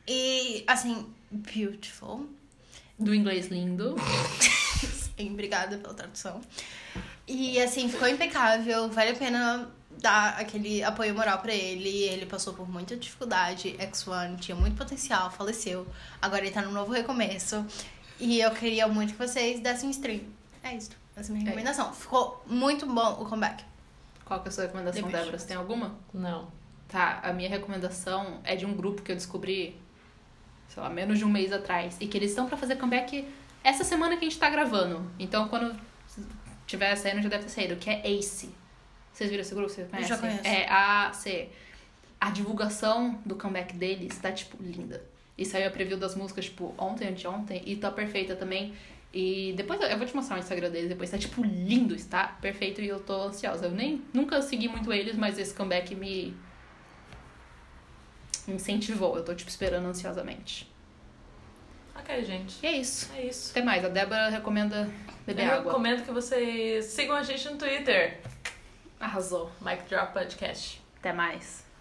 S3: E, assim, beautiful.
S2: Do inglês lindo.
S3: (laughs) Sim, Obrigada pela tradução. E, assim, ficou impecável. Vale a pena dar aquele apoio moral pra ele. Ele passou por muita dificuldade. X1 tinha muito potencial, faleceu. Agora ele tá num novo recomeço. E eu queria muito que vocês dessem um stream. É isso. Essa é a minha recomendação. Ficou muito bom o comeback.
S2: Qual que é a sua recomendação,
S3: Depois.
S2: Débora? Você tem alguma?
S4: Não.
S2: Tá, a minha recomendação é de um grupo que eu descobri, sei lá, menos de um mês atrás. E que eles estão pra fazer comeback essa semana que a gente tá gravando. Então, quando tiver saindo, já deve ter saído, que é Ace. Vocês viram esse grupo? Vocês
S3: Eu
S2: conhecem?
S3: já conheço.
S2: É AC. A divulgação do comeback deles tá, tipo, linda. E saiu a preview das músicas, tipo, ontem, anteontem. E tá perfeita também. E depois eu eu vou te mostrar o Instagram deles depois. Tá, tipo, lindo, está perfeito. E eu tô ansiosa. Eu nem nunca segui muito eles, mas esse comeback me me incentivou. Eu tô, tipo, esperando ansiosamente.
S4: Ok, gente.
S2: E é isso.
S4: É isso.
S2: Até mais. A Débora recomenda beber
S4: Eu
S2: água.
S4: recomendo que vocês sigam a gente no Twitter.
S2: Arrasou.
S4: Mic Drop Podcast.
S2: Até mais.